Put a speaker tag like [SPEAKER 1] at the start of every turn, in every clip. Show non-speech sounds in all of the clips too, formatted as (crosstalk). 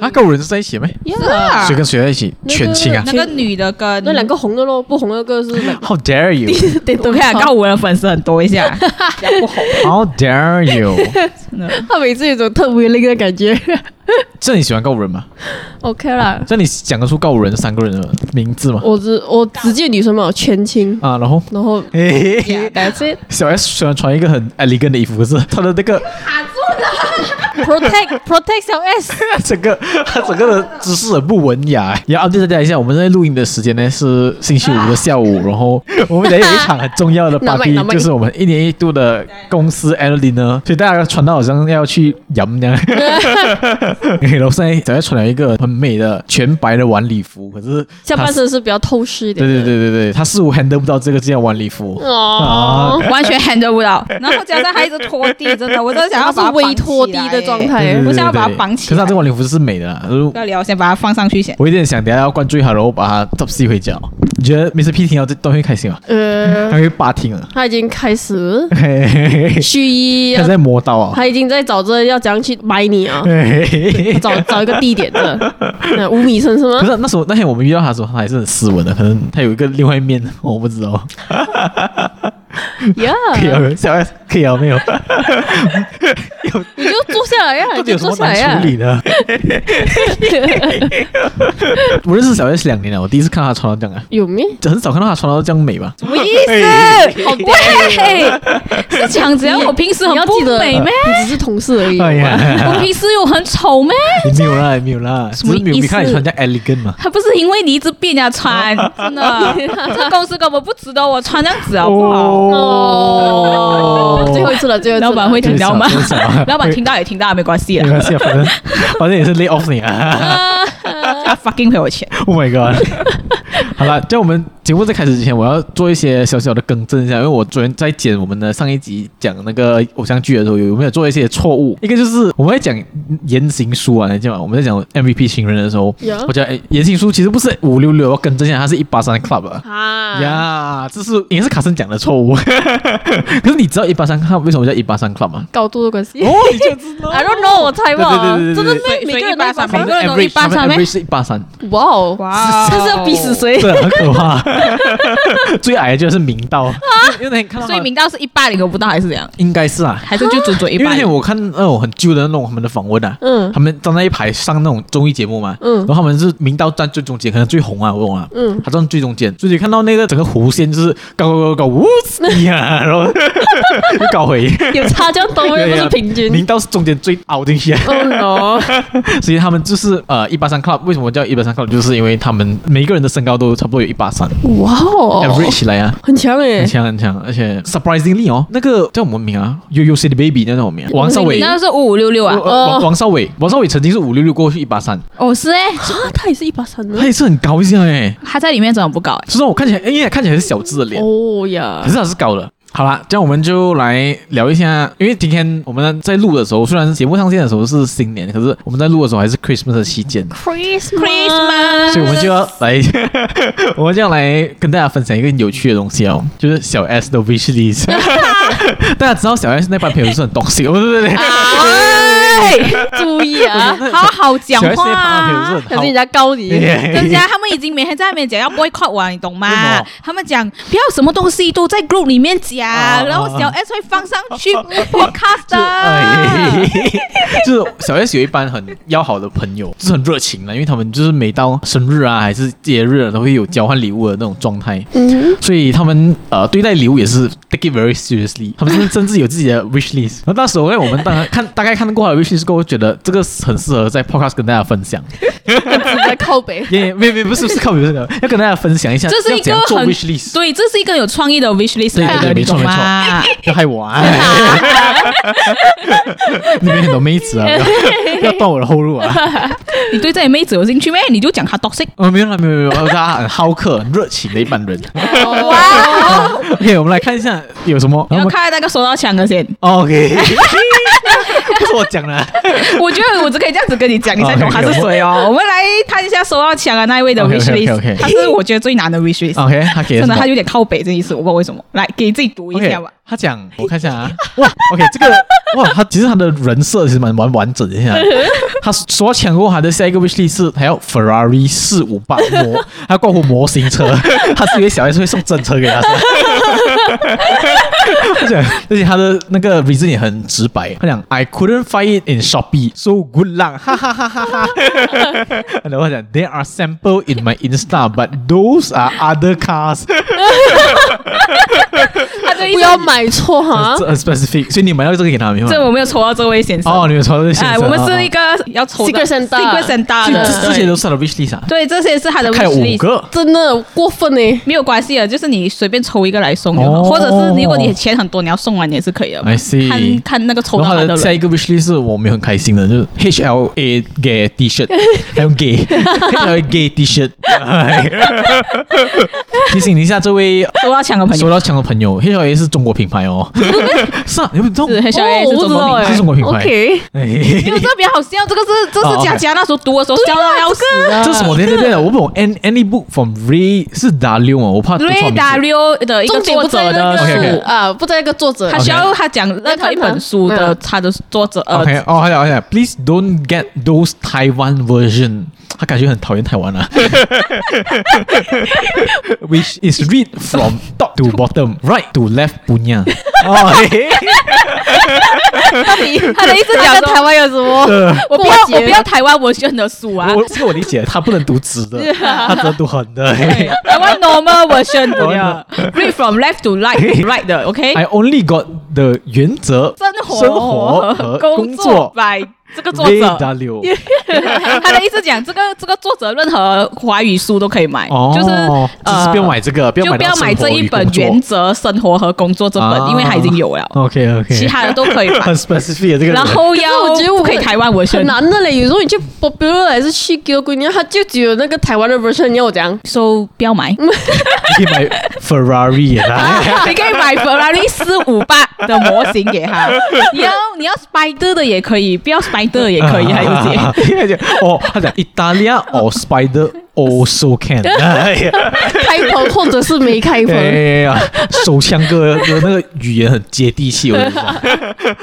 [SPEAKER 1] 啊，跟五人是在一起没？
[SPEAKER 2] Yeah
[SPEAKER 1] 谁跟谁在一起？
[SPEAKER 3] 那个
[SPEAKER 1] 全亲啊
[SPEAKER 2] 那个女的跟
[SPEAKER 3] 那两个红的咯，不红那个 (laughs) 是 like
[SPEAKER 1] ！How dare
[SPEAKER 3] (laughs)
[SPEAKER 1] you！How
[SPEAKER 3] 点
[SPEAKER 2] 啊我看告五人粉丝很多一 (laughs) 下，不红， (laughs)
[SPEAKER 1] dare you！
[SPEAKER 2] 真的
[SPEAKER 3] 他每次有种特无力的感觉。
[SPEAKER 1] 这你喜欢告五人吗？
[SPEAKER 3] (laughs) OK 啦，
[SPEAKER 1] 这你讲得出告五人三个人的名字吗？
[SPEAKER 3] 我只我只记得女生嘛，全清，
[SPEAKER 1] 啊，然后。
[SPEAKER 3] 然后
[SPEAKER 1] 嘿嘿
[SPEAKER 2] (laughs)
[SPEAKER 3] That's it.
[SPEAKER 1] 小 S 虽然穿一个很 elegant 的衣服，可是她的那个
[SPEAKER 3] Protect protect 小 S，
[SPEAKER 1] (laughs) 整个她整个的姿势很不文雅 (laughs) 欸。然后 update 大家一下，我们在录音的时间呢是星期五的下 (laughs) 午，然后我们等一下有一场很重 (laughs) 要的
[SPEAKER 3] 拿麦
[SPEAKER 1] party，
[SPEAKER 3] 拿麦
[SPEAKER 1] 就是我们一年一度的公司 annual dinner，所以大家穿到好像要去饮 (laughs) 那样。然后现在小 S 穿了一个很美的全白的晚礼服，可是
[SPEAKER 3] 下
[SPEAKER 1] 她
[SPEAKER 3] 半
[SPEAKER 1] 是
[SPEAKER 3] 身是比较透视一点
[SPEAKER 1] 对
[SPEAKER 3] 的。
[SPEAKER 1] 对对对对，她似乎 handle 不到这个这样晚礼服。啊
[SPEAKER 3] 哦，
[SPEAKER 2] (laughs) 完全 handle 不到，然后加上他一直拖地，真的，我真的想要
[SPEAKER 3] 他
[SPEAKER 2] 把
[SPEAKER 3] 是
[SPEAKER 2] 它绑起来
[SPEAKER 3] 微拖地的状。
[SPEAKER 1] 对
[SPEAKER 3] 态
[SPEAKER 1] 对，
[SPEAKER 2] 我想要
[SPEAKER 1] 对
[SPEAKER 2] 把它
[SPEAKER 1] 对
[SPEAKER 2] 绑起
[SPEAKER 1] 可哎是她
[SPEAKER 2] 来
[SPEAKER 1] 这个晚礼服是美的啦， (laughs) 就是
[SPEAKER 2] 不要聊，我先把它放上去先。
[SPEAKER 1] 我有点想等一下要灌醉他，然后把他 top C 回家。你觉得 Mr P 听到这段会开心吗？他
[SPEAKER 3] 呃，
[SPEAKER 1] 会霸听
[SPEAKER 2] (laughs)
[SPEAKER 1] 啊，
[SPEAKER 3] 他已经开始
[SPEAKER 1] 嘿嘿嘿嘿
[SPEAKER 3] 蓄意
[SPEAKER 1] 他
[SPEAKER 3] 要，
[SPEAKER 1] 在磨刀啊。
[SPEAKER 3] 他已经在找着要怎样去买
[SPEAKER 1] (laughs)
[SPEAKER 3] 你啊，
[SPEAKER 1] 嘿嘿嘿嘿
[SPEAKER 3] 找找一个地点的，那五米深是
[SPEAKER 1] 不
[SPEAKER 3] 吗？
[SPEAKER 1] 是啊那时候那天我们遇到他的时候，他还是很斯文的，可能他有一个另外一面， (laughs) 我不知
[SPEAKER 2] 啊
[SPEAKER 1] 道。可以
[SPEAKER 3] Yeah，
[SPEAKER 1] 啊，小 S 可以啊，没有？
[SPEAKER 3] 你就坐下来呀，
[SPEAKER 1] 到
[SPEAKER 3] 你
[SPEAKER 1] 底
[SPEAKER 3] 就
[SPEAKER 1] 有什
[SPEAKER 3] 坐
[SPEAKER 1] 么
[SPEAKER 3] 下来
[SPEAKER 1] 难
[SPEAKER 3] 啊
[SPEAKER 2] 啊
[SPEAKER 3] 呀
[SPEAKER 1] 处。理的？
[SPEAKER 2] (laughs)
[SPEAKER 1] 我认识小 S 两年了，我第一次看到她穿到这样啊，
[SPEAKER 3] 有咩？
[SPEAKER 1] 很少看到她穿到这样美吧？哎
[SPEAKER 2] 什么意思？ (laughs) 好贵， (laughs) 是抢着啊要我平时很
[SPEAKER 3] 你要
[SPEAKER 2] 不
[SPEAKER 3] 记得，
[SPEAKER 2] 美咩？
[SPEAKER 3] 你只是同
[SPEAKER 1] (laughs)
[SPEAKER 3] 事而已。
[SPEAKER 1] 哎呀，
[SPEAKER 2] 我平时有很丑咩？
[SPEAKER 1] 没有啦，没有啦，只
[SPEAKER 2] 么
[SPEAKER 1] 是没有
[SPEAKER 2] 意
[SPEAKER 1] 没看你
[SPEAKER 2] 思
[SPEAKER 1] 穿这样 elegant 嘛。
[SPEAKER 2] 还不是因为你一直变人家 (laughs) 穿，真的，这公司根本不值得我穿这样子，好不好？
[SPEAKER 1] 哦
[SPEAKER 2] 哦
[SPEAKER 3] 哦，最后一次了，最后一次了
[SPEAKER 2] 老板会听到吗
[SPEAKER 1] 真的真的？
[SPEAKER 2] (laughs) 老板听到也听到，没关系
[SPEAKER 1] 没
[SPEAKER 2] (laughs) 啦。
[SPEAKER 1] 关系啊，反正反正也是 lay off 你啊。
[SPEAKER 2] 他 fucking 赔我钱，
[SPEAKER 1] (laughs) Oh my god！好了，在我们节目在开始之前，我要做一些小小的更正一下，因为我昨天在剪我们的上一集讲那个偶像剧的时候，有没有做一些错误？一个就是我们在讲言行书啊，你知道吗？我们在讲 MVP 新人的时候
[SPEAKER 3] Yeah
[SPEAKER 1] 我讲哎，言行书其实不是五六六，我要更正一下，它是一八三 club 啊。
[SPEAKER 3] 啊
[SPEAKER 1] 呀这是也是卡森讲的错误。 (laughs) 可是你知道一八三 club 为什么叫一八三 club 吗？
[SPEAKER 3] 高度的关系。
[SPEAKER 1] 哦，你就知道。
[SPEAKER 3] I don't know，我猜吧，
[SPEAKER 1] 对对对对对
[SPEAKER 3] 真的吗
[SPEAKER 2] 所以
[SPEAKER 3] 每个人都
[SPEAKER 2] 所以183
[SPEAKER 3] 每
[SPEAKER 2] 每
[SPEAKER 3] 个
[SPEAKER 2] 个
[SPEAKER 3] 人
[SPEAKER 2] 人
[SPEAKER 3] 都
[SPEAKER 2] 都
[SPEAKER 1] average 他们
[SPEAKER 2] 183咩
[SPEAKER 1] average 是一八三。
[SPEAKER 3] 哇哦，
[SPEAKER 2] 哇 (laughs) 哦
[SPEAKER 3] 他是要逼死谁？
[SPEAKER 1] 这很可怕。最矮的就是明道，因为那天
[SPEAKER 2] (laughs)
[SPEAKER 1] 看到他
[SPEAKER 2] 所以明道是一八零，我不知道还是怎样，
[SPEAKER 1] 应该是啊，
[SPEAKER 2] (laughs) 还是就准准一
[SPEAKER 1] 因为
[SPEAKER 2] 八
[SPEAKER 1] 那天
[SPEAKER 2] 零。
[SPEAKER 1] 我看那种很旧的那种他们的访问啊，
[SPEAKER 3] 嗯
[SPEAKER 1] 他们站在一排上那种综艺节目嘛，
[SPEAKER 3] 嗯
[SPEAKER 1] 然后他们是明道站最中间，可能最红啊，我懂啊，
[SPEAKER 3] 嗯，
[SPEAKER 1] 他站最中间，所以你看到那个整个弧线就是高高高高，呜呀，然后又高回，
[SPEAKER 3] 有差这样多，又不是平均
[SPEAKER 1] 明。道是中间最凹进去啊。
[SPEAKER 3] Oh no！
[SPEAKER 1] 所以他们就是呃一八三 club，为什么叫一八三 club？就是因为他们每一个人的身高都差不多有一八三
[SPEAKER 3] 哇哦，
[SPEAKER 1] ，average 起来啊。
[SPEAKER 3] 很强哎
[SPEAKER 1] 很，强很强，而且 surprisingly 哦，那个叫什么名啊？U U C 的 Baby 那叫什么名啊？王少伟
[SPEAKER 2] 你，那是五五六六啊
[SPEAKER 1] 王？王王少伟，王少伟曾经是五六六过去一八三，
[SPEAKER 2] 哦，是哎，
[SPEAKER 3] 啊，他也是一把伞
[SPEAKER 2] 嗯
[SPEAKER 3] 的
[SPEAKER 1] 他。也是很高一下哎，
[SPEAKER 2] 他在里面怎么不高哎？
[SPEAKER 1] 虽然我看起来，哎呀，看起来是小智的脸，
[SPEAKER 3] 哦
[SPEAKER 1] 可
[SPEAKER 3] 呀，
[SPEAKER 1] 是他是高的。好啦，这样我们就来聊一下，因为今天我们在录的时候，虽然节目上线的时候是新年，可是我们在录的时候还是 Christmas 的期间，
[SPEAKER 2] Christmas，
[SPEAKER 1] 所以我们就要来， (laughs) 我们就要来跟大家分享一个有趣的东西哦，就是小 S 的 wish
[SPEAKER 2] (laughs)
[SPEAKER 1] list。大家知道小 S 那班朋友是很懂事，不是不是不是，
[SPEAKER 2] 哎， (laughs)
[SPEAKER 3] 注意啊，
[SPEAKER 2] 好好讲
[SPEAKER 1] 小 S
[SPEAKER 2] 话
[SPEAKER 1] 那班朋友
[SPEAKER 2] 啊
[SPEAKER 1] 是。很
[SPEAKER 3] 可
[SPEAKER 1] 好
[SPEAKER 3] 是人家高你，
[SPEAKER 2] 人家啊他们已经每天在那边讲要 boycott 我，你懂
[SPEAKER 1] 为什
[SPEAKER 2] 吗
[SPEAKER 1] 么？
[SPEAKER 2] 他们讲不要什么东西都在 group 里面讲，
[SPEAKER 1] 啊
[SPEAKER 2] 然后小 S 会放上
[SPEAKER 1] (laughs)
[SPEAKER 2] 去 podcast 啊
[SPEAKER 1] 就
[SPEAKER 2] 的
[SPEAKER 1] 哎。， (laughs) 就是小 S 有一班很要好的朋友，就是很热情啊的，因为他们就是每到生日啊还是节日啊，都会有交换礼物的那种状态，
[SPEAKER 3] 嗯，
[SPEAKER 1] 所以他们呃对待礼物也是 take it very seriously，他们甚至甚至有自己的 wish list。那那时候呢，我们当然看大概看过他的 wish list 过后，觉得这个很适合在 podcast 跟大家分享，
[SPEAKER 3] 只在靠北。
[SPEAKER 1] 也没没不是不是靠别这个，要跟大家分享一下，
[SPEAKER 2] 这是
[SPEAKER 1] 要
[SPEAKER 2] 一
[SPEAKER 1] 怎
[SPEAKER 2] 个
[SPEAKER 1] 样做
[SPEAKER 2] 很
[SPEAKER 1] wish list，
[SPEAKER 2] 对，这是一个有创意的 wish list，
[SPEAKER 1] 对对
[SPEAKER 2] 来
[SPEAKER 1] 对
[SPEAKER 2] 的
[SPEAKER 1] 没
[SPEAKER 2] 你
[SPEAKER 1] 错
[SPEAKER 2] 懂吗？
[SPEAKER 1] 要害我
[SPEAKER 2] (laughs)
[SPEAKER 1] 啊！ (laughs) 你们很多妹子啊，不要不要断我的后路啊！
[SPEAKER 2] 你对这些妹子有兴趣咩？你就讲她 toxic。
[SPEAKER 1] 哦，没有啦，没有没有，大家很好客、很热情的一般人。
[SPEAKER 2] 哇！哦
[SPEAKER 1] OK，我们来看一下有什么。然后
[SPEAKER 2] 你
[SPEAKER 1] 我
[SPEAKER 2] 要
[SPEAKER 1] 们 (laughs)
[SPEAKER 2] 看那个收到枪的先，
[SPEAKER 1] OK，不是我讲
[SPEAKER 2] (laughs)
[SPEAKER 1] 的，
[SPEAKER 2] 我觉得我只可以这样子跟你讲，你才
[SPEAKER 1] 啊
[SPEAKER 2] 懂他是谁哦。我们来看一下收到抢的那一位的 wish
[SPEAKER 1] OK，OK，OK，OK
[SPEAKER 2] list，他是我觉得最难的 wish list，
[SPEAKER 1] OK，他给了什
[SPEAKER 2] 真
[SPEAKER 1] 么
[SPEAKER 2] 的他有点靠北这意思，我不知道为什么。来，给自己读一
[SPEAKER 1] OK，
[SPEAKER 2] 下吧。
[SPEAKER 1] 他
[SPEAKER 2] (laughs)
[SPEAKER 1] 讲，我看一下啊，哇，OK，这个哇，他其实他的人设其实蛮蛮完整的。
[SPEAKER 2] (laughs)
[SPEAKER 1] 现在他所抢过他的下一个 wish list 是还要 Ferrari 四五八模， (laughs) 还要挂乎模型
[SPEAKER 2] (laughs)
[SPEAKER 1] 车，他是以为小 S 会送真车给他。是吧他讲，而且他的那个 reason 也很直白，他讲 I couldn't find it in Shopee, so good luck，哈哈哈哈哈。 (laughs) 然后他讲 There are sample in my Insta, but those are other
[SPEAKER 2] (laughs)
[SPEAKER 1] cars。
[SPEAKER 2] 他的意
[SPEAKER 3] 不
[SPEAKER 2] 思
[SPEAKER 3] 要买错哈
[SPEAKER 1] 这。很 specific，所以你买到这个给他没有？
[SPEAKER 2] 啊这我没有抽到这位先生。
[SPEAKER 1] 哦，你哦们抽的是
[SPEAKER 2] 哎，我们是一个要抽的
[SPEAKER 3] Secret Santa
[SPEAKER 2] Secret Santa
[SPEAKER 3] 个
[SPEAKER 1] 这
[SPEAKER 3] 是
[SPEAKER 1] 这
[SPEAKER 2] 的，
[SPEAKER 1] 些都是他的 wish list 啊，
[SPEAKER 2] 对，这些是他的
[SPEAKER 1] 看了
[SPEAKER 2] wish
[SPEAKER 1] 五
[SPEAKER 2] list。
[SPEAKER 1] 个。
[SPEAKER 3] 真的过分呢！
[SPEAKER 2] 没有关系的，就是你随便抽一个来送就好，
[SPEAKER 1] 哦
[SPEAKER 2] 或者是如果你钱很多，你要送完也是可以的。
[SPEAKER 1] I see
[SPEAKER 2] 看看那个抽
[SPEAKER 1] 然
[SPEAKER 2] 到
[SPEAKER 1] 后
[SPEAKER 2] 的
[SPEAKER 1] 他的
[SPEAKER 2] 人。
[SPEAKER 1] 下一个 wish list 是我没有很开心的，就是 H L A gay T
[SPEAKER 2] (laughs)
[SPEAKER 1] shirt，还有 gay H L A gay T shirt。哎 (laughs) 提醒一下这位
[SPEAKER 2] 抽到抢的朋友
[SPEAKER 1] 收，到枪的朋友，H L A 是中国品牌哦。 (laughs) 是啊，你们知道吗？
[SPEAKER 2] 是很小 A
[SPEAKER 3] 哦
[SPEAKER 2] 是
[SPEAKER 3] 我
[SPEAKER 2] 中
[SPEAKER 3] 不知道
[SPEAKER 2] 国
[SPEAKER 1] 是
[SPEAKER 2] 品
[SPEAKER 1] 中国品牌。
[SPEAKER 3] OK，
[SPEAKER 1] 哎
[SPEAKER 2] 没有这比较好笑，
[SPEAKER 1] (laughs)
[SPEAKER 2] 这个是这
[SPEAKER 1] 哦
[SPEAKER 2] 是
[SPEAKER 1] ，OK
[SPEAKER 2] 佳佳那时候读的时候笑到要死的。
[SPEAKER 1] 哎这是什么？对对对，我不懂。Any Any book from Ray 是 W 吗？我怕读错
[SPEAKER 2] Ray
[SPEAKER 1] 名字。
[SPEAKER 2] W 的一个
[SPEAKER 3] 重点
[SPEAKER 2] 作
[SPEAKER 3] 不在
[SPEAKER 2] 者
[SPEAKER 3] 那
[SPEAKER 2] 的
[SPEAKER 3] 个
[SPEAKER 1] OK，OK
[SPEAKER 2] 书，
[SPEAKER 3] 啊，不在那个作者
[SPEAKER 2] 他，需要他讲任何一本书的
[SPEAKER 3] 嗯
[SPEAKER 2] 他的作者呃
[SPEAKER 1] OK，哦，还有还有，Please don't get those Taiwan version。他感觉很讨厌台湾
[SPEAKER 2] (laughs)
[SPEAKER 1] 啊。Which is read from top to bottom, right to left，不
[SPEAKER 2] (laughs)
[SPEAKER 1] 念。哦，嘿嘿
[SPEAKER 2] 他的他的意思讲
[SPEAKER 3] 在
[SPEAKER 2] 说
[SPEAKER 3] 台湾有什么？
[SPEAKER 1] 呃
[SPEAKER 2] (laughs) 我不要
[SPEAKER 3] 过节
[SPEAKER 2] 我不要台湾文宣的书啊，
[SPEAKER 1] (laughs) 我这个我理解，他不能读直的，
[SPEAKER 2] (laughs)
[SPEAKER 1] 他只能读横的。嘿嘿
[SPEAKER 2] 台湾 normal
[SPEAKER 1] (laughs)
[SPEAKER 2] version 的 read from left to right to right 的 OK。
[SPEAKER 1] I only got the 原则
[SPEAKER 2] 生活、
[SPEAKER 1] 哎生活和
[SPEAKER 2] 工
[SPEAKER 1] 作。
[SPEAKER 2] by 这个作
[SPEAKER 1] V
[SPEAKER 2] 者，
[SPEAKER 1] W
[SPEAKER 2] (laughs) 他的意思讲，这个这个作者任何华语书都可以买，
[SPEAKER 1] 哦，
[SPEAKER 2] 就是
[SPEAKER 1] 只是
[SPEAKER 2] 呃
[SPEAKER 1] 不要买这个，不要
[SPEAKER 2] 就
[SPEAKER 1] 买
[SPEAKER 2] 不
[SPEAKER 1] 到
[SPEAKER 2] 要
[SPEAKER 1] 生
[SPEAKER 2] 买
[SPEAKER 1] 活
[SPEAKER 2] 这
[SPEAKER 1] 与
[SPEAKER 2] 一本
[SPEAKER 1] 工
[SPEAKER 2] 《
[SPEAKER 1] 作
[SPEAKER 2] 原则生活和工作》这本，
[SPEAKER 1] 啊
[SPEAKER 2] 因为它已经有了，
[SPEAKER 1] OK OK，
[SPEAKER 2] 其他的都可以
[SPEAKER 1] (laughs)
[SPEAKER 2] 买
[SPEAKER 1] 很。specific 的这个人。
[SPEAKER 2] 然后要
[SPEAKER 3] 可是我觉得我
[SPEAKER 2] 不可以台湾文宣
[SPEAKER 3] 很难的嘞，有时候你去 popular 还是去 g i l g 他就只有那个台湾的 version，你要我怎样？
[SPEAKER 2] ，so 不要买。
[SPEAKER 1] 你可以买 Ferrari 也啦。
[SPEAKER 2] (laughs) 你可以买 Ferrari 四五八的模型给他，你要你要 Spider 的也可以，不要 Spider 的也
[SPEAKER 1] (laughs)
[SPEAKER 2] 可以，还哎有谁？
[SPEAKER 1] 些哦，他讲 Italia or 哦 Spider also can，哎
[SPEAKER 2] (laughs)
[SPEAKER 1] 呀，
[SPEAKER 3] 开头或者是没开头。
[SPEAKER 1] (laughs) 对呀，手枪哥的那个语言很接地气，我跟你
[SPEAKER 2] (laughs)
[SPEAKER 1] 说。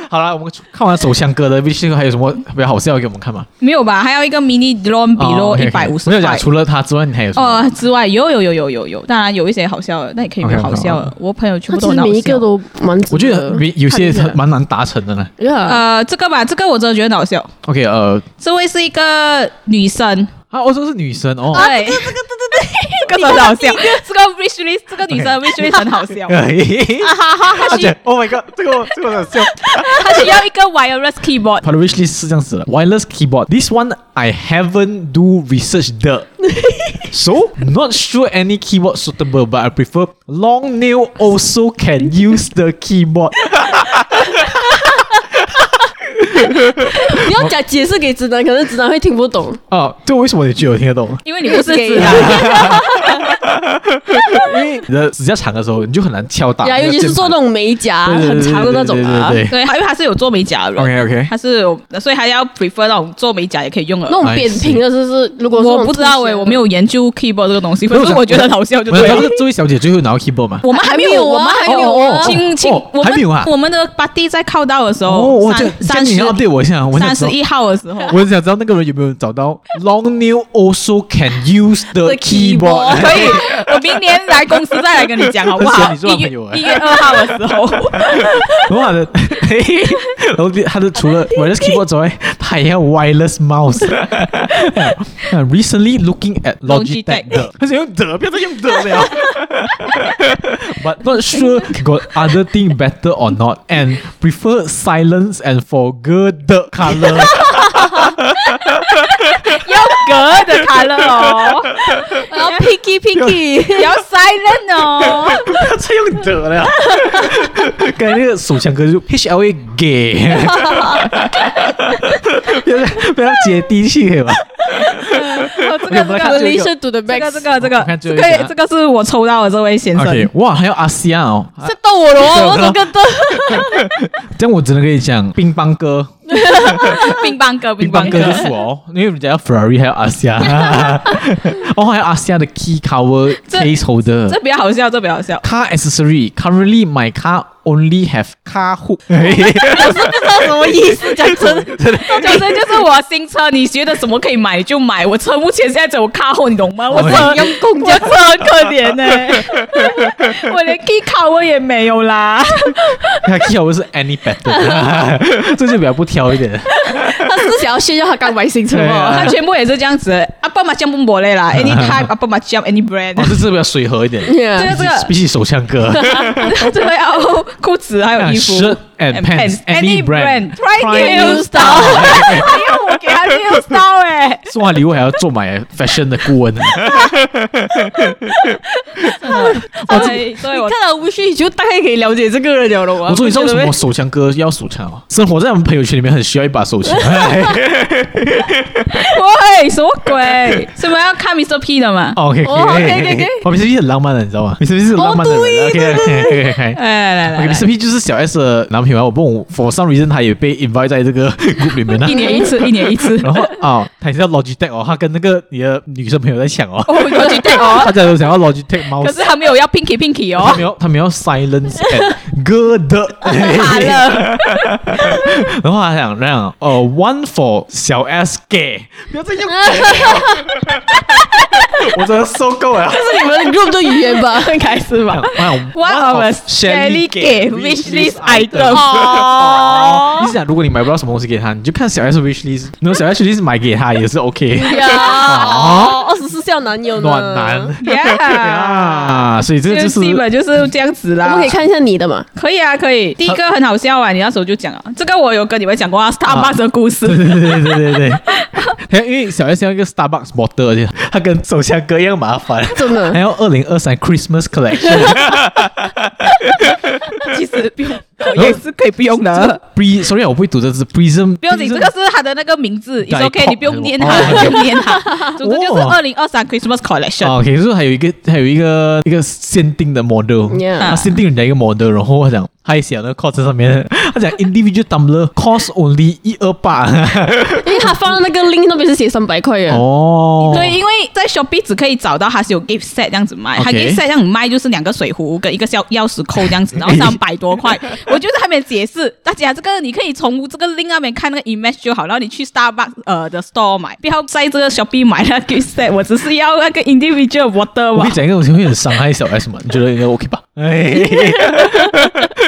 [SPEAKER 1] 好了，我们看完手枪哥的 V 这个还有什么比较好笑给我们看吗？
[SPEAKER 2] 没有吧？还有一个 mini loan
[SPEAKER 1] 哦
[SPEAKER 2] below
[SPEAKER 1] ，OK，OK
[SPEAKER 2] 一百五十
[SPEAKER 1] 没有
[SPEAKER 2] 块
[SPEAKER 1] 讲，。除了他之外，你还有什么？
[SPEAKER 2] 哦，之外有有有有有有，当然有一些好笑的，那也可以没有
[SPEAKER 1] OK，OK，
[SPEAKER 2] 好笑
[SPEAKER 1] 好
[SPEAKER 2] 的。我朋友
[SPEAKER 3] 他
[SPEAKER 2] 全部
[SPEAKER 3] 其
[SPEAKER 2] 都
[SPEAKER 3] 实
[SPEAKER 2] 很好
[SPEAKER 3] 每一
[SPEAKER 2] 笑
[SPEAKER 3] 个。都蛮值得
[SPEAKER 1] 我觉得有些
[SPEAKER 3] 看一下的
[SPEAKER 1] 蛮难达成的呢。
[SPEAKER 3] Yeah
[SPEAKER 2] 呃，这个吧，这个我真的觉得很好笑。
[SPEAKER 1] OK，呃，
[SPEAKER 2] 这位是一个女生，
[SPEAKER 1] 啊，我说是女生 (laughs) 哦。
[SPEAKER 2] 对，这个 (laughs) 这个这个这个很好笑，这个 wish list 这个女 (laughs) 生 wish list 很好笑，
[SPEAKER 1] (laughs) 而且，Oh my God，这个我这个我想笑。
[SPEAKER 2] 她需要一个 wireless keyboard。
[SPEAKER 1] 他的 wish list 是这样子的：wireless keyboard. This one I haven't do research (laughs) the. So not sure any keyboard suitable, but I prefer long nail also can use the keyboard.
[SPEAKER 3] (laughs) 你要讲解释给直男，可能直男会听不懂。
[SPEAKER 1] (laughs) 啊，这为什么你觉得我听得懂？
[SPEAKER 2] 因为你不是
[SPEAKER 3] 给
[SPEAKER 2] 直男，
[SPEAKER 1] 因为你的指甲长的时候，你就很难敲打
[SPEAKER 3] 呀，
[SPEAKER 1] 那个键盘。
[SPEAKER 3] 尤其是做那种美甲
[SPEAKER 1] 对对对
[SPEAKER 3] 很长的那种啊
[SPEAKER 1] 对，对对对
[SPEAKER 2] 对，因为她是有做美甲的人，
[SPEAKER 1] OK (laughs) OK，
[SPEAKER 2] 她是有，所以她要 prefer 那种做美甲也可以用的
[SPEAKER 3] 那。种扁平的，就是如果是那
[SPEAKER 2] 我
[SPEAKER 3] 种
[SPEAKER 2] 不知道
[SPEAKER 3] 凸
[SPEAKER 2] 哎，
[SPEAKER 3] 显的
[SPEAKER 2] 我没有研究 keyboard 这个东西，可是我觉得很好笑就
[SPEAKER 1] 没
[SPEAKER 2] 对
[SPEAKER 1] 有，
[SPEAKER 2] 了
[SPEAKER 1] 他。是这位小姐最后拿到 keyboard 嘛？
[SPEAKER 2] 我们还没有，我
[SPEAKER 3] 还没有啊
[SPEAKER 2] 们还没有
[SPEAKER 3] 哦哦哦
[SPEAKER 2] 亲亲
[SPEAKER 1] 哦，
[SPEAKER 2] 我
[SPEAKER 1] 还没有
[SPEAKER 2] 们
[SPEAKER 1] 啊
[SPEAKER 2] 我们的 body 在靠到的时
[SPEAKER 1] 哦，
[SPEAKER 2] 候，
[SPEAKER 1] 我这
[SPEAKER 2] 三
[SPEAKER 1] 这样
[SPEAKER 2] 三
[SPEAKER 1] 你
[SPEAKER 2] 十
[SPEAKER 1] 要 update 我一下，我想
[SPEAKER 2] 三
[SPEAKER 1] 知
[SPEAKER 2] 十
[SPEAKER 1] 道，
[SPEAKER 2] 一号的时候。
[SPEAKER 1] 我想知道那个人有没有找到 long nail also can use the
[SPEAKER 3] The keyboard
[SPEAKER 1] keyboard。
[SPEAKER 2] (laughs) 可以，我明年来公司再来跟你讲好不
[SPEAKER 1] 很喜 (laughs)
[SPEAKER 2] 好？
[SPEAKER 1] 欢你这种
[SPEAKER 2] 一
[SPEAKER 1] 朋
[SPEAKER 2] 月
[SPEAKER 1] 友哎
[SPEAKER 2] 一月二号的时
[SPEAKER 1] 然
[SPEAKER 2] 候，
[SPEAKER 1] (laughs) 后他的，然后他的除了 wireless keyboard 之外，他还要 wireless mouse。那 recently looking at Logitech 的， (laughs) 他想用的，不要再用的了。But not sure got other thing better or not, and prefer silence and forget the color.
[SPEAKER 2] 要隔的卡了
[SPEAKER 3] (laughs)
[SPEAKER 2] 哦，
[SPEAKER 3] 然后 picky picky，
[SPEAKER 2] 不要 silent 哦。
[SPEAKER 1] (laughs) 不要再用的了。刚才那个手枪哥就 H L A gay，不要再不要接地气吧。
[SPEAKER 2] 个哦这
[SPEAKER 1] 你有没有
[SPEAKER 2] 个
[SPEAKER 1] 看
[SPEAKER 2] 这个
[SPEAKER 3] Relation to the
[SPEAKER 2] 这个
[SPEAKER 3] max，
[SPEAKER 2] 这个这
[SPEAKER 1] 我看
[SPEAKER 2] 个
[SPEAKER 1] 最
[SPEAKER 2] 这
[SPEAKER 1] 后一个
[SPEAKER 2] 个这个是我抽到的这位先生，
[SPEAKER 1] OK，哇，还有阿西亚哦，啊
[SPEAKER 3] 是逗我咯，我都跟逗。
[SPEAKER 1] (laughs) 这样我只能跟你讲，乒乓哥，
[SPEAKER 2] 乒乓哥，
[SPEAKER 1] 乒乓哥就是我哦，因为人家要 Ferrari 还有阿西亚， (laughs) 哦，还有阿西亚的 key cover
[SPEAKER 2] 这
[SPEAKER 1] case holder，。
[SPEAKER 2] 这比较好笑，这比较好笑
[SPEAKER 1] Car accessory. Currently, my car only have car hook.
[SPEAKER 2] 什么意思？讲真，讲真就是我新车，你觉得什么可以买就买。我车目前现在只有卡后，你懂吗？我车
[SPEAKER 3] 用公
[SPEAKER 2] 我车很可怜呢、 (laughs) 我连 key 卡我也没有啦。
[SPEAKER 1] 他 key 我是 any better，这就比 (laughs) 较不挑一点。
[SPEAKER 3] 他是想要炫耀他 (laughs) 刚买新车
[SPEAKER 1] 对啊
[SPEAKER 3] 吗？
[SPEAKER 2] 他全部也是这样子，阿爸妈酱不抹
[SPEAKER 1] (laughs)
[SPEAKER 2] 嘞啦，any time 阿爸妈酱 any
[SPEAKER 1] 哦，
[SPEAKER 2] brand，
[SPEAKER 1] 这是比较随和一点。
[SPEAKER 3] (laughs) Yeah
[SPEAKER 2] 这个这个
[SPEAKER 1] 比起手枪哥
[SPEAKER 2] (laughs) 这个要啊裤子还有
[SPEAKER 1] (laughs)
[SPEAKER 2] 衣服
[SPEAKER 1] 啊，shirt and pants any brand
[SPEAKER 2] try new style，还 (laughs) 要我给他 new style 哎、
[SPEAKER 1] 送完礼物还要做买 fashion 的顾问，
[SPEAKER 2] 所以哎所以我
[SPEAKER 3] 看到无需，你就大概可以了解这个人了了吗？
[SPEAKER 1] 我终于知道为什
[SPEAKER 3] 对
[SPEAKER 1] 么
[SPEAKER 3] 不
[SPEAKER 1] 手枪哥要手枪了。哦生活在我们朋友圈里面很需要一把手 (laughs) 枪，
[SPEAKER 2] (laughs)
[SPEAKER 1] 哎
[SPEAKER 2] 喂，什么鬼？什么要看 Mr. P 的嘛？
[SPEAKER 1] OK
[SPEAKER 3] 哦，OK，OK，OK
[SPEAKER 1] 我们 P 很浪漫的，你知道吗？Mr P 是浪漫的人，OK OK OK。
[SPEAKER 2] 哎，来来来
[SPEAKER 1] OK，
[SPEAKER 2] 来
[SPEAKER 1] Mr P 就是小 S 的男朋友啊，我不懂，for some reason 他也被 invite 在这个 (laughs) group 里面啊
[SPEAKER 2] 一。年一次，一年一次。
[SPEAKER 1] 然后啊、他也是要 Logitech 哦，他跟那个你的女生朋友在抢哦，
[SPEAKER 2] 哦，有去对
[SPEAKER 1] (laughs)
[SPEAKER 2] 哦，
[SPEAKER 1] 大家都想要 Logitech
[SPEAKER 2] 可
[SPEAKER 1] mouse，
[SPEAKER 2] 是他没有要 Pinky Pinky
[SPEAKER 1] 他
[SPEAKER 2] 哦
[SPEAKER 1] (laughs) 们，要他们要 silence and good， (laughs)
[SPEAKER 2] 卡了。
[SPEAKER 1] 然后他想让呃 one for 小 S 给，不要再 (laughs) 用给我，我真的受够了。
[SPEAKER 3] 对这是你们 group 的语言 (laughs) 吧？
[SPEAKER 2] 应该是吧
[SPEAKER 1] 哇
[SPEAKER 2] One of Shelly gave wish list item
[SPEAKER 1] 哦
[SPEAKER 2] 哦，
[SPEAKER 1] 你是想如果你买不到什么东西给他，你就看小 S wish list，然后小 S wish list 买给他也是
[SPEAKER 2] (laughs)
[SPEAKER 1] OK。
[SPEAKER 3] 呀，二十四孝男友呢？
[SPEAKER 1] 啊暖男。
[SPEAKER 2] ？Yeah，
[SPEAKER 1] 啊，所以这就是
[SPEAKER 2] 基本就是这样子
[SPEAKER 3] 我
[SPEAKER 2] 啦
[SPEAKER 3] 们可。以看一下你的嘛？
[SPEAKER 2] 可以啊，可以。第一个很好笑啊，你那时候就讲啊，这个我有跟你们讲过啊，Starbucks 的故
[SPEAKER 1] (laughs)
[SPEAKER 2] 事。
[SPEAKER 1] 对对对对对对，因为小 S 要一个 Starbucks model，而且他跟手枪哥一样麻烦。
[SPEAKER 2] (laughs)
[SPEAKER 3] 真的
[SPEAKER 1] 还有二零二三 Christmas collection
[SPEAKER 2] (laughs) 其实不用， (laughs)
[SPEAKER 1] (laughs)
[SPEAKER 2] 也是可以不用的。
[SPEAKER 1] pre sorry 我不会读这字 prism，
[SPEAKER 2] 不用紧，这个是他的那个名字，it's OK，
[SPEAKER 1] Dicom
[SPEAKER 2] 你不用念它，
[SPEAKER 1] 还是
[SPEAKER 2] 你
[SPEAKER 1] 什么
[SPEAKER 3] 哎
[SPEAKER 2] 不用念它。总之就是
[SPEAKER 1] 哦
[SPEAKER 2] 二零二三 Christmas Collection。
[SPEAKER 1] 哦，OK，就是还有一个还有一个一个限定的 model，
[SPEAKER 3] Yeah
[SPEAKER 1] 他限定人家一个 model，然后他讲他也写那个 cost 上面，他讲 individual tumbler cost only 一二八，
[SPEAKER 3] 因为他放到那个 link 那边是写三百块耶。
[SPEAKER 1] 哦，
[SPEAKER 2] 对，因为在 Shopee 只可以找到它是有 gift set 这样子卖，它
[SPEAKER 1] OK
[SPEAKER 2] gift set 这样卖就是两个水壶跟一个钥钥匙扣这样子，
[SPEAKER 1] (laughs)
[SPEAKER 2] 然后三百多块。我就是还没解释，大家这个你可以从这个 link 那边看那个 image 就好，然后你去 Starbucks 呃的 store 买，不要在这个 Shopee 买那个 gift set，我只是要那个 individual water
[SPEAKER 1] 我跟
[SPEAKER 2] 嘛
[SPEAKER 1] 你。讲一个东西会很伤害小 S 嘛？你觉得应该 OK 吧？哎，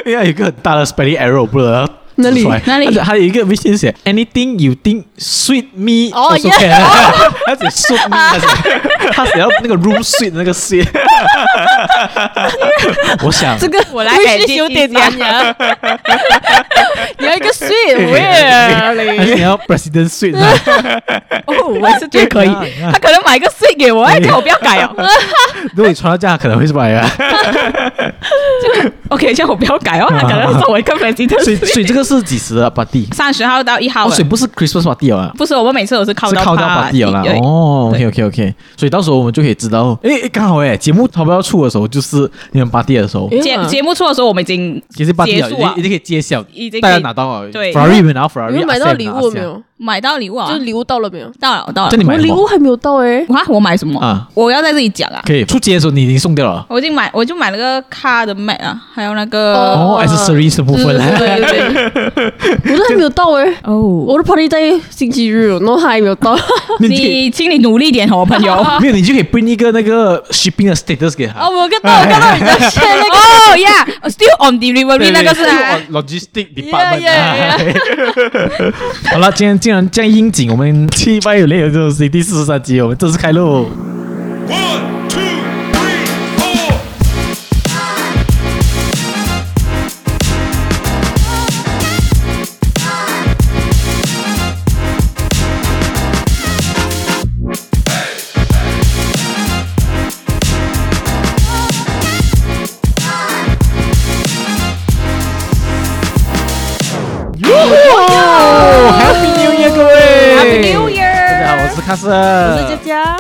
[SPEAKER 1] (laughs) 要有一个很大的 spelling error，不能让它
[SPEAKER 3] 哪里
[SPEAKER 1] 指出来
[SPEAKER 2] 哪里
[SPEAKER 1] 而且还有一个微信写 anything you think sweet me
[SPEAKER 3] 哦
[SPEAKER 1] also
[SPEAKER 3] yeah
[SPEAKER 1] can，他写 sweet me，他写 (laughs) 他写要那个 room sweet 那个 (laughs) sweet，我想
[SPEAKER 3] 这个
[SPEAKER 2] 我来
[SPEAKER 3] 微
[SPEAKER 2] 改
[SPEAKER 3] 信有点
[SPEAKER 2] 第三
[SPEAKER 3] 难呀。你要
[SPEAKER 1] (laughs)
[SPEAKER 3] 一个
[SPEAKER 1] 哎
[SPEAKER 3] sweet really
[SPEAKER 1] 还是你要 president sweet 呢
[SPEAKER 2] 哦，我是觉得
[SPEAKER 1] (laughs)
[SPEAKER 2] 可以
[SPEAKER 1] 那那，
[SPEAKER 2] 他可能买一个碎给我，哎，叫我不要改哦。 (laughs)
[SPEAKER 1] 如果你穿到这样，可能会是白啊。
[SPEAKER 2] OK，叫我不要改
[SPEAKER 1] (laughs)
[SPEAKER 2] 哦，他可能送我一个粉丝特
[SPEAKER 1] 所以所以这个是几时的 party？
[SPEAKER 2] 三十号到一号
[SPEAKER 1] 哦，
[SPEAKER 2] 了
[SPEAKER 1] 所以，不是 Christmas party 啊。
[SPEAKER 2] 不是我们每次都是靠
[SPEAKER 1] 是
[SPEAKER 2] 到
[SPEAKER 1] 靠到
[SPEAKER 2] 趴
[SPEAKER 1] 把地有啦。
[SPEAKER 2] 对
[SPEAKER 1] 哦，OK
[SPEAKER 2] 对
[SPEAKER 1] OK OK，所以到时候我们就可以知道，诶，诶哎刚好诶，节目差不多要出的时候，就是你们把地的时候，
[SPEAKER 3] 哎
[SPEAKER 2] 节节目出的时候，我们已经
[SPEAKER 1] 其实把地了，
[SPEAKER 2] 结
[SPEAKER 1] 已
[SPEAKER 2] 束啊
[SPEAKER 1] 经已经可以揭晓，
[SPEAKER 2] 已经可以
[SPEAKER 1] 大家拿到了，
[SPEAKER 2] 对
[SPEAKER 1] Ferrari 没拿到 Ferrari，
[SPEAKER 3] 你们买到
[SPEAKER 1] Ascent
[SPEAKER 3] 礼
[SPEAKER 1] 拿
[SPEAKER 3] 物
[SPEAKER 1] Ascent 啊
[SPEAKER 3] 没？有？
[SPEAKER 2] 买到礼物啊
[SPEAKER 3] 就是，礼物到了没有？
[SPEAKER 2] 到了到了
[SPEAKER 1] 这。你
[SPEAKER 3] 我
[SPEAKER 1] 买
[SPEAKER 3] 礼物还没有到哎。
[SPEAKER 2] 啊，我买什么
[SPEAKER 1] 啊？
[SPEAKER 2] 我要在这里讲啊。
[SPEAKER 1] 可以出街的时候你已经送掉了。
[SPEAKER 2] 我已经买，我就买了个 car 的 mat 啊，还有那
[SPEAKER 3] 哦嗯
[SPEAKER 2] 个
[SPEAKER 1] 哦，accessories 的部分 (laughs)
[SPEAKER 3] 对对对，我都还没有到哎、
[SPEAKER 2] 哦，
[SPEAKER 3] 我的 party 在星期日，然后他还没有到， (laughs)
[SPEAKER 1] 你就可以
[SPEAKER 2] 你请你努力点哦， (laughs) 朋友。哦
[SPEAKER 1] 没有，你就可以 print 一个那个 shipping 的 status 给他。
[SPEAKER 3] 我看到我看到
[SPEAKER 2] 哎
[SPEAKER 3] 人家写那个，
[SPEAKER 2] ，Yeah，still 哦 on delivery
[SPEAKER 1] 对
[SPEAKER 2] 那个是啊，
[SPEAKER 1] 对 logistic department 啊
[SPEAKER 3] Yeah,
[SPEAKER 1] (laughs) 好了，今天既然这样应景，我们七八有六有这种 C D 四十三集，我们正式开录。
[SPEAKER 4] One, two, three, four.
[SPEAKER 1] 哦，Happy New Year，各位
[SPEAKER 2] Happy New Year！
[SPEAKER 1] 啊大家好，我是他是
[SPEAKER 5] 我
[SPEAKER 2] (laughs)
[SPEAKER 5] 是佳佳，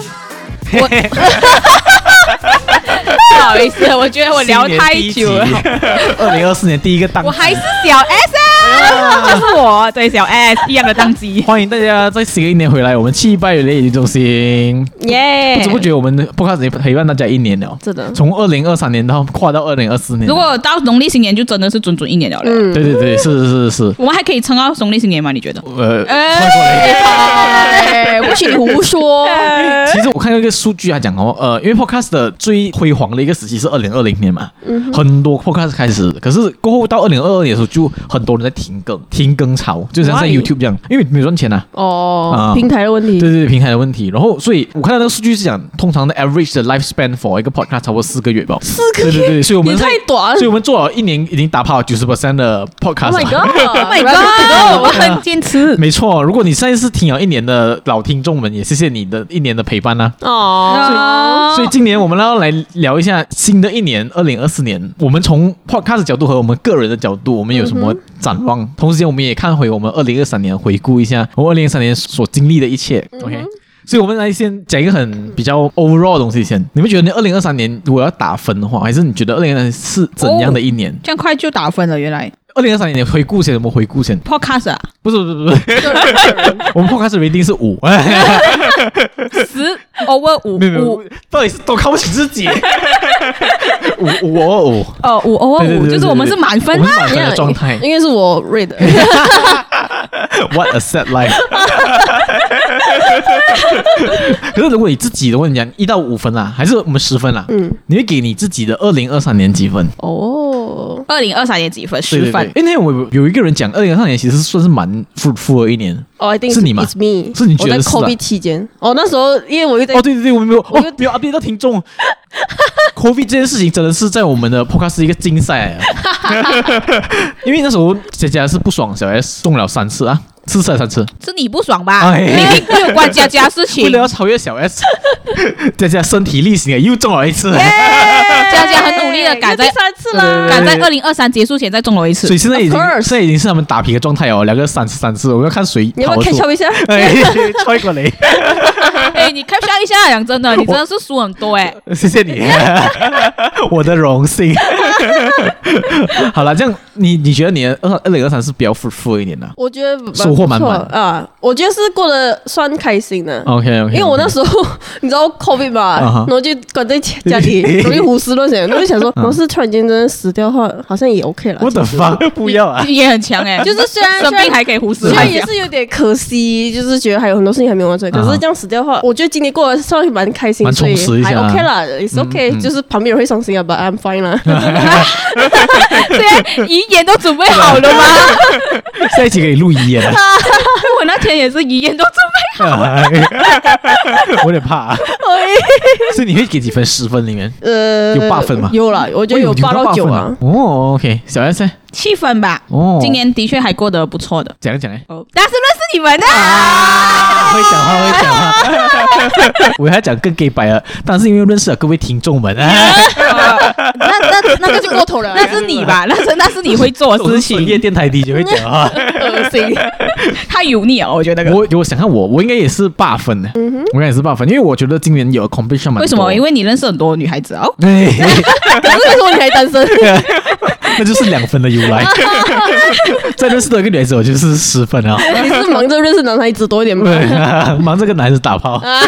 [SPEAKER 2] 不好意思，我觉得我聊太久 (laughs) 了，
[SPEAKER 1] 二零二四年第一个档期，，
[SPEAKER 2] 我还是小 S 啊，就是我对小 S 一样的当机
[SPEAKER 1] 欢迎大家在新的一年回来，我们气拜人类研究中心。
[SPEAKER 2] 耶
[SPEAKER 1] 不知不觉我们的 podcast 也陪伴大家一年了，
[SPEAKER 3] 真的
[SPEAKER 1] 从二零二三年到跨到二零二四年。
[SPEAKER 2] 如果到农历新年就真的是准准一年了嘞。
[SPEAKER 1] 对对对，是是是是，
[SPEAKER 2] 我们还可以撑到农历新年吗？你觉得？
[SPEAKER 1] 呃，
[SPEAKER 2] 哎
[SPEAKER 3] 哎，不许你胡说！
[SPEAKER 1] 其实我看到一个数据啊，讲哦，呃，因为 podcast 的最辉煌的一个时期是二零二零年嘛，
[SPEAKER 3] 嗯
[SPEAKER 1] 很多 podcast 开始，可是过后到二零二二年的时候，就很多人在停更，停更潮，就像在
[SPEAKER 3] Why？嗯
[SPEAKER 1] YouTube 这样，因为没有赚钱啊。
[SPEAKER 3] 哦
[SPEAKER 1] 啊，
[SPEAKER 3] 平台的问
[SPEAKER 1] 对
[SPEAKER 3] 题，
[SPEAKER 1] 对对，平台的问题。然后，所以我看到那个数据是讲，通常的 average 的 lifespan for 一个 podcast 超过四个月吧。四
[SPEAKER 3] 个月
[SPEAKER 1] 对对对，所以我们
[SPEAKER 3] 你太短
[SPEAKER 1] 所以我们做了一年，已经打跑九十 percent 的 podcast 了。
[SPEAKER 3] ！Oh my god！Oh
[SPEAKER 2] my god！我很坚持。
[SPEAKER 1] 没错，如果你上一次听了一年的老听众们，也谢谢你的一年的陪伴啊呐、
[SPEAKER 3] 哦，
[SPEAKER 2] 哦
[SPEAKER 1] 所以今年我们要来聊一下新的一年，二零二四年，我们从 podcast 角度和我们个人的角度，我们有什么展望？同时间，我们也看回我们二零二三年，回顾一下我们二零二三年所经历的一切。OK，所以
[SPEAKER 2] 嗯
[SPEAKER 1] 我们来先讲一个很比较 overall 的东西先。你们觉得二零二三年如果要打分的话，还是你觉得二零二三是怎样的一年？
[SPEAKER 2] 这样快就打分了，原来
[SPEAKER 1] 二零二三年回顾先，我们回顾先。
[SPEAKER 2] podcast 啊，
[SPEAKER 1] 不是不是不
[SPEAKER 2] (laughs)
[SPEAKER 1] 是，我们 podcast 一定是五，哎
[SPEAKER 2] 十 over 五
[SPEAKER 1] 没有没
[SPEAKER 2] 五
[SPEAKER 1] 有，到底是多看不起自
[SPEAKER 2] (laughs)
[SPEAKER 1] 己？五五二五。
[SPEAKER 2] 哦五 over
[SPEAKER 1] 对对对
[SPEAKER 2] 五，
[SPEAKER 1] 对
[SPEAKER 2] 就是我们是满分
[SPEAKER 1] 我们
[SPEAKER 2] 啊
[SPEAKER 1] 是。满分的状态。
[SPEAKER 3] 应该是我 read 的。
[SPEAKER 1] What a sad life！可是如果你自己的问题啊，一到五分啦，还是我们十分啦，嗯，你会给你自己的二零二三年几分？
[SPEAKER 3] 哦，
[SPEAKER 2] 二零二三年几分？
[SPEAKER 1] 对
[SPEAKER 2] 十分。
[SPEAKER 1] 对对因为我有有一个人讲，二零二三年其实算是蛮 fruitful 的一年。
[SPEAKER 3] 哦，一定
[SPEAKER 1] 是你吗
[SPEAKER 3] It's me，
[SPEAKER 1] 是你觉得
[SPEAKER 3] 我在
[SPEAKER 1] 是吧
[SPEAKER 3] COVID 期间，哦，那时候因为我又在
[SPEAKER 1] 哦，对对对，我们没有，
[SPEAKER 3] 我
[SPEAKER 1] 哦，不要 update 到听 (laughs) 众。COVID 这件事情真的是在我们的 podcast 是一个竞赛 (laughs) 啊，因为那时候佳佳是不爽小 S 中了三次啊，四次还是三次？
[SPEAKER 2] 是你不爽吧？
[SPEAKER 1] 哎
[SPEAKER 2] 你明明没有关佳佳事
[SPEAKER 1] 为 (laughs)
[SPEAKER 2] 情
[SPEAKER 1] 了，要超越小 S，佳佳身体力行啊，又中了一次。
[SPEAKER 2] 佳佳很努力的赶在
[SPEAKER 3] 又第三次
[SPEAKER 1] 对对
[SPEAKER 3] 啦
[SPEAKER 1] 对。
[SPEAKER 2] 赶在二零二三结束前再中了一
[SPEAKER 1] 所
[SPEAKER 2] 次
[SPEAKER 1] 以。现在已经
[SPEAKER 3] Of course
[SPEAKER 1] 现在已经是他们打平的状态哦，两个三次三次，我们要看谁
[SPEAKER 3] 你要
[SPEAKER 1] 跑
[SPEAKER 3] 不
[SPEAKER 1] 得
[SPEAKER 3] 要 catch
[SPEAKER 1] 出
[SPEAKER 3] up。一下？
[SPEAKER 1] 哎，踹过雷，
[SPEAKER 2] 哎，你 cap 下一下，讲真的，你真的是输很多哎。
[SPEAKER 1] (laughs) 谢谢你， (laughs) 我的荣幸。 (laughs) 好了，这样你你觉得你的二二零二三是比较富富一点的
[SPEAKER 3] 我觉得蛮
[SPEAKER 1] 收获满满
[SPEAKER 3] 不错啊，我觉得是过得算开心的。
[SPEAKER 1] ？OK OK，
[SPEAKER 3] (laughs) 因为我那时候你知道 COVID 吧，
[SPEAKER 1] 啊哈啊
[SPEAKER 3] 然后就关在家里，
[SPEAKER 1] (laughs)
[SPEAKER 3] 容易胡思乱想，我就想说，我是突然间真的死掉的话，好像也 OK 了。
[SPEAKER 1] 我
[SPEAKER 3] (laughs)
[SPEAKER 1] 的妈，不要啊！
[SPEAKER 2] 你也很强哎，
[SPEAKER 3] 就是虽然
[SPEAKER 2] 生
[SPEAKER 3] 虽然
[SPEAKER 2] 病还可以胡思
[SPEAKER 3] 虽然
[SPEAKER 2] 乱
[SPEAKER 3] 也
[SPEAKER 2] 想。
[SPEAKER 3] 是有点可惜，就是觉得还有很多事情还没完成。可
[SPEAKER 1] 啊哈
[SPEAKER 3] 是这样死掉的话，我觉得今年过得稍微蛮开心，
[SPEAKER 1] 蛮
[SPEAKER 3] 所以
[SPEAKER 1] 充实一
[SPEAKER 3] 还
[SPEAKER 1] 下啊
[SPEAKER 3] OK 啦，It's
[SPEAKER 1] 嗯
[SPEAKER 3] OK。
[SPEAKER 1] 嗯
[SPEAKER 3] 就是旁边人会伤心啊，But I'm
[SPEAKER 1] (laughs)
[SPEAKER 3] fine 啦。
[SPEAKER 2] 对，遗言都准备好了吗？
[SPEAKER 1] 下一期可以录遗言
[SPEAKER 3] (laughs)
[SPEAKER 1] 了，
[SPEAKER 2] 我那天也是遗言都准备
[SPEAKER 1] (laughs) 我有点怕。啊
[SPEAKER 3] (laughs)
[SPEAKER 1] 所以你会给几分？十分里面
[SPEAKER 3] 呃，
[SPEAKER 1] 有八分吗
[SPEAKER 3] 有啦，我觉
[SPEAKER 2] 哎
[SPEAKER 3] 得
[SPEAKER 1] 哦
[SPEAKER 3] 有八
[SPEAKER 1] 八
[SPEAKER 3] 到九
[SPEAKER 1] 分
[SPEAKER 3] 啊。。
[SPEAKER 1] 哦，OK，小 S 呢
[SPEAKER 2] 七分吧。
[SPEAKER 1] 哦，
[SPEAKER 2] 今年的确还过得不错的。
[SPEAKER 1] 讲一讲哎。 (laughs)
[SPEAKER 2] 哦，但是那是你们啊。
[SPEAKER 1] 会讲话，会讲话。我要讲更 gay 白了，但是因为认识了各位听众们，哎，
[SPEAKER 2] 那那那个
[SPEAKER 3] 就过 (laughs) 头了
[SPEAKER 2] 那是你吧？那 (laughs) 是那是你会做的
[SPEAKER 1] 我
[SPEAKER 2] 事
[SPEAKER 1] 是 (laughs) 深夜
[SPEAKER 2] 情，
[SPEAKER 1] 电台 DJ 会讲话。
[SPEAKER 2] 恶心，太油腻啊了，我觉得那个。
[SPEAKER 1] 我我想看我，我应该也是八分的，我应该也是八分，因为我觉得今年有 competition 蛮多
[SPEAKER 2] 嗯为什么？因为你认识很多女孩子哦。
[SPEAKER 1] 哎， (laughs)
[SPEAKER 3] 可是为什么你还单身？ (laughs)
[SPEAKER 1] 那就是两分的由
[SPEAKER 2] (laughs)
[SPEAKER 1] 来。再认识多一个女孩子，我就是十分啊。 (laughs)
[SPEAKER 3] 你是忙着认识男孩子多一点吗？
[SPEAKER 1] 对，忙着跟男孩子打炮。
[SPEAKER 2] 啊
[SPEAKER 1] (laughs)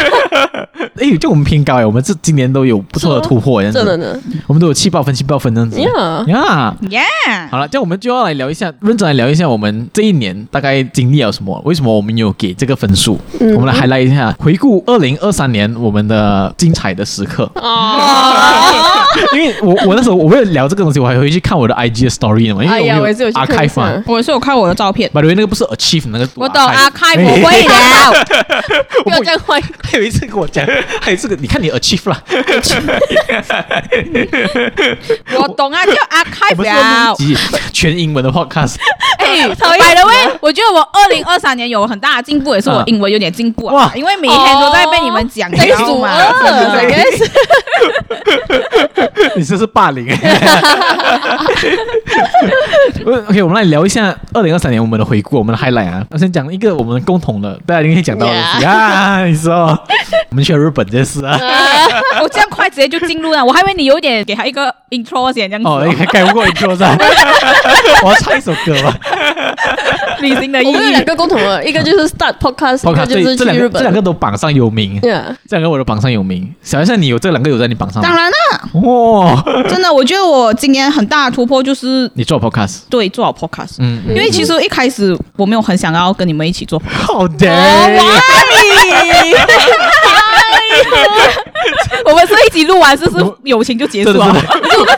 [SPEAKER 1] 哎，就我们偏高哎，我们这今年都有不错的突破，这样
[SPEAKER 3] 真的
[SPEAKER 1] 子，
[SPEAKER 3] 呢
[SPEAKER 1] 我们都有气爆分、气爆分这样子。
[SPEAKER 3] 呀。
[SPEAKER 1] 呀，
[SPEAKER 2] Yeah，
[SPEAKER 1] 好了，这样我们就要来聊一下，认真来聊一下我们这一年大概经历了什么，为什么我们有给这个分数？
[SPEAKER 3] 嗯
[SPEAKER 1] 我们来 highlight 一下，回顾二零二三年我们的精彩的时
[SPEAKER 3] (laughs)
[SPEAKER 1] 刻。
[SPEAKER 3] 哦，
[SPEAKER 1] 因为我我那时候我为了聊这个东西，我还回去看我的 IG 的 story 呢嘛，因
[SPEAKER 3] 哎
[SPEAKER 1] 为
[SPEAKER 3] 呀，
[SPEAKER 1] 我啊
[SPEAKER 3] 我也
[SPEAKER 1] 们
[SPEAKER 3] 是有去看一
[SPEAKER 1] archive 嘛
[SPEAKER 3] 下。。
[SPEAKER 2] 我是有看我的照片，
[SPEAKER 1] By the way，那个不是 achieve 那个， (laughs)
[SPEAKER 2] 我懂啊，开我会的。
[SPEAKER 3] (laughs) 不要这样坏，
[SPEAKER 1] 他有一次跟我讲，还是个你看你 achieve
[SPEAKER 3] (laughs)
[SPEAKER 1] 啦，
[SPEAKER 2] 我懂啊，叫
[SPEAKER 1] 我
[SPEAKER 2] archive
[SPEAKER 1] 们是
[SPEAKER 2] 了
[SPEAKER 1] 录一。集全英文的 podcast， (laughs)
[SPEAKER 2] 哎，by the way，我觉得我二零二三年有很大的进步，也是我英文有点进步啊
[SPEAKER 1] 嗯哇，哦
[SPEAKER 2] 因为每天都在被你们讲，
[SPEAKER 3] 在
[SPEAKER 2] 你知道
[SPEAKER 3] 数
[SPEAKER 2] 吗
[SPEAKER 3] (laughs) 二
[SPEAKER 2] 真的
[SPEAKER 1] (laughs)
[SPEAKER 3] ，yes，
[SPEAKER 1] 你这是霸凌、欸不是 (laughs) OK，我们来聊一下二零二三年我们的回顾，我们的 highlight 啊。我先讲一个我们共同的，大家今天讲到的东西啊，你说我们去了日本这事啊，
[SPEAKER 2] (laughs) 我这样快直接就进入了，我还以为你有点给他一个 intro 先这样子
[SPEAKER 1] 哦
[SPEAKER 2] 哦，，
[SPEAKER 1] 还改不过一桌噻。我要唱一首歌吧。
[SPEAKER 2] 旅行的意
[SPEAKER 3] 我们有两
[SPEAKER 2] 义。
[SPEAKER 3] 个共同的，一个就是 start
[SPEAKER 1] (laughs)
[SPEAKER 3] podcast，一
[SPEAKER 1] Podcast
[SPEAKER 3] 个就
[SPEAKER 1] 这
[SPEAKER 3] 是
[SPEAKER 1] 这
[SPEAKER 3] 去
[SPEAKER 1] 两
[SPEAKER 3] 日
[SPEAKER 1] 个这两个
[SPEAKER 3] 本。
[SPEAKER 1] 都榜上有名，
[SPEAKER 3] Yeah，
[SPEAKER 1] 这两个我的榜上有名。小一下，你有这两个有在你榜上
[SPEAKER 2] 当
[SPEAKER 1] 吗？
[SPEAKER 2] 然啦，
[SPEAKER 1] 哦，
[SPEAKER 2] 真的，我觉得我今年很大的突破就是
[SPEAKER 1] 你做 Podcast，
[SPEAKER 2] 对做好 podcast，
[SPEAKER 1] 嗯，
[SPEAKER 2] 因为其实一开始我没有很想要跟你们一
[SPEAKER 1] (laughs)
[SPEAKER 2] 起做 podcast，
[SPEAKER 1] 好的。
[SPEAKER 2] (laughs) 我们是一起录完，是不
[SPEAKER 1] 我
[SPEAKER 2] 是友情就结 (laughs) 束
[SPEAKER 1] 对对
[SPEAKER 2] 了？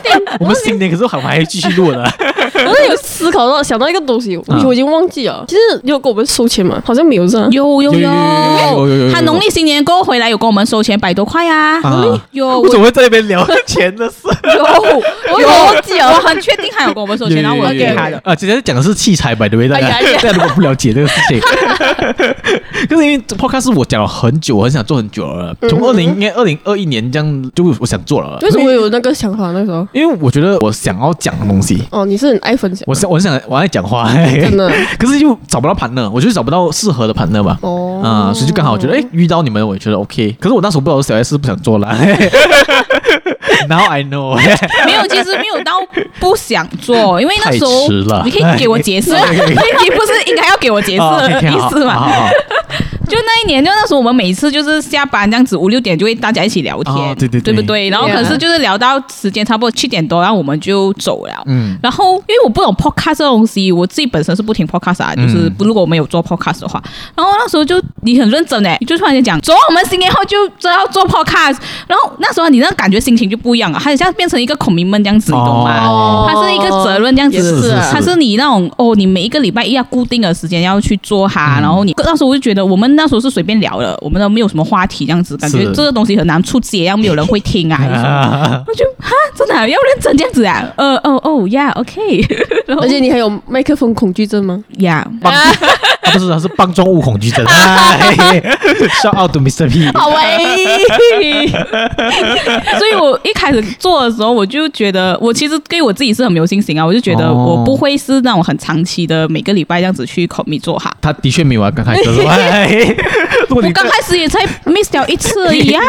[SPEAKER 1] 对， (laughs) 我们新年可是还还继续录的，
[SPEAKER 3] 我是有思考到想到一个东西，我
[SPEAKER 1] 嗯
[SPEAKER 3] 我已经忘记了。其实有给我们收钱嘛，好像没有是吧？
[SPEAKER 2] 有有
[SPEAKER 1] 有有有有有有有
[SPEAKER 2] 他农历新年过后回来有跟我们收钱百多块啊
[SPEAKER 1] 啊，
[SPEAKER 2] 有
[SPEAKER 1] (laughs) 我怎么会在那边
[SPEAKER 3] (laughs)
[SPEAKER 1] 聊钱的事？
[SPEAKER 2] 有有，我很确定他有跟我们收钱，然后我
[SPEAKER 1] 有有有
[SPEAKER 2] 给
[SPEAKER 1] 有
[SPEAKER 2] 他的。
[SPEAKER 1] 啊，今天讲的是器材，by the way，大家
[SPEAKER 3] 哎呀哎呀
[SPEAKER 1] (laughs) 大家如果不了解这个事情， (laughs) 可是因为这 podcast 是我讲了很久，我很想做很久了，从二零应该二零二一年这样就我想做了，
[SPEAKER 3] 嗯为什么有那个想法？那时候
[SPEAKER 1] 因为我觉得我想要讲的东西，
[SPEAKER 3] 哦，你是很爱分享，
[SPEAKER 1] 我想我想我爱讲话，
[SPEAKER 3] 真的
[SPEAKER 1] (laughs) 可是就找不到 partner，我就是找不到适合的 partner 嘛。
[SPEAKER 3] 哦
[SPEAKER 1] 啊、所以就刚好我觉得，哎，遇到你们，我觉得 OK。可是我那时候不知道小 S 是不想做 (laughs) 了，Now I know，
[SPEAKER 2] 没有，其实没有到不想做，因为那时
[SPEAKER 1] 太
[SPEAKER 2] 候
[SPEAKER 1] 迟了
[SPEAKER 2] 你可以给我解释，啊
[SPEAKER 1] (laughs)
[SPEAKER 2] 你不是应该要给我解释
[SPEAKER 1] 哦
[SPEAKER 2] 的
[SPEAKER 1] ，OK，
[SPEAKER 2] (laughs) 意
[SPEAKER 1] 好
[SPEAKER 2] 思
[SPEAKER 1] 好好
[SPEAKER 2] 嘛？
[SPEAKER 1] 好
[SPEAKER 2] 就那一年，就那时候我们每次就是下班这样子五六点就会大家一起聊天，
[SPEAKER 1] 哦对对对
[SPEAKER 2] 对，不对？然后可是就是聊到时间差不多七点多，然后我们就走了。
[SPEAKER 1] 嗯
[SPEAKER 2] 然后因为我不懂 podcast 这东西，我自己本身是不听 podcast 啊，就是
[SPEAKER 1] 嗯
[SPEAKER 2] 如果我们有做 podcast 的话，然后那时候就你很认真哎，你就突然间讲，走，我们新年后就知道做 podcast，然后那时候你那感觉心情就不一样了，它很像变成一个孔明们这样子，你懂吗？
[SPEAKER 1] 哦
[SPEAKER 2] 它是一个责任这样子，
[SPEAKER 3] 也是啊
[SPEAKER 2] 它是你那种哦，你每一个礼拜一要固定的时间要去做
[SPEAKER 1] 嗯
[SPEAKER 2] 它，然后你那时候我就觉得我们那时候是随便聊的，我们都没有什么话题这样子，感觉
[SPEAKER 1] 是
[SPEAKER 2] 这个东西很难出街，要没有人会听
[SPEAKER 1] (laughs)
[SPEAKER 2] 啊。你说我就哈，真的啊、要认真这样子啊？
[SPEAKER 3] (laughs)
[SPEAKER 2] 呃，哦哦，yeah，OK，然 (laughs) 后
[SPEAKER 3] 而且你还有麦克风恐惧症吗？
[SPEAKER 2] yeah，
[SPEAKER 1] 棒，啊、不是，他是棒状物恐惧症。哎 Shout out to Mr. P。
[SPEAKER 3] (laughs) 好喂，
[SPEAKER 2] (laughs) 所以我一开始做的时候，我就觉得我其实对我自己是很没有信心啊，我就觉得
[SPEAKER 1] 哦
[SPEAKER 2] 我不会是那种很长期的，每个礼拜这样子去 commit 做哈。
[SPEAKER 1] 他的确没有啊，刚开始。哎如果
[SPEAKER 2] 我
[SPEAKER 1] 你
[SPEAKER 2] 刚开始也才 miss 掉一次而
[SPEAKER 3] (laughs)
[SPEAKER 2] 已啊，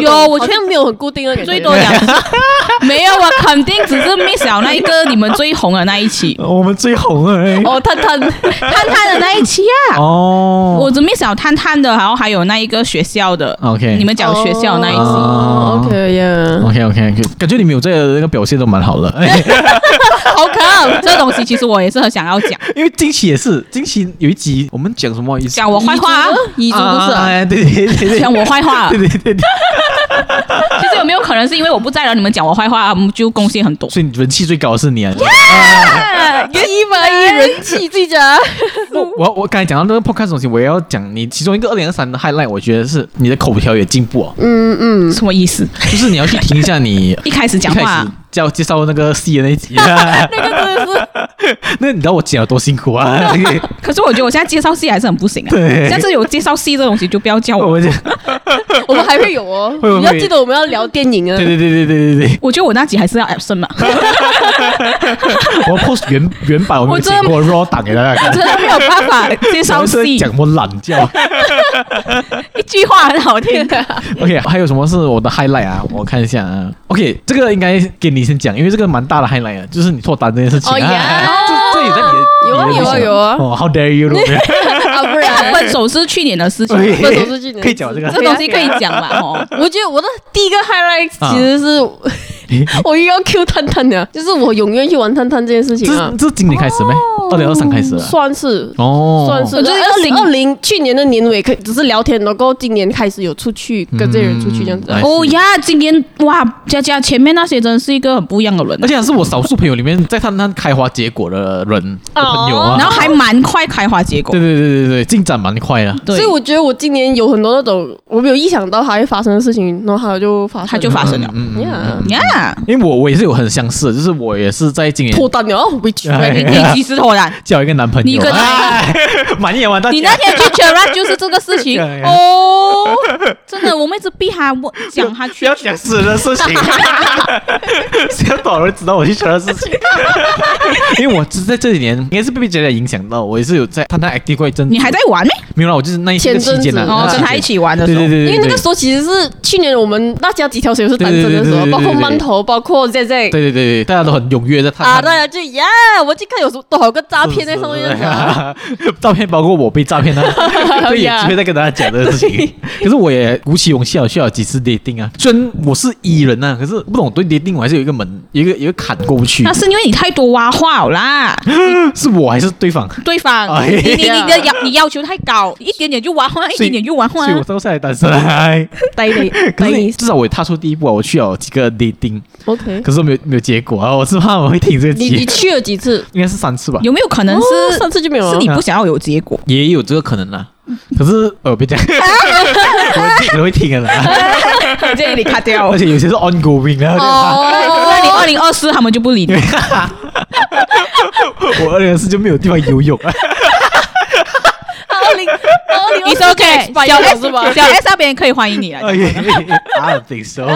[SPEAKER 2] 有，我
[SPEAKER 3] 哦我
[SPEAKER 2] 觉
[SPEAKER 3] 觉
[SPEAKER 2] 得
[SPEAKER 3] 得没有很固定 (laughs) 啊，
[SPEAKER 2] 最多两次， (laughs) 没有，我肯定只是 miss 掉那一个你们最红的那一期，
[SPEAKER 1] 我们最红了。哎
[SPEAKER 3] 哦，探探，
[SPEAKER 2] 探探的那一期啊。
[SPEAKER 1] 哦，
[SPEAKER 2] 我只 miss 掉探探的，然后还有那一个学校的
[SPEAKER 1] OK
[SPEAKER 2] 你们讲学校那一集，
[SPEAKER 1] 哦
[SPEAKER 3] OK 呀，
[SPEAKER 1] OK OK，感觉你们有这个那个表现都蛮好的。哎
[SPEAKER 2] 好可爱！这东西其实我也是很想要讲，
[SPEAKER 1] 因为惊奇也是，惊奇有一集我们讲什么？
[SPEAKER 2] 讲我坏话啊，
[SPEAKER 3] (laughs) 遗嘱不
[SPEAKER 1] 啊
[SPEAKER 3] 是啊？
[SPEAKER 1] 哎对对对对，
[SPEAKER 2] 讲我
[SPEAKER 1] (laughs)
[SPEAKER 2] 坏话。啊
[SPEAKER 1] 对对对对，
[SPEAKER 2] 其实有没有可能是因为我不在了，你们讲我坏话，我们就贡献很多？
[SPEAKER 1] 所以人气最高的是你啊。
[SPEAKER 3] (laughs) 一百一人气最佳，
[SPEAKER 1] 我我我刚才讲到那个 podcast 东西，我也要讲你其中一个二零二三的 highlight，我觉得是你的口条也进步哦，
[SPEAKER 3] 嗯嗯，
[SPEAKER 2] 什么意思？
[SPEAKER 1] 就是你要去听一下你
[SPEAKER 2] 一开始
[SPEAKER 1] 一
[SPEAKER 2] 讲
[SPEAKER 1] 开
[SPEAKER 2] 话啊
[SPEAKER 1] 始，叫介绍那个 C 的那一集，
[SPEAKER 3] 那个真的是
[SPEAKER 1] 那你知道我剪了多辛苦啊？
[SPEAKER 2] 可是我觉得我现在介绍戏还是很不行啊。
[SPEAKER 1] 对
[SPEAKER 2] 下次有介绍戏这东西就不要叫我。
[SPEAKER 1] 我就
[SPEAKER 3] (laughs) 我们还会有哦，
[SPEAKER 1] 会会
[SPEAKER 3] 你要
[SPEAKER 1] 会
[SPEAKER 3] 记得我们要聊电影啊
[SPEAKER 1] 对。对对对对对
[SPEAKER 2] 我觉得我那集还是要 absent
[SPEAKER 1] (laughs)
[SPEAKER 2] 嘛，
[SPEAKER 1] 对，我 post 原原版我没有
[SPEAKER 2] 我真
[SPEAKER 1] 剪
[SPEAKER 2] 的
[SPEAKER 1] 过 raw 档给大家看
[SPEAKER 2] 真。的没有办法介绍
[SPEAKER 1] 是 (laughs)
[SPEAKER 2] 戏，
[SPEAKER 1] 讲我懒觉。
[SPEAKER 2] 一句话很好听。啊
[SPEAKER 1] (laughs) OK，还有什么是我的 highlight 啊？我看一下啊。OK，这个应该给你先讲，因为这个蛮大的 highlight 啊，就是你脱单这件事情
[SPEAKER 3] 哦呀
[SPEAKER 1] 啊。 (laughs) 这这也在你的
[SPEAKER 3] 有啊
[SPEAKER 1] 你的路
[SPEAKER 3] 有啊
[SPEAKER 1] 上
[SPEAKER 3] 有啊
[SPEAKER 1] 哦，How dare you？路边
[SPEAKER 3] (laughs) 啊，
[SPEAKER 1] (laughs)
[SPEAKER 3] 不然
[SPEAKER 2] 分哎手是去年的事情，
[SPEAKER 3] 不是都是去年 (laughs)
[SPEAKER 1] 可以讲这个
[SPEAKER 2] 这东西可以讲吧？哦，
[SPEAKER 1] (laughs)
[SPEAKER 3] 我觉得我的第一个 highlight
[SPEAKER 1] 啊
[SPEAKER 3] 其实是我又要 Q 探探了，就是我永远去玩探探这件事情啊
[SPEAKER 1] 这，这今年开始没？二零二三开始了。
[SPEAKER 3] 哦算是。
[SPEAKER 1] 啊哦，
[SPEAKER 3] 算是，
[SPEAKER 2] 我觉得
[SPEAKER 3] 二零
[SPEAKER 2] 新
[SPEAKER 3] 二零去年的年尾，可只是聊天，然后今年开始有出去跟这些人出去这样子啊。
[SPEAKER 1] 嗯
[SPEAKER 2] 哦呀，今年哇，佳佳前面那些真是一个很不一样的人啊
[SPEAKER 1] 而，且还是我少数朋友里面在探探开花结果的人
[SPEAKER 3] 哦
[SPEAKER 1] 的朋友啊。
[SPEAKER 2] 然后还蛮快开花结果
[SPEAKER 1] 对。对对对对，进展蛮快的。
[SPEAKER 2] 对，
[SPEAKER 3] 所以我觉得我今年有很多那种我没有意想到它会发生的事情，然后它就发生了，
[SPEAKER 2] 它就发生了
[SPEAKER 1] 嗯嗯嗯
[SPEAKER 2] Yeah，
[SPEAKER 1] 因为我我也是有很相似的，就是我也是在今年
[SPEAKER 3] 脱单了哦，which
[SPEAKER 1] 哎
[SPEAKER 2] 你你及时偷
[SPEAKER 1] (laughs)
[SPEAKER 2] 懒。
[SPEAKER 1] 交一个男朋友，
[SPEAKER 2] 你跟
[SPEAKER 1] 哎，满眼完蛋。
[SPEAKER 2] 你那天去 c h e r a 就是这个事
[SPEAKER 1] (laughs)
[SPEAKER 2] 情
[SPEAKER 1] 对
[SPEAKER 2] 哦，
[SPEAKER 1] (laughs)
[SPEAKER 2] 真的，我们一直逼他问讲他
[SPEAKER 1] 不
[SPEAKER 2] 去
[SPEAKER 1] 要，讲死人的事情，谁要多少人知道我去讲的事情？因为我是在这几年，应该是被别人影响到，我也是有在探探 active 过一阵子。
[SPEAKER 2] 你还在玩呢，
[SPEAKER 1] 没有啦，我就是那一个期间呢，
[SPEAKER 3] 前阵子
[SPEAKER 2] 哦，
[SPEAKER 1] 那
[SPEAKER 2] 跟
[SPEAKER 1] 期
[SPEAKER 2] 他
[SPEAKER 1] 间
[SPEAKER 2] 一起玩的
[SPEAKER 1] 对
[SPEAKER 2] 时
[SPEAKER 1] 对
[SPEAKER 2] 候
[SPEAKER 1] 对，对，
[SPEAKER 3] 因为那
[SPEAKER 1] 对
[SPEAKER 3] 个时候其实是去年我们大家几条谁都是单身的时候，
[SPEAKER 1] 对对对对对对
[SPEAKER 3] 包括馒头，包括 Z Z
[SPEAKER 1] 对对对对，大家都很踊跃在探
[SPEAKER 3] 啊，
[SPEAKER 1] 探。
[SPEAKER 3] 大家就呀，我去看有什么多少个诈骗在上面这样子啊。
[SPEAKER 1] 是，是 (laughs) 照片包括我被诈
[SPEAKER 3] (laughs)
[SPEAKER 1] 骗啊了，所以有
[SPEAKER 3] Yeah
[SPEAKER 1] 机会再跟大家讲这个事情。可是我也鼓起勇气啊，去了几次 dating 啊，虽然我是 E 人呐，可是不懂对 dating 我还是有一个门，有一个有一个坎过不
[SPEAKER 3] (laughs)
[SPEAKER 1] 去
[SPEAKER 2] 那，是因为你太多挖话了
[SPEAKER 1] (laughs)
[SPEAKER 2] 啦，
[SPEAKER 1] 是我还是对方？
[SPEAKER 2] 对方，
[SPEAKER 1] 哎
[SPEAKER 2] 你
[SPEAKER 1] 呀
[SPEAKER 2] 你你的要你要求太高，一点点就挖话，一点点就挖话
[SPEAKER 1] 所以，我到现在单
[SPEAKER 3] (laughs)
[SPEAKER 1] 身。哎
[SPEAKER 3] 呆 (laughs) 的，
[SPEAKER 1] 可是至少我也踏出第一步啊，我去了几个
[SPEAKER 3] (laughs)
[SPEAKER 1] dating，
[SPEAKER 3] OK，
[SPEAKER 1] 可是没有没有结果啊，我是怕我会听这个
[SPEAKER 3] 你你
[SPEAKER 1] 集，
[SPEAKER 3] 去了几次？
[SPEAKER 1] 应该是三次吧，
[SPEAKER 2] 有没有可能
[SPEAKER 3] 哦
[SPEAKER 2] 是
[SPEAKER 3] 上次就没有
[SPEAKER 2] 是
[SPEAKER 3] 了
[SPEAKER 2] 你。不想要有结果？ (laughs)
[SPEAKER 1] 也有这个可能啦。可是呃，
[SPEAKER 3] (laughs)
[SPEAKER 1] 别讲，我听我会听的啊啦，
[SPEAKER 2] 建议你卡掉
[SPEAKER 1] 而。且有些是 ongoing 啊
[SPEAKER 2] (laughs)
[SPEAKER 1] 的。
[SPEAKER 2] 二零
[SPEAKER 3] 哦，
[SPEAKER 2] 二零二四他们就不 (laughs) 理你，
[SPEAKER 1] (laughs) 我二零四就没有地方游
[SPEAKER 2] (laughs)
[SPEAKER 1] 泳了，
[SPEAKER 3] 二零二零
[SPEAKER 2] It's OK，小 S
[SPEAKER 3] 是吧？
[SPEAKER 2] 小 S 那边可以欢迎你啊 (laughs)
[SPEAKER 1] 哎
[SPEAKER 2] 来。啊
[SPEAKER 1] I don't think so。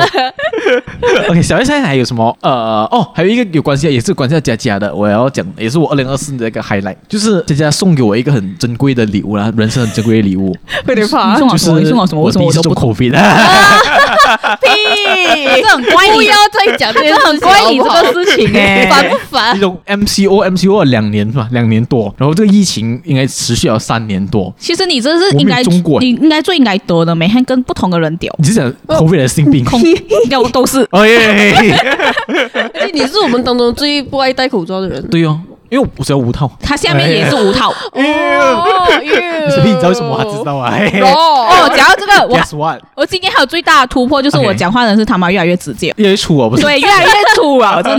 [SPEAKER 1] OK，小叶现在还有什么？呃，哦，还有一个有关系的，也是关系到佳佳的，我要讲，也是我二零二四的一个 highlight，就是佳佳送给我一个很珍贵的礼物啦，人生很珍贵的礼物，
[SPEAKER 3] 有点
[SPEAKER 2] 你
[SPEAKER 3] 怕
[SPEAKER 2] 送。我
[SPEAKER 1] 就
[SPEAKER 2] 什
[SPEAKER 1] 是
[SPEAKER 2] 么？你送啊我什么？为什么
[SPEAKER 1] 第一
[SPEAKER 2] 我
[SPEAKER 1] 次
[SPEAKER 2] 都
[SPEAKER 1] 中
[SPEAKER 2] 不懂？
[SPEAKER 1] COVID，啊
[SPEAKER 3] 屁
[SPEAKER 2] 这很乖
[SPEAKER 3] 不
[SPEAKER 2] 你的
[SPEAKER 3] 要再讲这件
[SPEAKER 2] (laughs) 这
[SPEAKER 3] 事情，
[SPEAKER 2] 很乖你这
[SPEAKER 3] 好不好
[SPEAKER 2] 个事情哎，
[SPEAKER 3] 烦
[SPEAKER 1] (laughs)
[SPEAKER 3] 不
[SPEAKER 1] 一
[SPEAKER 3] 烦？
[SPEAKER 1] 种 MCO MCO 了两年吧，两年多，然后这个疫情应该持续了三年多。
[SPEAKER 2] 其实你这是应
[SPEAKER 1] 我
[SPEAKER 2] 该
[SPEAKER 1] 没有中过，
[SPEAKER 2] 你应该最应该得的，每天跟不同的人屌，
[SPEAKER 1] 你是讲
[SPEAKER 2] 呃
[SPEAKER 1] COVID 的性病？
[SPEAKER 2] (laughs)
[SPEAKER 1] (laughs)
[SPEAKER 2] 空应该我都是。
[SPEAKER 1] 哦耶！
[SPEAKER 3] 而且哎你是我们当中最不爱戴口罩的人。
[SPEAKER 1] 对哦，因为我只要无套。
[SPEAKER 2] 他下面也是五套。
[SPEAKER 3] 哦，哎你
[SPEAKER 1] 你是不是知道为什么我还知？道啊？嘿嘿
[SPEAKER 2] 哦，讲到这个，呃
[SPEAKER 1] (laughs)
[SPEAKER 2] 我 (laughs)
[SPEAKER 1] Guess what？
[SPEAKER 2] 我今天还有最大的突破，就是我
[SPEAKER 1] OK
[SPEAKER 2] 讲话的人是他妈越来越直接，
[SPEAKER 1] 越来越粗哦，不是？
[SPEAKER 2] 对，越来越土了，真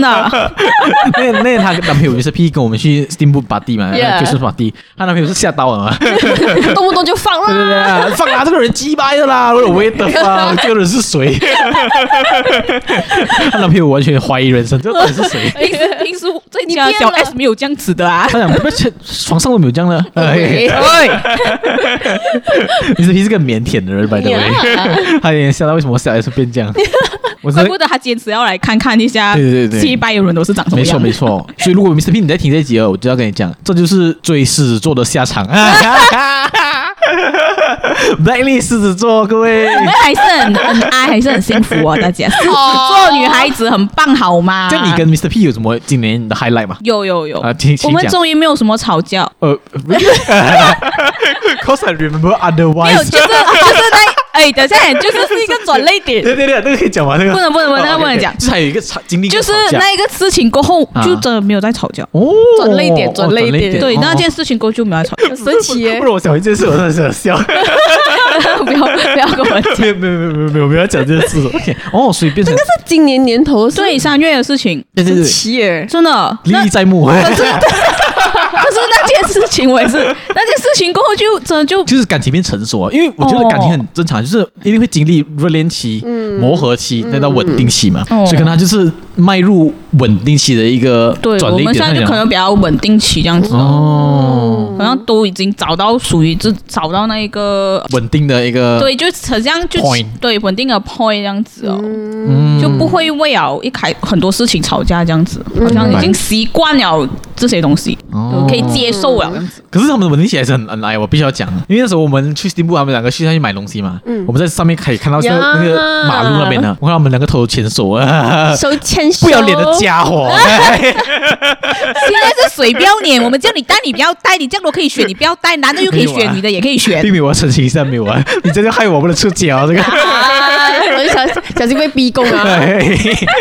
[SPEAKER 2] (laughs) 的。
[SPEAKER 1] 那那她男朋友 Mr. P 跟我们去 Steamboat Party 嘛
[SPEAKER 3] Yeah
[SPEAKER 1] 就是 Party，她男朋友是吓到了嘛？对
[SPEAKER 3] 动不动就放
[SPEAKER 1] 对
[SPEAKER 3] 啦。
[SPEAKER 1] 对啊，放啊，这个人鸡掰的啦，我有威德啊，这个人是谁？她男朋友完全怀疑人生，这个人是谁？
[SPEAKER 2] 平时平时在
[SPEAKER 3] 你
[SPEAKER 2] 家
[SPEAKER 3] 变
[SPEAKER 2] 小
[SPEAKER 3] 了
[SPEAKER 2] S 没有这样子的啊。
[SPEAKER 1] 他讲，不是床上都没有这样的。
[SPEAKER 3] 喂
[SPEAKER 1] 哎，Mr. P 是个腼腆的人，by the way，他有点吓到为什么小 S 变这样。我真
[SPEAKER 2] 怪
[SPEAKER 1] 的
[SPEAKER 2] 不得他坚持要来看看一下，
[SPEAKER 1] 对对对
[SPEAKER 2] 七百人都是长什么
[SPEAKER 1] 没
[SPEAKER 2] 样。
[SPEAKER 1] 错没错，所以如果 Mr. P 你在听这集哦，我就要跟你讲，这就是追狮子座的下场啊！Blacklist 狮子座，各位，
[SPEAKER 2] 我们还是很很爱，还是很幸福哦，
[SPEAKER 1] (laughs)
[SPEAKER 2] 大家。狮子座女孩子很棒，好吗？
[SPEAKER 1] 像你跟 Mr. P 有什么今年的 highlight 吗？
[SPEAKER 2] 有有有
[SPEAKER 1] 啊请请
[SPEAKER 2] 我们
[SPEAKER 1] 讲
[SPEAKER 2] 终于没有什么吵架，
[SPEAKER 1] 呃，Cause I remember
[SPEAKER 2] 没有，就
[SPEAKER 1] otherwise
[SPEAKER 2] 是。就是那哎，等一下，就是是一个转泪
[SPEAKER 1] (laughs)
[SPEAKER 2] 点，
[SPEAKER 1] 对对对，这个可以讲吗？这个
[SPEAKER 2] 不能不能不能
[SPEAKER 1] 哦
[SPEAKER 2] 不能
[SPEAKER 1] OK，OK
[SPEAKER 2] 讲
[SPEAKER 1] 就是还有一个吵经历过
[SPEAKER 2] 就
[SPEAKER 1] 吵
[SPEAKER 2] 是
[SPEAKER 1] 架，
[SPEAKER 2] 那一个事情过后
[SPEAKER 1] 啊
[SPEAKER 2] 就真的没有再吵架。
[SPEAKER 1] 哦，
[SPEAKER 3] 转泪点
[SPEAKER 1] 哦
[SPEAKER 3] 转泪点
[SPEAKER 2] 对，那件
[SPEAKER 1] 哦
[SPEAKER 2] 事情过后就没有再吵架。 (laughs)
[SPEAKER 3] 很神奇耶
[SPEAKER 1] 不！如我想一件事，我真的想笑。
[SPEAKER 2] 不要不要跟我讲，
[SPEAKER 1] (laughs) 没有没有没有没有没有没有要讲这件事。OK，哦，所以变成
[SPEAKER 3] 这今年年头的事
[SPEAKER 2] 对三月的事情
[SPEAKER 1] 对对对
[SPEAKER 3] 神，奇耶！
[SPEAKER 2] 真的 (laughs)
[SPEAKER 1] 历
[SPEAKER 2] 那
[SPEAKER 1] 历在目。
[SPEAKER 2] 可是，可是那件事情，我也是那件事情过后就真的就
[SPEAKER 1] (laughs) 就是感情变成熟啊，因为我觉得感情很正
[SPEAKER 2] 哦
[SPEAKER 1] 常，就是一定会经历热恋期、磨合期，再到稳定期嘛，
[SPEAKER 2] 哦
[SPEAKER 1] 所以可能他就是迈入稳定期的一个
[SPEAKER 2] 对，
[SPEAKER 1] 转
[SPEAKER 2] 我
[SPEAKER 1] 捩
[SPEAKER 2] 们
[SPEAKER 1] 点。
[SPEAKER 2] 现
[SPEAKER 1] 那
[SPEAKER 2] 在就
[SPEAKER 1] 种
[SPEAKER 2] 可能比嗯较稳定期这样子，
[SPEAKER 1] 哦，
[SPEAKER 2] 好像都已经找到属于自找到那一个，
[SPEAKER 1] 稳定的一个，
[SPEAKER 2] 对，就很像就
[SPEAKER 1] 呃 Point
[SPEAKER 2] 对稳定的 point 这样子哦。
[SPEAKER 1] 嗯，
[SPEAKER 2] 就不会为了一开很多事情吵架这样子，好像
[SPEAKER 1] 明白
[SPEAKER 2] 已经习惯了这些东西，
[SPEAKER 1] 哦
[SPEAKER 2] 可以接受了这样子。
[SPEAKER 1] 可是他们的稳定期还是很很爱，我必须要讲，因为那时候我们去 Steam 他们两个去下去买东西嘛，
[SPEAKER 2] 嗯
[SPEAKER 1] 我们在上面可以看到在
[SPEAKER 3] 呀
[SPEAKER 1] 那个马路那边啊呢，我看到他们两个偷偷牵手
[SPEAKER 2] (laughs)
[SPEAKER 1] 啊，
[SPEAKER 3] 手牵手，
[SPEAKER 1] 不要脸的家伙， (laughs)
[SPEAKER 2] 现在是水标 (laughs) 年，我们叫你带你不要带，你这样都可以选，你不要带，男的又可以
[SPEAKER 1] (laughs) 没有啊
[SPEAKER 2] 选，女的也可以选
[SPEAKER 1] 并。没有我要澄清一下，没有啊，你真的害我不能出街啊，这个。
[SPEAKER 2] 啊
[SPEAKER 3] 然后就小小心被逼供啊。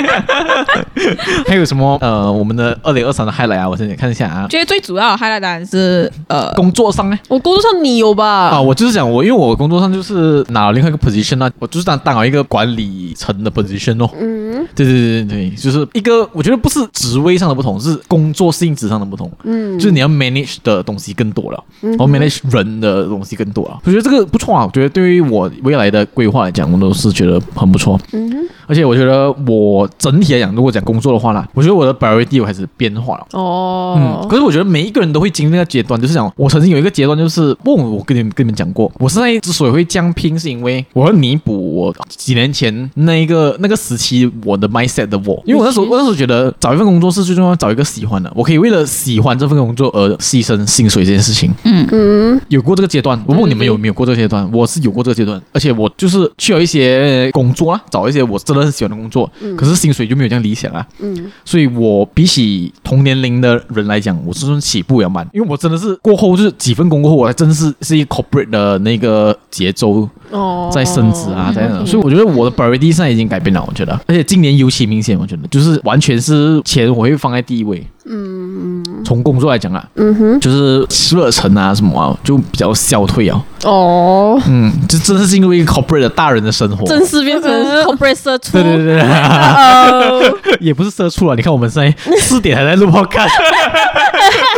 [SPEAKER 1] (laughs) 还有什么呃，我们的二零二三的 highlight 啊，我先看一下啊。
[SPEAKER 2] 觉得最主要的 highlight 当然是呃，
[SPEAKER 1] 工作上呢？
[SPEAKER 3] 我工作上你有
[SPEAKER 1] 啊，
[SPEAKER 3] 吧？
[SPEAKER 1] 我就是讲我，因为我工作上就是拿了另外一个 position 啊，我就是当当了一个管理层的 position 哦。
[SPEAKER 3] 嗯
[SPEAKER 1] 对对对对对，就是一个我觉得不是职位上的不同，是工作性质上的不同。
[SPEAKER 3] 嗯，
[SPEAKER 1] 就是你要 manage 的东西更多了，然后 manage 人的东西更多了。我觉得这个不错啊，我觉得对于我未来的规划来讲，我都是觉得很不错。
[SPEAKER 3] 嗯哼
[SPEAKER 1] 而且我觉得我整体来讲，如果讲工作的话啦，我觉得我的 priority 我开始变化了。嗯，
[SPEAKER 3] 哦
[SPEAKER 1] 可，是我觉得每一个人都会经历那个阶段，就是讲我曾经有一个阶段，就是问我跟你们跟你们讲过，我现在之所以会这样拼，是因为我要弥补我几年前那一个 (laughs) 那个时期我的 mindset 的我，因为我那时候
[SPEAKER 3] Which is-
[SPEAKER 1] 我那时候觉得找一份工作是最重要，找一个喜欢的，我可以为了喜欢这份工作而牺牲薪水这件事情。
[SPEAKER 3] 嗯，
[SPEAKER 1] 有过这个阶段，我问你们有没有过这个阶段？我是有过这个阶段，而且我就是去了一些工作啊，找一些我真的很喜欢的工作，可是薪水就没有这样理想啊。
[SPEAKER 3] 嗯，
[SPEAKER 1] 所以我比起同年龄的人来讲，我是算起步也慢，因为我真的是过后就是几份工过后，我还真是是一个 corporate 的那个节奏
[SPEAKER 3] 哦，
[SPEAKER 1] 在升职啊，在那，
[SPEAKER 3] 嗯
[SPEAKER 1] 所以我觉得我的 priority 现在已经改变了，我觉得，而且今年尤其明显，我觉得就是完全是钱我会放在第一位，
[SPEAKER 3] 嗯嗯
[SPEAKER 1] 从工作来讲啊，
[SPEAKER 3] 嗯哼，
[SPEAKER 1] 就是热忱啊什么啊，就比较消退啊。
[SPEAKER 3] 哦，
[SPEAKER 1] 嗯，就真的是进入一个 corporate 的大人的生活。
[SPEAKER 3] 正式变成
[SPEAKER 1] 嗯
[SPEAKER 3] corporate 社畜
[SPEAKER 1] 对，对对对， (laughs)
[SPEAKER 3] 呃，
[SPEAKER 1] 也不是社畜了。啊你看我们现在
[SPEAKER 3] (laughs)
[SPEAKER 1] 四点还在录 p o d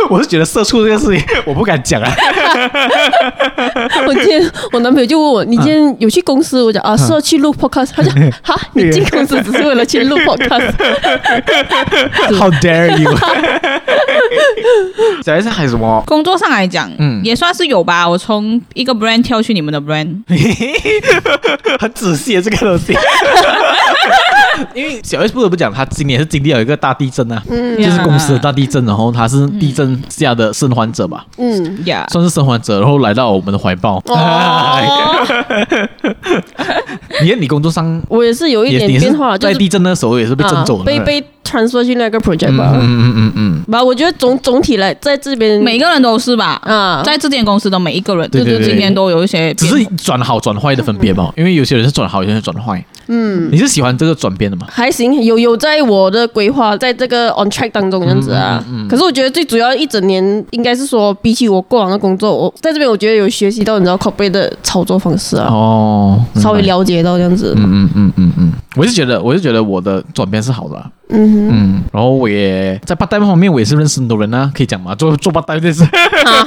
[SPEAKER 1] 我是觉得社畜这件事情我不敢讲啊。
[SPEAKER 3] 我今天我男朋友就问我，你今天有去公司？
[SPEAKER 1] 嗯
[SPEAKER 3] 我讲啊，是要去录 podcast。
[SPEAKER 1] (laughs)
[SPEAKER 3] 他讲哈，你进公司只是为了去录 podcast？
[SPEAKER 1] How dare
[SPEAKER 3] (laughs)
[SPEAKER 1] you！小 S 还有什么？
[SPEAKER 2] 工作上来讲，
[SPEAKER 1] 嗯
[SPEAKER 2] 也算是有吧。我从一个 brand 跳去你们的 brand，
[SPEAKER 1] 很仔细的这个东西。因为小 S 不得不讲，他今年是经历了一个大地震啊，
[SPEAKER 3] 嗯
[SPEAKER 1] 就是公司的大地震，然后他是地震下的生还者吧，
[SPEAKER 3] 嗯，
[SPEAKER 1] (laughs)
[SPEAKER 2] 呀，
[SPEAKER 1] 算是生还者，然后来到我们的怀抱。哎
[SPEAKER 3] 哦，
[SPEAKER 1] 你看你工作上
[SPEAKER 3] 我也是有一
[SPEAKER 1] 也
[SPEAKER 3] 点
[SPEAKER 1] 也是
[SPEAKER 3] 变化，就
[SPEAKER 1] 在
[SPEAKER 3] 是
[SPEAKER 1] 地震的时候也是被震走的，
[SPEAKER 3] 啊被被 transfer 去那个 project
[SPEAKER 1] 嗯嗯
[SPEAKER 3] 吧。
[SPEAKER 1] 嗯嗯嗯，
[SPEAKER 3] 吧，我觉得总总体来在这边
[SPEAKER 2] 每个人都是吧？
[SPEAKER 3] 啊，
[SPEAKER 2] 在这间公司的每一个人，
[SPEAKER 1] 对
[SPEAKER 2] 就
[SPEAKER 1] 对
[SPEAKER 2] 是
[SPEAKER 1] 对
[SPEAKER 2] 今年都有一些
[SPEAKER 1] 只
[SPEAKER 2] 变化，
[SPEAKER 1] 是转好转坏的分别吧，因为有些人是转好，有些人是转坏。
[SPEAKER 3] 嗯
[SPEAKER 1] 你是喜欢这个转变的吗？
[SPEAKER 3] 还行，有有在我的规划，在这个 on track 当中这样子啊。
[SPEAKER 1] 嗯
[SPEAKER 3] 可是我觉得最主要一整年应该是说，比起我过往的工作，我在这边我觉得有学习到你知道 corporate 的操作方式啊，
[SPEAKER 1] 哦，明白
[SPEAKER 3] 稍微。了解到这样子。
[SPEAKER 1] 嗯嗯嗯嗯嗯，我是觉得，我是觉得我的转变是好的啊，
[SPEAKER 3] 嗯
[SPEAKER 1] 嗯，然后我也在八代方面，我也是认识很多人啊，可以讲嘛，做做八代这件事，
[SPEAKER 3] 嗯哼，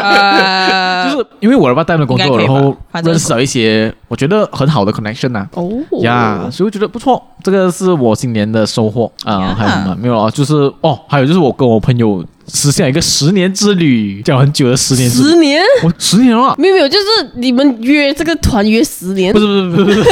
[SPEAKER 1] (laughs)
[SPEAKER 3] 哈，
[SPEAKER 2] 呃，
[SPEAKER 1] 就是因为我的八代的工
[SPEAKER 2] 应该
[SPEAKER 1] 作，
[SPEAKER 2] 可以
[SPEAKER 1] 然
[SPEAKER 2] 吧
[SPEAKER 1] 后
[SPEAKER 2] 反正
[SPEAKER 1] 认识了一些我觉得很好的 connection 啊，
[SPEAKER 3] 哦
[SPEAKER 1] 呀所以我觉得不错，这个是我今年的收获啊。
[SPEAKER 2] 呀
[SPEAKER 1] 还有什么？没有啊，就是哦，还有就是我跟我朋友实现了一个十年之旅，讲了很久的十年之旅，
[SPEAKER 3] 十年。
[SPEAKER 1] 我十年了啊。
[SPEAKER 3] 没有没有，就是你们约这个团约十年
[SPEAKER 1] 不，是不是不是不是，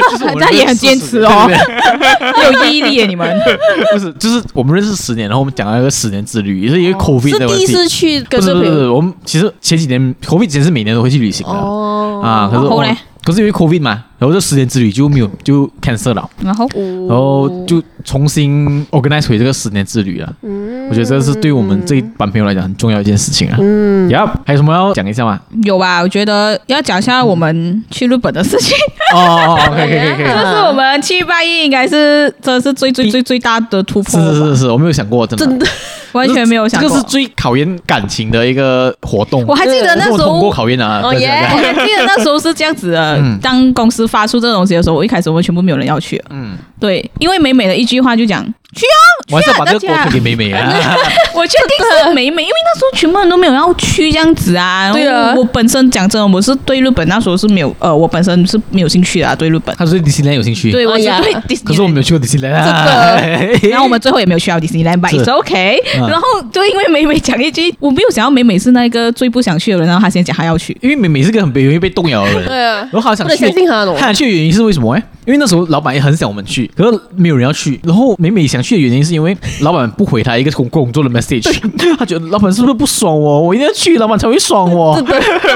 [SPEAKER 2] (laughs)
[SPEAKER 1] 就是我们
[SPEAKER 2] 他也很坚持哦
[SPEAKER 1] 认识十年，
[SPEAKER 2] 有毅力耶你
[SPEAKER 1] (laughs)
[SPEAKER 2] 们。
[SPEAKER 1] 对不对不是就是我们认识十年，然后我们讲了一个十年之旅，也是
[SPEAKER 2] 哦
[SPEAKER 1] 因为
[SPEAKER 3] 是
[SPEAKER 1] COVID 的问
[SPEAKER 3] 第一
[SPEAKER 1] 题。
[SPEAKER 3] 次去跟
[SPEAKER 1] 不是
[SPEAKER 3] 着
[SPEAKER 1] 不
[SPEAKER 3] 朋
[SPEAKER 1] 是不
[SPEAKER 3] 友
[SPEAKER 1] 是，我们其实前几年 COVID 前是每年都会去旅行的、
[SPEAKER 3] 哦
[SPEAKER 1] 啊，可是
[SPEAKER 2] 然后
[SPEAKER 1] 我
[SPEAKER 2] 嘞
[SPEAKER 1] 可是因为 COVID 嘛，然后这十年之旅就没有就 cancel 了，
[SPEAKER 2] 然后
[SPEAKER 3] 哦
[SPEAKER 1] 然后就重新 organize 回这个十年之旅了。
[SPEAKER 3] 嗯
[SPEAKER 1] 我觉得这个是对我们这一班朋友来讲很重要的一件事情啊。嗯，呀，还有什么要讲一下
[SPEAKER 2] (laughs)
[SPEAKER 1] 吗？
[SPEAKER 2] 有吧？我觉得要讲一下我们去日本的事情。
[SPEAKER 1] 哦哦哦，可以可以可以可
[SPEAKER 2] (laughs)
[SPEAKER 1] 以，
[SPEAKER 2] 就是我们去拜一，应该是真的是最最最最大的突破吧，
[SPEAKER 1] 是是是是，我没有想过，真的
[SPEAKER 3] 真的
[SPEAKER 2] 完全没有想
[SPEAKER 1] 这
[SPEAKER 2] 过。
[SPEAKER 1] 个是最考验感情的一个活动。
[SPEAKER 2] 我还记得
[SPEAKER 1] 可是
[SPEAKER 2] 那时
[SPEAKER 1] 我通
[SPEAKER 2] 候，
[SPEAKER 1] 过
[SPEAKER 2] 我
[SPEAKER 1] 考验啊，
[SPEAKER 3] 哦
[SPEAKER 1] 对对
[SPEAKER 3] 耶
[SPEAKER 1] 对
[SPEAKER 2] 还记得那时候是这样子的
[SPEAKER 1] 嗯。
[SPEAKER 2] 当公司发出这个东西的时候，我一开始我们全部没有人要去。
[SPEAKER 1] 嗯，
[SPEAKER 2] 对，因为美美的一句话就讲去哦，
[SPEAKER 1] 我还是要
[SPEAKER 2] (laughs)
[SPEAKER 1] 把这个
[SPEAKER 2] 去
[SPEAKER 1] 锅
[SPEAKER 2] 啊大家
[SPEAKER 1] 推给美美啊。
[SPEAKER 2] 我确定是美美，因为那时候全部人都没有要去这样子啊。
[SPEAKER 3] 对啊
[SPEAKER 2] 然后我本身讲真的，我是对日本那时候是没有呃，我本身是没有兴趣的、啊，对日本。
[SPEAKER 1] 他说迪士尼有兴趣，
[SPEAKER 2] 对，我是
[SPEAKER 3] 哎呀
[SPEAKER 2] 对迪士尼。
[SPEAKER 1] 可是我没有去过迪士尼啊。 (laughs)
[SPEAKER 2] 然后我们最后也没有去到迪士尼 land，but
[SPEAKER 1] 是
[SPEAKER 2] it's okay、
[SPEAKER 1] 嗯
[SPEAKER 2] 然后就因为美美讲一句，我没有想到美美是那个最不想去的人，然后她先讲她要 (laughs) 去。
[SPEAKER 1] 因为美美是个很容易被动摇的人，
[SPEAKER 3] 对啊
[SPEAKER 1] 然后她想
[SPEAKER 3] 不能相
[SPEAKER 1] 去，
[SPEAKER 3] 信他的
[SPEAKER 1] 她想去的原因是为什么？哎，因为那时候老板也很想我们去，去，可是没有人要去。然后每每想去的原因是因为老板不回他一个工工作的 message，他觉得老板是不是不爽我？我一定要去，老板才会爽我。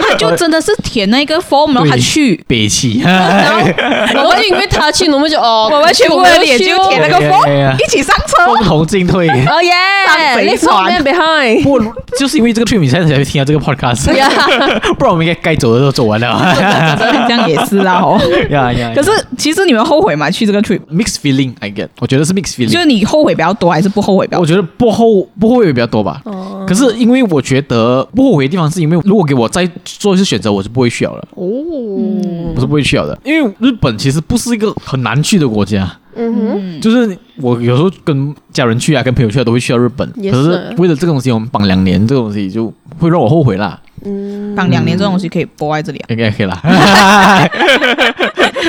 [SPEAKER 2] 他就真的是填那个 form，然后他
[SPEAKER 1] 对
[SPEAKER 2] 去。
[SPEAKER 1] (laughs) 憋气，
[SPEAKER 3] 然
[SPEAKER 1] 哎
[SPEAKER 3] 后我们就因为他去，我们就哦，
[SPEAKER 2] 我们全部人也就填那个
[SPEAKER 1] 对
[SPEAKER 2] form，
[SPEAKER 1] 对对
[SPEAKER 2] 一起上车。 (laughs)
[SPEAKER 1] 共同进退。
[SPEAKER 3] 哦耶
[SPEAKER 2] 上贼
[SPEAKER 3] l e t
[SPEAKER 2] 船
[SPEAKER 3] behind。
[SPEAKER 1] 不过就是因为这个 trip，你现在才会听到这个 podcast，不然 (laughs) 我们应该该走的都走完了。 (laughs)
[SPEAKER 2] 这样也是啦 (laughs) 哦。
[SPEAKER 1] 呀呀，
[SPEAKER 2] 可是其实你们后悔吗？去这个 trip，
[SPEAKER 1] mixed feeling，I get，我觉得是 mixed
[SPEAKER 2] 就
[SPEAKER 1] feeling
[SPEAKER 2] 是。你后悔比较多还是不后悔比较
[SPEAKER 1] 我
[SPEAKER 2] 多？
[SPEAKER 1] 觉得不后不后悔比较多吧。
[SPEAKER 2] 哦
[SPEAKER 1] 可是因为我觉得不后悔的地方，是因为如果给我再做一次选择，我是不会去了的，
[SPEAKER 3] (laughs)
[SPEAKER 2] 嗯
[SPEAKER 3] 哦，
[SPEAKER 1] 我是不会去了的。因为日本其实不是一个很难去的国家，
[SPEAKER 3] 嗯哼，
[SPEAKER 2] 嗯，
[SPEAKER 1] 就是我有时候跟家人去啊，跟朋友去啊，都会去到日本。
[SPEAKER 3] 也
[SPEAKER 1] 可
[SPEAKER 3] 是
[SPEAKER 1] 是为了这个东西，我们绑两年，这个东西就会让我后悔啦。
[SPEAKER 2] 绑两年这种
[SPEAKER 1] 嗯
[SPEAKER 2] 东西可以播在这里啊。
[SPEAKER 1] 应该可
[SPEAKER 2] (laughs)
[SPEAKER 1] 以啦。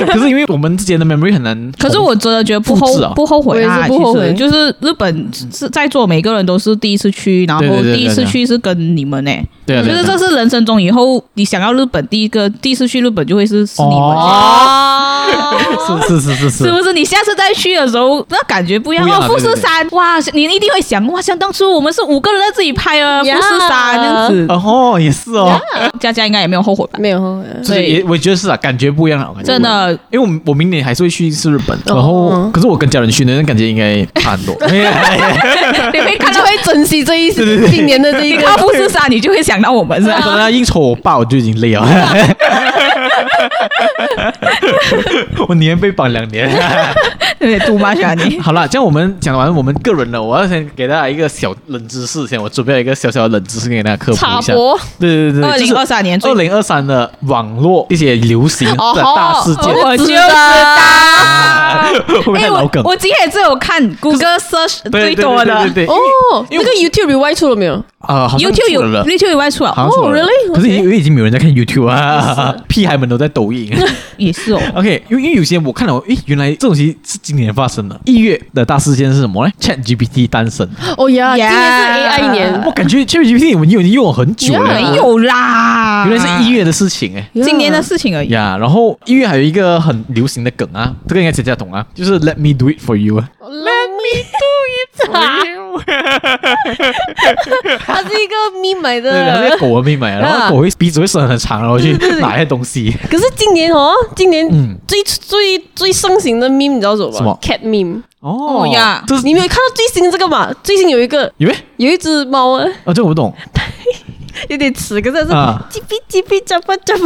[SPEAKER 1] 可是因为我们之间的 memory 很难重，
[SPEAKER 2] 可是我真的觉得不后
[SPEAKER 1] 复制啊
[SPEAKER 2] 不后悔
[SPEAKER 3] 我也
[SPEAKER 2] 啦，
[SPEAKER 3] 是不后悔
[SPEAKER 2] 其实就是日本是在座每个人都是第一次去，然后
[SPEAKER 1] 对对对对
[SPEAKER 2] 第一次去是跟你们呢、
[SPEAKER 1] 对啊，
[SPEAKER 2] 我
[SPEAKER 1] 对
[SPEAKER 2] 觉
[SPEAKER 1] 啊
[SPEAKER 2] 得
[SPEAKER 1] 对啊
[SPEAKER 2] 这是人生中以后你想要日本第一个第一次去日本就会是是你们。
[SPEAKER 1] 哦，是是是是
[SPEAKER 2] 是
[SPEAKER 1] 是，
[SPEAKER 2] 不是你下次再去的时候，那感觉不一样
[SPEAKER 1] 不一样
[SPEAKER 2] 哦
[SPEAKER 1] 啊？
[SPEAKER 2] 富
[SPEAKER 1] 对
[SPEAKER 2] 士
[SPEAKER 1] 对对
[SPEAKER 2] 山，哇，你一定会想，哇，像当初我们是五个人在自己拍啊，富
[SPEAKER 3] 呀
[SPEAKER 2] 士山这样子。
[SPEAKER 1] 哦，也是哦，
[SPEAKER 2] 佳佳应该也没有后 (laughs) 悔吧？
[SPEAKER 3] 没有后悔。
[SPEAKER 1] 所以也我觉得是啊，感觉不一样了，感觉不一样
[SPEAKER 2] 真。的，
[SPEAKER 1] 因为我我明年还是会去一次日本，
[SPEAKER 3] 哦
[SPEAKER 1] 然后可是我跟家人去呢，那感觉应该差
[SPEAKER 2] (laughs)
[SPEAKER 1] 很多。
[SPEAKER 2] 你会
[SPEAKER 3] 他
[SPEAKER 2] 看
[SPEAKER 3] 就
[SPEAKER 2] 到
[SPEAKER 3] 会珍惜这 (laughs) 一今年的这一
[SPEAKER 2] 你
[SPEAKER 3] (laughs) 个
[SPEAKER 2] 看到富士山，你就会想到我们是吧？
[SPEAKER 1] 可能要应酬我爸，我就已经
[SPEAKER 2] (laughs)
[SPEAKER 1] 累了。我年被绑两
[SPEAKER 2] (laughs)
[SPEAKER 1] 年。
[SPEAKER 2] 有点 too much 啊你。
[SPEAKER 1] 好了，这样我们讲完我们个人的，我要先给大家一个小冷知识，先我准备了一个小小的冷知识给大家科普
[SPEAKER 3] 插
[SPEAKER 1] 一下。
[SPEAKER 3] 播
[SPEAKER 1] 对对对，
[SPEAKER 2] 二零二三年最
[SPEAKER 1] 二零二三的网络一些流行
[SPEAKER 3] 哦
[SPEAKER 1] 的
[SPEAKER 3] 吼
[SPEAKER 1] 大事件，
[SPEAKER 2] 哦我就知
[SPEAKER 3] 道
[SPEAKER 2] 道。
[SPEAKER 1] (laughs) 会不会太
[SPEAKER 2] 哎，
[SPEAKER 1] 老
[SPEAKER 2] 我
[SPEAKER 1] 梗？
[SPEAKER 2] 我今天也是有看 Google search 最多的
[SPEAKER 1] 对对对对对，
[SPEAKER 3] 哦，
[SPEAKER 1] 因
[SPEAKER 3] 那
[SPEAKER 1] 为
[SPEAKER 3] 个 YouTube rewrite 出了没有？
[SPEAKER 1] 啊，好像
[SPEAKER 2] ，YouTube 有
[SPEAKER 1] 出了
[SPEAKER 2] YouTube 以外出
[SPEAKER 1] 好
[SPEAKER 2] 了，
[SPEAKER 1] 像出了
[SPEAKER 3] 哦，really？
[SPEAKER 1] 可是因为已经没有人在看 YouTube 啊，屁孩们都在抖音。
[SPEAKER 2] 也是哦。
[SPEAKER 1] OK，因为因为有些我看了，诶，原来这种东西是今年发生的。一月的大事件是什么呢？Chat GPT 诞生，
[SPEAKER 3] 哦呀，今
[SPEAKER 2] Yeah
[SPEAKER 3] 年是 AI
[SPEAKER 1] 我
[SPEAKER 3] 年，
[SPEAKER 1] 感觉 Chat GPT 我们用已经用了很久了，
[SPEAKER 3] Yeah
[SPEAKER 2] 没有啦，
[SPEAKER 1] 原来是一月的事情哎。
[SPEAKER 2] 今年的事情而已。
[SPEAKER 1] 呀然后一月还有一个很流行的梗啊，这个应该大家懂啊，就是 Let me do it for you 啊。
[SPEAKER 3] (laughs) Let me do it for you。它是一个 meme 来
[SPEAKER 1] 对，然后
[SPEAKER 3] 的
[SPEAKER 1] 在。狗的妹妹，然后狗会鼻子会伸很长，然后去拿一些东西。
[SPEAKER 3] 可是今年哦，今年
[SPEAKER 1] 嗯
[SPEAKER 3] 最最最盛行的 meme 你知道什么吗
[SPEAKER 1] 什么
[SPEAKER 3] ？cat meme。
[SPEAKER 1] 哦
[SPEAKER 2] 哦呀
[SPEAKER 1] 这是
[SPEAKER 3] 你没有看到最新这个嘛？最新有一个
[SPEAKER 1] 以为
[SPEAKER 3] 有一只猫啊，
[SPEAKER 1] 啊，这我不懂
[SPEAKER 3] 有点迟，可是它是
[SPEAKER 1] 啊
[SPEAKER 3] 叽哔叽哔叫吧叫 (laughs) 吧，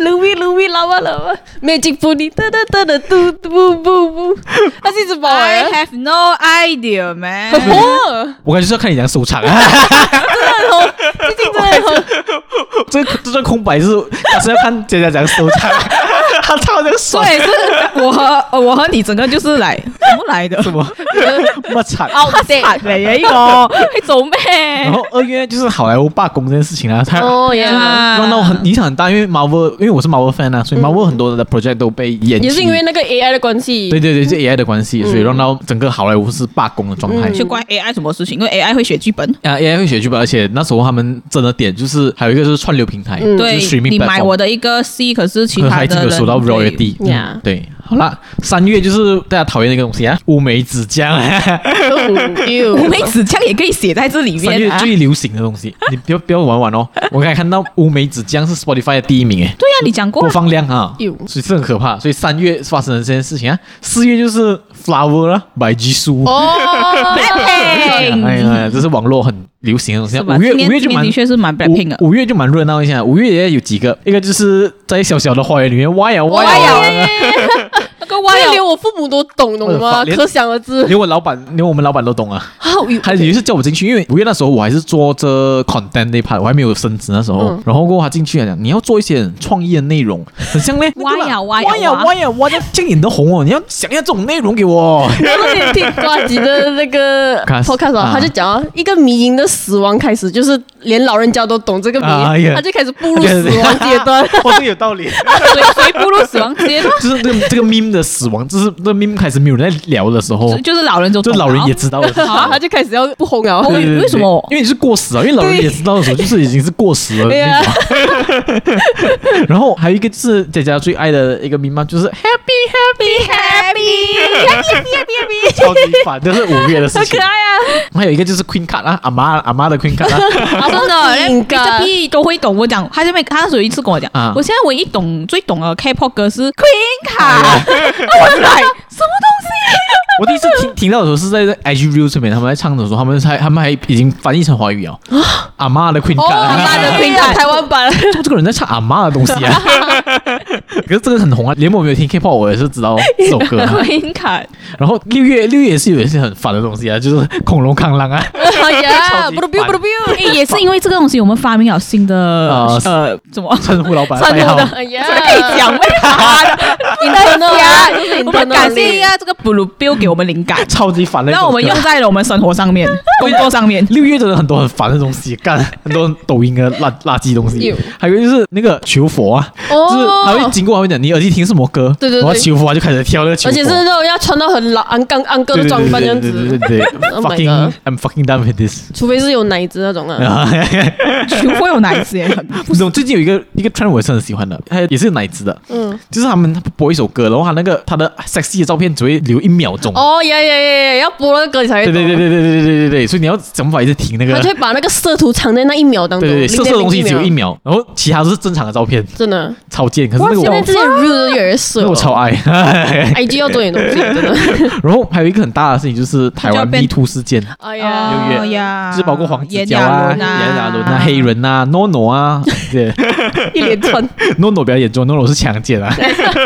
[SPEAKER 3] 噜咪噜咪拉哇拉哇，magic 啊 pony 哒哒哒哒嘟嘟嘟嘟，它是一只猫哎 (laughs)
[SPEAKER 2] Oh, I，have no idea, man
[SPEAKER 3] 很。
[SPEAKER 1] (laughs)
[SPEAKER 3] 火，
[SPEAKER 1] 我感觉是要看你讲收场啊，
[SPEAKER 3] 很红，哦最近真的哦很红，
[SPEAKER 1] 这这段空白是还是要看姐姐讲收
[SPEAKER 2] (laughs)
[SPEAKER 1] 场，他超这个爽
[SPEAKER 2] 所以是我和我和你整个就是来怎么
[SPEAKER 1] (laughs)
[SPEAKER 2] 来的？
[SPEAKER 1] 什么那惨。
[SPEAKER 2] 哦
[SPEAKER 3] 好
[SPEAKER 2] 惨嚟嘅呢個，你做哎咩？
[SPEAKER 1] 然后二月就是好莱坞罢工这件事情啊，他
[SPEAKER 3] 哦
[SPEAKER 2] 哎
[SPEAKER 3] 呀，
[SPEAKER 1] 让到
[SPEAKER 2] 啊
[SPEAKER 1] 很影响很大，因为 Marvel，因为我是 Marvel fan 啊，所
[SPEAKER 2] 嗯
[SPEAKER 1] 以 Marvel 很多的 project 都被延期，
[SPEAKER 3] 也是因为那个 AI 的关系，
[SPEAKER 1] 对对对，这
[SPEAKER 2] 嗯
[SPEAKER 1] AI 的关系，所以让到整个好莱坞是罢工的状态。
[SPEAKER 2] 就关 AI 什么事情？因为 AI 会写剧本。
[SPEAKER 1] 啊，AI 会写剧本，而且那时候他们真的点就是还有一个就是串流平台，
[SPEAKER 2] 嗯对
[SPEAKER 1] 嗯就是 streaming
[SPEAKER 2] 你买
[SPEAKER 1] platform
[SPEAKER 2] 我的一个 C，可是其
[SPEAKER 1] (laughs)
[SPEAKER 2] 他
[SPEAKER 1] 还真
[SPEAKER 2] 的
[SPEAKER 1] 有
[SPEAKER 2] 人
[SPEAKER 1] 收到
[SPEAKER 2] 会
[SPEAKER 1] royalty，
[SPEAKER 3] Yeah
[SPEAKER 1] 嗯对，好啦，三月就是大家讨厌的一个东西啊，乌梅子酱，
[SPEAKER 3] 对
[SPEAKER 2] 乌梅子酱也可以写在这里
[SPEAKER 1] 三
[SPEAKER 2] 面
[SPEAKER 1] 月
[SPEAKER 2] 啊。对
[SPEAKER 1] 最流行的东
[SPEAKER 2] (laughs)
[SPEAKER 1] 西，你不要不要玩玩哦。我刚才看到乌梅子酱是 Spotify 的第一名诶，
[SPEAKER 2] 呀，你讲过
[SPEAKER 1] 播
[SPEAKER 2] 啊。
[SPEAKER 1] 放量啊
[SPEAKER 3] 哟，
[SPEAKER 1] 所以是很可怕。所以三月发生的这件事情啊，四月就是 Flower 啦，by Jisoo。
[SPEAKER 3] (laughs) 哦
[SPEAKER 2] 哎 Blackpink
[SPEAKER 1] 哎呀，这是网络很流行的东西啊。
[SPEAKER 2] 是吧
[SPEAKER 1] 五月
[SPEAKER 2] 今年
[SPEAKER 1] 五月就
[SPEAKER 2] 今年
[SPEAKER 1] 蛮
[SPEAKER 2] 的确是蛮 blackpink 的
[SPEAKER 1] 五。五月就蛮热闹一下。五月也有几个，一个就是在小小的花园里面挖呀挖
[SPEAKER 3] 挖呀
[SPEAKER 1] 呀，
[SPEAKER 2] 那个哦
[SPEAKER 3] 这个
[SPEAKER 2] 有
[SPEAKER 3] 连我父母都懂，懂吗？
[SPEAKER 1] 我的妈
[SPEAKER 3] 可想而知。
[SPEAKER 1] 连我老板，连我们老板都懂啊。
[SPEAKER 3] 啊，我
[SPEAKER 1] (laughs) 他也是叫我进去，因为五月那时候我还是做这 content 那一 part，我还没有升职那时候。
[SPEAKER 3] 嗯
[SPEAKER 1] 然后过后他进去了讲，你要做一些很创意的内容，很
[SPEAKER 2] (laughs)
[SPEAKER 1] 像嘞
[SPEAKER 2] 挖呀挖呀
[SPEAKER 1] 挖呀
[SPEAKER 2] 挖
[SPEAKER 1] 挖呀挖，这样眼都红哦！你要想一下这种内容给
[SPEAKER 2] (laughs)
[SPEAKER 1] 我。
[SPEAKER 3] 我那天听瓜吉的那个
[SPEAKER 1] Podcast，
[SPEAKER 3] podcast，啊
[SPEAKER 1] 啊
[SPEAKER 3] 他就讲啊，一个迷因的死亡开始，就是连老人家都懂这个迷
[SPEAKER 1] 啊哎呀
[SPEAKER 3] 因，他就开始步入死亡阶段。
[SPEAKER 1] (laughs) 哇，这个有道理，
[SPEAKER 2] 谁谁步入死亡阶段？
[SPEAKER 1] (laughs) 哦就是这个这个 meme 的死亡，就是这 meme 开始没有人在聊的时
[SPEAKER 2] (laughs)
[SPEAKER 1] 候
[SPEAKER 2] 就，就是老人就
[SPEAKER 1] 就老人也知
[SPEAKER 2] (laughs)
[SPEAKER 1] 道了。
[SPEAKER 3] 啊，他就开始要不红了。
[SPEAKER 2] 哦
[SPEAKER 1] 对对对
[SPEAKER 2] 为什么
[SPEAKER 1] 因为你是过时啊，因为老人也知道的时候，就是已经是过时了
[SPEAKER 3] 对
[SPEAKER 1] 那
[SPEAKER 3] 啊
[SPEAKER 1] 种。
[SPEAKER 2] (laughs)
[SPEAKER 1] (laughs) 然后还有一个就是佳佳最爱的一个 meme 嘛就是 happy
[SPEAKER 2] happy happy happy
[SPEAKER 1] happy，
[SPEAKER 2] happy
[SPEAKER 1] 超级
[SPEAKER 2] (laughs)
[SPEAKER 1] 烦，这是五月的事
[SPEAKER 2] 好
[SPEAKER 1] 情
[SPEAKER 2] 可爱。啊！
[SPEAKER 1] 还有一个就是 queen card 啊，阿妈阿妈的 queen card 啊。
[SPEAKER 2] (laughs) 真的，连
[SPEAKER 3] 应该
[SPEAKER 2] Mr. P 都会懂我讲，他这边他那时候一次跟我讲
[SPEAKER 1] 啊，
[SPEAKER 2] 我现在唯一懂最懂的 K-pop 歌是 Queen
[SPEAKER 1] 哎
[SPEAKER 2] 卡， (laughs) 我是来什么东
[SPEAKER 1] 我第一次听听到的时候是在 IG Reels 上面，他们在唱的时候，他们还他们还已经翻译成华语哦。
[SPEAKER 2] 啊
[SPEAKER 1] 阿妈的 Queen
[SPEAKER 3] 哦，
[SPEAKER 1] Card，
[SPEAKER 3] 他
[SPEAKER 1] 啊
[SPEAKER 3] 妈的 Queen 卡台湾版，
[SPEAKER 1] 就这个人在唱阿妈的东西
[SPEAKER 2] (laughs)
[SPEAKER 1] 啊。可是这个很红啊，连我没有听 K-pop，我也是知道这 (laughs) 首歌啊、
[SPEAKER 2] (laughs) 西？Queen 卡，
[SPEAKER 1] 然后六月六月也是有一些很烦的东西啊，就是恐龙抗浪啊，
[SPEAKER 3] 哎呀，
[SPEAKER 1] 超级
[SPEAKER 3] 不噜 biu 不噜 biu，
[SPEAKER 2] 哎，也是因为这个东西，我们发明了新
[SPEAKER 1] 啊
[SPEAKER 2] 的呃，怎么？
[SPEAKER 1] 称呼老板
[SPEAKER 2] 称呼
[SPEAKER 1] 代号，
[SPEAKER 2] 的。
[SPEAKER 3] 哎呀，
[SPEAKER 2] 这个可以讲吗？啊
[SPEAKER 3] internal 啊，都是 internal
[SPEAKER 2] 哎我们感谢一下这个 Blue Bill 给我们灵感
[SPEAKER 1] 超级烦的一首歌，
[SPEAKER 2] 让我们用在了我们生活
[SPEAKER 1] (laughs)
[SPEAKER 2] 上面、工作上面。
[SPEAKER 1] 六月真的很多很烦的东西，干很多抖音的垃垃圾东西
[SPEAKER 3] 有，
[SPEAKER 1] 还有就是那个求佛啊，就是他会
[SPEAKER 3] 哦。
[SPEAKER 1] 经过他会讲你耳机听什么歌，
[SPEAKER 3] 对对对
[SPEAKER 1] 然后求佛啊就开始跳那个求佛，
[SPEAKER 3] 而且是那种要穿到很老、昂刚、昂哥
[SPEAKER 1] 对
[SPEAKER 3] 的
[SPEAKER 1] 对
[SPEAKER 3] 装扮这样
[SPEAKER 1] 对对对
[SPEAKER 3] 子，
[SPEAKER 1] 对对对
[SPEAKER 3] Oh my
[SPEAKER 1] ，fucking
[SPEAKER 3] god
[SPEAKER 1] I'm fucking done with this。 (laughs)
[SPEAKER 3] 除非是有奶子那种啊。
[SPEAKER 2] 球会有哪一些很
[SPEAKER 1] 不是，最近有一个一个 trend 我也是很喜欢的，它也是奶子的，
[SPEAKER 3] 嗯，
[SPEAKER 1] 就是他们播一首歌，然后他那个他的 sexy 的照片只会留一秒钟。
[SPEAKER 3] 哦，呀呀呀呀，要播那个歌你才
[SPEAKER 1] 对
[SPEAKER 3] 会懂。
[SPEAKER 1] 对对对对对对对对，所以你要想法一直停那个
[SPEAKER 3] 他，就会把那个色图藏在那一秒当中，
[SPEAKER 1] 对对对，色色的东西只有一
[SPEAKER 3] 0.01秒，
[SPEAKER 1] 秒，然后其他都是正常的照片，
[SPEAKER 3] 真的。
[SPEAKER 1] 超贱。可是那个
[SPEAKER 3] 现在
[SPEAKER 1] 我
[SPEAKER 3] 这些 real 越来越色
[SPEAKER 2] 哦
[SPEAKER 1] 那个
[SPEAKER 3] 了
[SPEAKER 1] 我超爱。
[SPEAKER 2] (laughs)
[SPEAKER 3] ，IG 要做点东西，真的。
[SPEAKER 1] 然后还有一个很大的事情就是台湾
[SPEAKER 2] 就变
[SPEAKER 1] Me Too 事件，
[SPEAKER 3] 哎
[SPEAKER 1] 六
[SPEAKER 3] 呀，
[SPEAKER 1] 月
[SPEAKER 2] 哦呀
[SPEAKER 1] 就是包括黄子
[SPEAKER 2] 炎
[SPEAKER 1] 佼
[SPEAKER 2] 亚
[SPEAKER 1] 啊、
[SPEAKER 2] 纶啊
[SPEAKER 1] 炎亚纶啊、 (laughs)
[SPEAKER 2] (laughs)
[SPEAKER 1] 黑人啊、NONO 啊，对
[SPEAKER 3] 一连
[SPEAKER 1] (laughs)
[SPEAKER 3] 串。
[SPEAKER 1] ，NONO 比较严重，NONO 是强奸啊，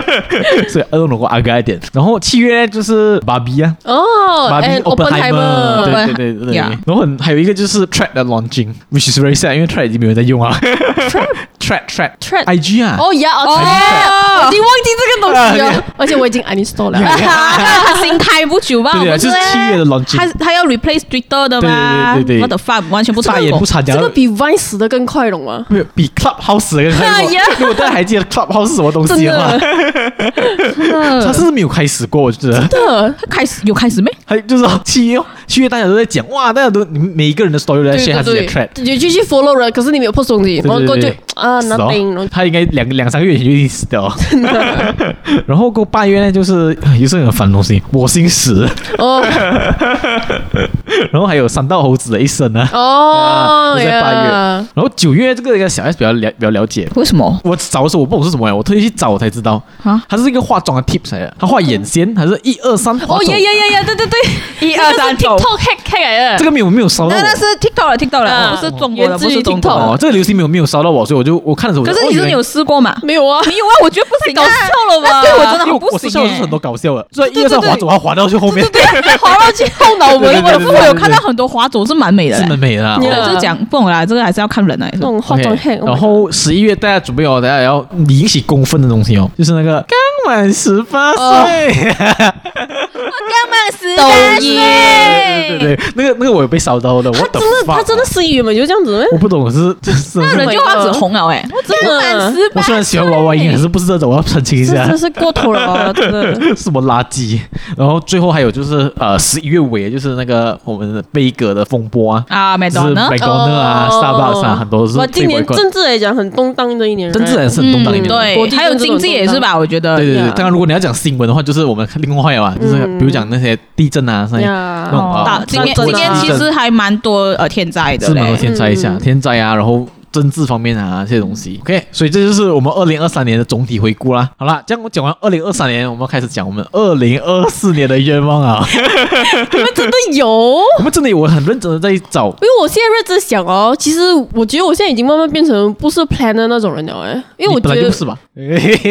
[SPEAKER 1] (laughs) 所以 NONO 我阿哥一点。然后七月就是芭比啊，
[SPEAKER 3] 哦
[SPEAKER 1] 芭比
[SPEAKER 3] ，and
[SPEAKER 1] Oppenheimer，对
[SPEAKER 3] Oppenheimer，
[SPEAKER 1] 对对对。
[SPEAKER 2] 哎 Yeah
[SPEAKER 1] 然后很还有一个就是 Trap 的 launching，which is very sad，因为 Trap 已经没有人在用啊。Trap (laughs) Trap
[SPEAKER 3] Trap
[SPEAKER 1] IG 啊，
[SPEAKER 3] 哦呀，哦，我已经忘记这个东西了，而且我已经 uninstall 了。
[SPEAKER 2] 啊他新开不久吧？
[SPEAKER 1] 对对啊，
[SPEAKER 2] 我们
[SPEAKER 1] 就是七月的 launching。
[SPEAKER 2] 他他要 replace Twitter 的嘛？
[SPEAKER 1] 对对对对对
[SPEAKER 2] 我的 fuck 完 (laughs) 全不
[SPEAKER 1] 大
[SPEAKER 2] 成
[SPEAKER 1] 言
[SPEAKER 2] 功
[SPEAKER 1] 不。惭讲
[SPEAKER 3] 这
[SPEAKER 1] 到
[SPEAKER 3] 个比 Vine 死的更快，懂吗？
[SPEAKER 1] 没有比 Clubhouse 更快
[SPEAKER 3] 哎
[SPEAKER 1] 过。
[SPEAKER 3] 呀
[SPEAKER 1] 因为我大家还记得 Clubhouse 是什么东西的话，它是没有开始过，我觉得。
[SPEAKER 3] 的，
[SPEAKER 2] 他开始有开始没？
[SPEAKER 1] 还有就是说七月，七月大家都在讲，哇，大家都你们每一个人的 story 都在 share 他自己的 thread。
[SPEAKER 3] 你继续 follow 人，可是你没有 post 东西，然后过去啊
[SPEAKER 1] 死哦
[SPEAKER 3] nothing，然后
[SPEAKER 1] 他应该两两三个月前就已经死掉了。然后过八月呢，就是哎又是很烦的东西，我心死。
[SPEAKER 3] 哦
[SPEAKER 1] 然后还有三道猴子的一生呢。
[SPEAKER 3] 哦
[SPEAKER 1] 啊，就在八月
[SPEAKER 3] 呀，
[SPEAKER 1] 然后九月这个应该小 S 比较了比较了解。
[SPEAKER 2] 为什么
[SPEAKER 1] 我找的时候我不懂是什么欸呀，我特意去找我才知道，
[SPEAKER 2] 啊？
[SPEAKER 1] 它是一个化妆的 tips 来的，它画眼线，还是一二三划
[SPEAKER 3] 哦
[SPEAKER 1] 走哦
[SPEAKER 3] 呀呀呀呀，对对对，
[SPEAKER 2] 一
[SPEAKER 3] 这个是 TikTok hack hack 来
[SPEAKER 1] 这
[SPEAKER 3] 的，
[SPEAKER 1] 个没有没有烧到
[SPEAKER 2] 那
[SPEAKER 1] 我
[SPEAKER 2] 那。是 TikTok 了，TikTok 了，
[SPEAKER 3] 啊
[SPEAKER 2] 不是中国
[SPEAKER 3] 源
[SPEAKER 2] 的，不
[SPEAKER 3] 自于
[SPEAKER 2] 是中国
[SPEAKER 3] TikTok
[SPEAKER 1] 哦
[SPEAKER 2] 的。，
[SPEAKER 1] 这个流行没有没有烧到我，所以我就我看的时候我
[SPEAKER 2] 可
[SPEAKER 1] 就，
[SPEAKER 2] 是你
[SPEAKER 1] 哦
[SPEAKER 2] 是
[SPEAKER 1] 原来
[SPEAKER 2] 有试过吗？
[SPEAKER 3] 没有啊，
[SPEAKER 2] 没有啊，我觉得不
[SPEAKER 3] 太
[SPEAKER 2] 行
[SPEAKER 3] 搞
[SPEAKER 2] 啊，
[SPEAKER 3] 笑了吧？
[SPEAKER 2] 那对我真的
[SPEAKER 1] 因为
[SPEAKER 2] 好不
[SPEAKER 1] 哎我
[SPEAKER 2] 行
[SPEAKER 1] 是笑的是
[SPEAKER 2] 欸
[SPEAKER 1] 很多搞笑的，所以一
[SPEAKER 3] 对
[SPEAKER 1] 二三
[SPEAKER 3] 对
[SPEAKER 1] 滑走，还滑到去后面，
[SPEAKER 3] 滑到去后脑
[SPEAKER 1] 对
[SPEAKER 3] 门，
[SPEAKER 1] 对
[SPEAKER 3] 我
[SPEAKER 1] 对
[SPEAKER 3] 的
[SPEAKER 1] 对
[SPEAKER 3] 父
[SPEAKER 1] 对
[SPEAKER 3] 母
[SPEAKER 2] 我有
[SPEAKER 3] 有
[SPEAKER 2] 看
[SPEAKER 3] 看
[SPEAKER 2] 到
[SPEAKER 3] 到
[SPEAKER 2] 很多滑走是蛮美的
[SPEAKER 1] 是
[SPEAKER 2] 嘞
[SPEAKER 1] 蛮，美的啊。
[SPEAKER 3] 你
[SPEAKER 1] 哦
[SPEAKER 3] 的
[SPEAKER 2] 就讲不懂啦，这个还是要看人来。
[SPEAKER 3] 那种化妆
[SPEAKER 1] OK，
[SPEAKER 3] hack，
[SPEAKER 1] 然后十一月大家准备哦，大家要引起公愤的东西哦，就是那个刚满十八
[SPEAKER 3] 哦
[SPEAKER 1] (laughs) 岁，
[SPEAKER 2] 刚满十
[SPEAKER 3] 抖
[SPEAKER 2] 八
[SPEAKER 3] 音
[SPEAKER 2] 岁
[SPEAKER 1] 对对对，那个那个我有被烧到的，我
[SPEAKER 3] 他真的他真的声音原本就这样子咩，
[SPEAKER 1] 我不懂，我是 (laughs) 这是
[SPEAKER 2] 那人就开
[SPEAKER 3] Oh my
[SPEAKER 2] 始
[SPEAKER 3] god
[SPEAKER 2] 红了哎，
[SPEAKER 3] 真的。
[SPEAKER 2] 十
[SPEAKER 1] 我虽然喜欢娃娃音，可是不是这种，我要澄清一
[SPEAKER 3] 这
[SPEAKER 1] 下
[SPEAKER 3] 真。是过头了哦，真的。
[SPEAKER 1] (laughs) 什么垃圾？然后最后还有就是呃，十一月尾就是那个我们的贝格的风波啊，
[SPEAKER 2] 啊，麦
[SPEAKER 1] 就是
[SPEAKER 2] 当呢？
[SPEAKER 1] McDonald 啊、
[SPEAKER 3] 哦
[SPEAKER 1] Starbucks 啊，很多都
[SPEAKER 3] 哇，
[SPEAKER 1] 是
[SPEAKER 3] 今
[SPEAKER 1] 被
[SPEAKER 3] 年
[SPEAKER 1] 围观。
[SPEAKER 3] 政治来讲很动荡的一年，哎
[SPEAKER 1] 政治还是很动荡一点的。
[SPEAKER 3] 国
[SPEAKER 2] 嗯对，
[SPEAKER 3] 际
[SPEAKER 2] 还有
[SPEAKER 3] 政治
[SPEAKER 2] 经济也是吧？我觉得
[SPEAKER 1] 对对对，
[SPEAKER 3] Yeah
[SPEAKER 1] 当然如果你要讲新闻的话，就是我们另外啊，就是
[SPEAKER 3] 嗯
[SPEAKER 1] 比如讲那些地震啊，那些
[SPEAKER 3] 呀
[SPEAKER 1] 那种
[SPEAKER 2] 大
[SPEAKER 1] 啊，
[SPEAKER 2] 哦今年
[SPEAKER 3] 战争
[SPEAKER 2] 今
[SPEAKER 3] 啊
[SPEAKER 2] 年其实还蛮多呃天灾的
[SPEAKER 1] 是蛮多
[SPEAKER 2] 嘞。
[SPEAKER 1] 天灾一下，
[SPEAKER 3] 嗯
[SPEAKER 1] 天灾啊，然后。政治方面啊，这些东西，OK，所以这就是我们二零二三年的总体回顾啦。好啦，这样我讲完二零二三年，我们开始讲我们二零二四年的愿望啊。 (laughs)
[SPEAKER 3] 真的有。
[SPEAKER 1] 我们真的有，我很认真的在找
[SPEAKER 3] 因为我现在认真想哦，其实我觉得我现在已经慢慢变成不是 planner 那种人了哎，因为我
[SPEAKER 1] 你
[SPEAKER 3] 觉
[SPEAKER 1] 本来就
[SPEAKER 3] 得 (laughs)
[SPEAKER 1] 不是吧？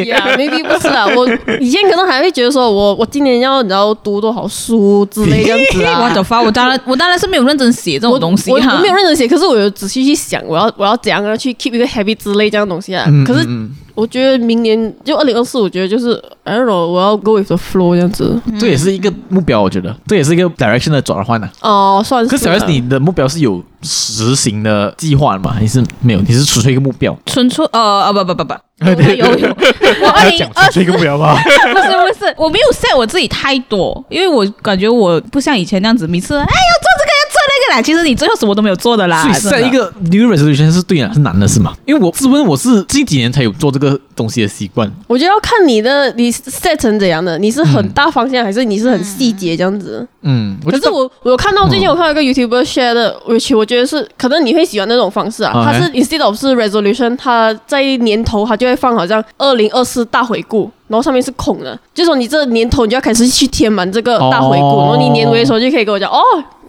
[SPEAKER 3] 呀 maybe 不是啦，我以前可能还会觉得说我我今年要你知道读多少书之类
[SPEAKER 1] (laughs)
[SPEAKER 3] 这样子
[SPEAKER 2] 我
[SPEAKER 3] 啊
[SPEAKER 2] 的。发，我当然我当然是没有认真写这
[SPEAKER 3] 我
[SPEAKER 2] 种东西啊
[SPEAKER 1] 啊
[SPEAKER 3] 我
[SPEAKER 2] 哈，
[SPEAKER 3] 我没有认真写，可是我有仔细去想，我要我要怎样啊去 keep 一个 happy 之类这样的东西啊。
[SPEAKER 1] 嗯
[SPEAKER 3] 可是
[SPEAKER 1] 嗯
[SPEAKER 3] 我觉得明年就二零二四，我觉得就是 I don't know，我要 go with the flow 这样子。
[SPEAKER 1] 嗯这也是一个目标，我觉得这也是一个 direction 的转换呐、啊。
[SPEAKER 3] 哦、算是。
[SPEAKER 1] 可是小 S，你的目标是有实行的计划的吗？还是没有？你是纯粹一个目标？
[SPEAKER 2] 纯粹呃呃不不不不，
[SPEAKER 1] (laughs) 对
[SPEAKER 2] 有有有，我
[SPEAKER 1] 还
[SPEAKER 2] 二
[SPEAKER 1] 要
[SPEAKER 2] 零
[SPEAKER 1] 讲
[SPEAKER 2] 二
[SPEAKER 3] (laughs)
[SPEAKER 1] 纯粹一个目标吗？
[SPEAKER 2] 不是不是，我没有 set 我自己太多，因为我感觉我不像以前那样子，每次哎要做这个要做那个啦，其实你最后什么都没有做的啦。
[SPEAKER 1] 所
[SPEAKER 3] 啊
[SPEAKER 1] 以
[SPEAKER 2] 真的
[SPEAKER 1] set 一个 New Resolution 是对啊你来说是难的是吗？因为我自问我是近几年才有做这个东西的习惯，
[SPEAKER 3] 我觉得要看你的你 set 成怎样的，你是很大方向，还是你是很细节这样子？
[SPEAKER 1] 嗯，我
[SPEAKER 3] 可
[SPEAKER 1] 就是
[SPEAKER 3] 我我有看到最近我看到一个 YouTuber share 的，
[SPEAKER 1] 嗯
[SPEAKER 3] 我其我觉得是可能你会喜欢那种方式啊。
[SPEAKER 1] OK
[SPEAKER 3] 它是 instead of 是 resolution，它在年头它就会放好像二零二四大回顾，然后上面是空的，就说你这年头你就要开始去填满这个大回顾，
[SPEAKER 1] 哦
[SPEAKER 3] 然后你年尾的时候就可以跟我讲哦，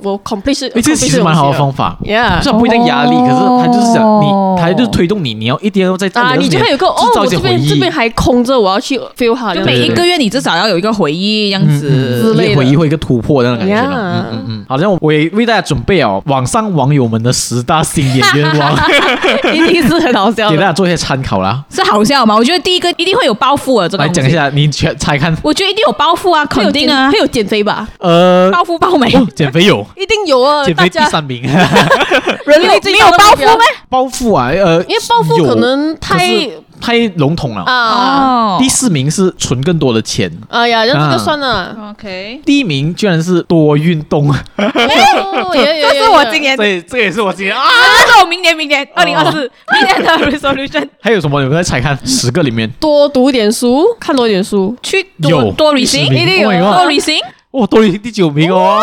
[SPEAKER 3] 我 complete
[SPEAKER 1] 诶，这个其实蛮好的方法。
[SPEAKER 3] 啊，yeah
[SPEAKER 1] 虽。然不一定压力，可是他就是想你
[SPEAKER 2] 哦，
[SPEAKER 1] 他就是推动你，你要一定要在这
[SPEAKER 3] 啊，
[SPEAKER 1] 里
[SPEAKER 3] 你就会有个哦
[SPEAKER 1] 制，造
[SPEAKER 3] 我
[SPEAKER 1] 一些
[SPEAKER 3] 这
[SPEAKER 1] 回
[SPEAKER 3] 边
[SPEAKER 1] 忆，
[SPEAKER 3] 这边还空着，我要去 feel 它，这
[SPEAKER 2] 就
[SPEAKER 3] 样
[SPEAKER 2] 每
[SPEAKER 1] 对
[SPEAKER 2] 一个月你至少要有一个回忆，这样
[SPEAKER 1] 嗯
[SPEAKER 2] 子。
[SPEAKER 3] 之类的
[SPEAKER 1] 一个回忆会一个突破的那种感觉啦
[SPEAKER 3] Yeah
[SPEAKER 1] 嗯嗯嗯，好，像我也为大家准备哦，网上网友们的十大新演愿望，
[SPEAKER 3] (laughs) 一定是很好笑
[SPEAKER 1] 给大
[SPEAKER 3] 的。
[SPEAKER 1] 家做一些参考啦。
[SPEAKER 2] 是好笑吗？我觉得第一个一定会有包袱的这个
[SPEAKER 1] 来
[SPEAKER 2] 东西
[SPEAKER 1] 讲一，下，你全猜看，
[SPEAKER 2] 我觉得一定有包袱啊，
[SPEAKER 3] 会有
[SPEAKER 2] 肯定
[SPEAKER 3] 减
[SPEAKER 2] 啊
[SPEAKER 3] 会，有减肥吧？ (laughs)
[SPEAKER 1] 呃，
[SPEAKER 2] 包袱包没？
[SPEAKER 1] 哦减肥有，
[SPEAKER 3] 一定有啊！
[SPEAKER 1] 减
[SPEAKER 3] 大
[SPEAKER 1] 肥第
[SPEAKER 3] 家
[SPEAKER 1] 三名， (laughs)
[SPEAKER 3] 人
[SPEAKER 2] 没
[SPEAKER 3] 类
[SPEAKER 2] 有
[SPEAKER 3] 最
[SPEAKER 2] 没
[SPEAKER 3] 大
[SPEAKER 2] 有
[SPEAKER 3] 的
[SPEAKER 2] 包
[SPEAKER 3] 目
[SPEAKER 2] 袱
[SPEAKER 3] 标
[SPEAKER 2] 咩？
[SPEAKER 1] 包袱啊，呃，
[SPEAKER 3] 因为暴富
[SPEAKER 1] 有
[SPEAKER 3] 可能太
[SPEAKER 1] 是太笼统了。
[SPEAKER 3] 啊，
[SPEAKER 2] 哦
[SPEAKER 1] 第四名是存更多的钱，
[SPEAKER 3] 哎呀，那这
[SPEAKER 1] 啊
[SPEAKER 3] 个算 (laughs) 了。
[SPEAKER 2] ，OK，
[SPEAKER 1] 第一名居然是多运动，
[SPEAKER 3] (laughs) 哦有有有
[SPEAKER 2] 这是
[SPEAKER 3] 有
[SPEAKER 2] 我
[SPEAKER 3] 有
[SPEAKER 2] 今年
[SPEAKER 1] 这这也是我今天啊。
[SPEAKER 2] 这是我明年明
[SPEAKER 1] 哦
[SPEAKER 2] 年二零二四明年的 (laughs) resolution
[SPEAKER 1] 还有什么？你们再猜看，十个里面，
[SPEAKER 3] 多读点书，看多点书。
[SPEAKER 2] 去
[SPEAKER 1] 有
[SPEAKER 2] 多多旅行
[SPEAKER 1] 十，名
[SPEAKER 2] 一定有
[SPEAKER 1] Oh my god
[SPEAKER 2] 多旅行。
[SPEAKER 1] 哇，多于第九名哦。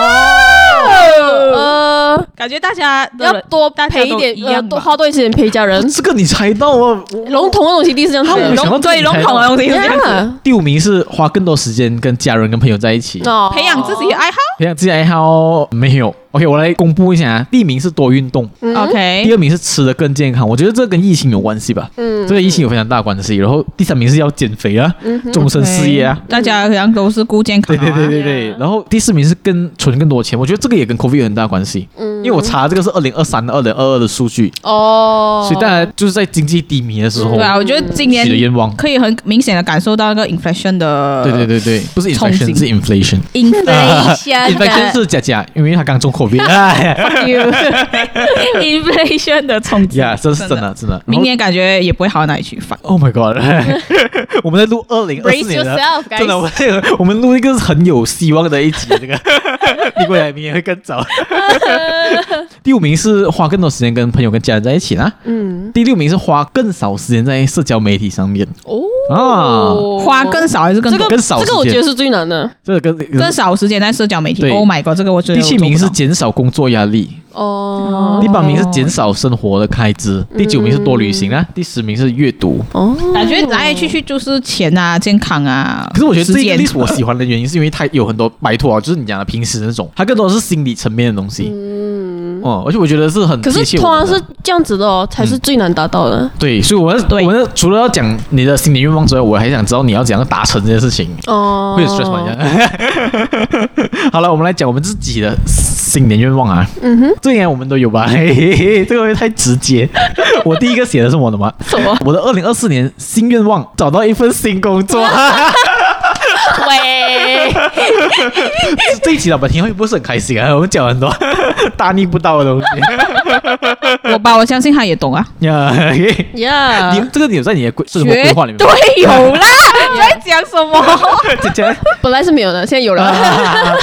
[SPEAKER 3] 呃，
[SPEAKER 2] 哦感觉大家的
[SPEAKER 3] 要多
[SPEAKER 2] 大家
[SPEAKER 3] 陪
[SPEAKER 2] 都
[SPEAKER 3] 一点
[SPEAKER 2] 一，
[SPEAKER 3] 呃，
[SPEAKER 2] 样吧
[SPEAKER 3] 多花多一些钱陪家人。
[SPEAKER 1] 这个你猜到啊？我
[SPEAKER 3] (laughs) 笼统的东西一定是这样子
[SPEAKER 1] 他我没想到
[SPEAKER 3] 的。
[SPEAKER 2] 笼
[SPEAKER 1] 这
[SPEAKER 2] 对
[SPEAKER 1] 里
[SPEAKER 2] 笼
[SPEAKER 1] 才
[SPEAKER 2] 统的
[SPEAKER 1] 到
[SPEAKER 2] 东西是这样子，
[SPEAKER 3] Yeah，
[SPEAKER 1] 第五名是花更多时间跟家人跟朋友在一起，
[SPEAKER 3] 哦
[SPEAKER 2] 培养自己的爱好。
[SPEAKER 1] 培养自己爱好哦没有。OK，我来公布一下啊，第一名是多运动，
[SPEAKER 3] 嗯
[SPEAKER 2] OK，
[SPEAKER 1] 第二名是吃的更健康，我觉得这跟疫情有关系吧，
[SPEAKER 3] 嗯
[SPEAKER 1] 这，个疫情有非常大关系。然后第三名是要减肥啊，终身事业啊。
[SPEAKER 2] 大家好像都是顾健康
[SPEAKER 1] 对
[SPEAKER 2] 啊。
[SPEAKER 1] 对对对对，然后第四名是更存更多钱，我觉得这个也跟 COVID 有很大关系，
[SPEAKER 3] 嗯
[SPEAKER 1] 因为我查这个是二零二三、二零二二的数据，
[SPEAKER 3] 哦，
[SPEAKER 1] 所以大
[SPEAKER 3] (laughs)
[SPEAKER 1] 家就是在经济低迷的时候
[SPEAKER 2] 对啊，我觉得今年
[SPEAKER 1] 许的愿望。
[SPEAKER 2] 可以很明显的感受到那个 inflation 的
[SPEAKER 1] 对对对对，不是
[SPEAKER 2] 憧
[SPEAKER 1] inflation
[SPEAKER 2] 憬
[SPEAKER 1] 是 inflation。inflation (laughs) 是假假，因为他刚中 COVID，哎
[SPEAKER 2] (laughs) inflation 的冲击。
[SPEAKER 1] 呀，这是真的真的。
[SPEAKER 2] 明年感觉也不会好到哪里去，反
[SPEAKER 1] 然后，Oh my God，我们在录二零二四
[SPEAKER 3] brace
[SPEAKER 1] 年的啊
[SPEAKER 3] yourself，
[SPEAKER 1] 真的，我
[SPEAKER 3] guys
[SPEAKER 1] 我们 (laughs) 录一个很有希望的一集，这个你过来明年会更早。第五名是花更多时间跟朋友跟家人在一起啦，
[SPEAKER 3] 嗯，
[SPEAKER 1] 第六名是花更少时间在社交媒体上面啊，
[SPEAKER 3] 哦，
[SPEAKER 2] 花更少还是更
[SPEAKER 3] 这
[SPEAKER 2] 多
[SPEAKER 3] 个
[SPEAKER 1] 更少
[SPEAKER 3] 这个我
[SPEAKER 1] 时
[SPEAKER 3] 觉
[SPEAKER 1] 间
[SPEAKER 3] 得是最难的
[SPEAKER 1] 这个跟
[SPEAKER 2] 更少时间在社交媒体。
[SPEAKER 1] 对
[SPEAKER 2] Oh my god，这个我觉得
[SPEAKER 1] 第
[SPEAKER 2] 我
[SPEAKER 1] 七
[SPEAKER 2] 做不
[SPEAKER 1] 名是
[SPEAKER 2] 到
[SPEAKER 1] 减少工作压力，
[SPEAKER 3] 哦
[SPEAKER 1] 第八名是减少生活的开支，第九名是多旅行啊，第十名是阅读。
[SPEAKER 3] 哦，
[SPEAKER 2] 感觉来来去去就是钱啊、健康啊。
[SPEAKER 1] 可是我觉得这
[SPEAKER 2] 时
[SPEAKER 1] 个
[SPEAKER 2] 间
[SPEAKER 1] list 我喜欢的原因是因为它有很多摆脱啊，就是你讲的平时那种，它更多的是心理层面的东西。嗯，哦，而且我觉得是很
[SPEAKER 3] 可
[SPEAKER 1] 贴
[SPEAKER 3] 是
[SPEAKER 1] 切
[SPEAKER 3] 通
[SPEAKER 1] 我
[SPEAKER 3] 常
[SPEAKER 1] 们嗯的
[SPEAKER 3] 是这样子的哦，才是最难达到的。
[SPEAKER 1] 对，所以我们
[SPEAKER 2] 对
[SPEAKER 1] 我们除了要讲你的心理愿望之外，我还想知道你要怎样达成这件事情。
[SPEAKER 3] 哦，
[SPEAKER 1] 会有 stress 吗？这样 (laughs) 好了，我们来讲我们自己的新年愿望啊。嗯哼，这应该我们都有吧？ (laughs) 嘿嘿嘿，这个会太直接。 (laughs) 我第一个写的是我的吗？
[SPEAKER 3] 什么？
[SPEAKER 1] 我的二零二四年新愿望，找到一份新工
[SPEAKER 3] (laughs)
[SPEAKER 1] 作。
[SPEAKER 2] (laughs)
[SPEAKER 3] 喂，
[SPEAKER 1] 这一集老板听会不是很开心啊？我们讲很多 (laughs) 大逆不道的东西。
[SPEAKER 2] (laughs) 我吧，我相信他也懂啊，
[SPEAKER 1] 呀、嘿
[SPEAKER 3] 呀，
[SPEAKER 1] 你这个你有在你的规生活规
[SPEAKER 2] 绝
[SPEAKER 1] 划里面吗？
[SPEAKER 2] 对有 (laughs) 啦！你在讲什么？
[SPEAKER 1] (laughs) 姐姐，
[SPEAKER 3] 本来是没有的，现在有了。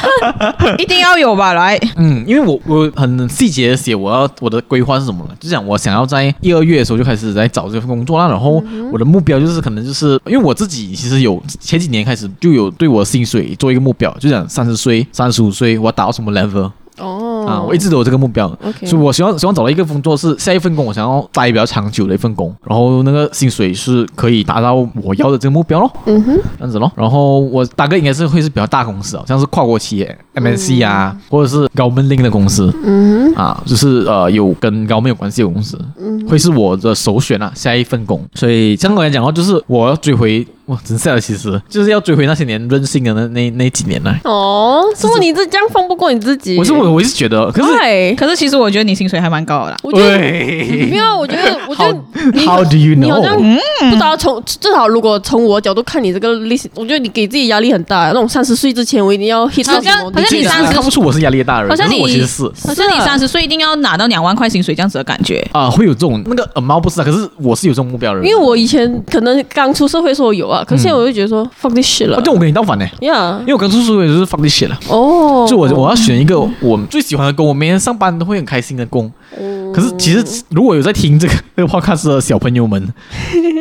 [SPEAKER 2] (laughs) 一定要有吧？来，
[SPEAKER 1] 嗯，因为我我很细节的写我要我的规划是什么了，就讲我想要在一二月的时候就开始在找这份工作啦，然后我的目标就是可能就是因为我自己其实有前几年开始就有对我的薪水做一个目标，就讲三十岁、三十五岁我要达到什么 level
[SPEAKER 3] 哦
[SPEAKER 1] 啊，我一直都有这个目标，
[SPEAKER 3] OK
[SPEAKER 1] 所以我希望希望找到一个工作是下一份工我想要待比较长久的一份工，然后那个薪水是可以达到我要的这个目标咯。
[SPEAKER 3] 嗯哼，
[SPEAKER 1] 这样子咯。然后我大概应该是会是比较大公司哦，像是跨国企业 MNC 啊，
[SPEAKER 3] 嗯
[SPEAKER 1] 或者是高门令的公司，嗯啊，就是呃有跟高门有关系的公司，
[SPEAKER 3] 嗯
[SPEAKER 1] 会是我的首选啊，下一份工。所以相对来讲的话，就是我要追回哇，真sad 了，其实就是要追回那些年任性的那那那几年来。
[SPEAKER 3] 哦，怎么你这这样放不过你自己？
[SPEAKER 1] 我是我，我是觉得，可是。
[SPEAKER 3] 是，
[SPEAKER 2] 可是其实我觉得你薪水还蛮高的啦。
[SPEAKER 3] 我觉得
[SPEAKER 1] 对
[SPEAKER 3] 没有啊，我
[SPEAKER 1] (laughs)
[SPEAKER 3] 觉得，我觉得
[SPEAKER 1] How do you
[SPEAKER 3] 你好像
[SPEAKER 1] know？嗯
[SPEAKER 3] 不知道从至少如果从我角度看你这个 list，我觉得你给自己压力很大。那种三十岁之前我一定要 hit 到
[SPEAKER 2] 好像
[SPEAKER 3] 什么
[SPEAKER 2] 好像
[SPEAKER 1] 其
[SPEAKER 2] 你
[SPEAKER 1] 实
[SPEAKER 2] 三十
[SPEAKER 1] 看不出我是压力大的人，
[SPEAKER 2] 好像
[SPEAKER 1] 可
[SPEAKER 2] 你
[SPEAKER 1] 是我其实是
[SPEAKER 2] 好像你
[SPEAKER 3] 是啊
[SPEAKER 2] 三十岁一定要拿到两万块薪水这样子的感觉。
[SPEAKER 1] 呃啊，会有这种那个 amount 不是啊，可是我是有这种目标的人，
[SPEAKER 3] 因为我以前可能刚出社会的时候有吧。可是现在我就觉得说、fuck this shit 了
[SPEAKER 1] 哦，，就我跟你倒反呢、
[SPEAKER 3] 呀
[SPEAKER 1] 因，为我刚出书也就是 fuck this shit 了。
[SPEAKER 3] 哦，
[SPEAKER 1] 就我我要选一个我最喜欢的工，我每天上班都会很开心的工。
[SPEAKER 3] 嗯哦
[SPEAKER 1] 可是其实如果有在听这个 (laughs) 这个 podcast 的小朋友们，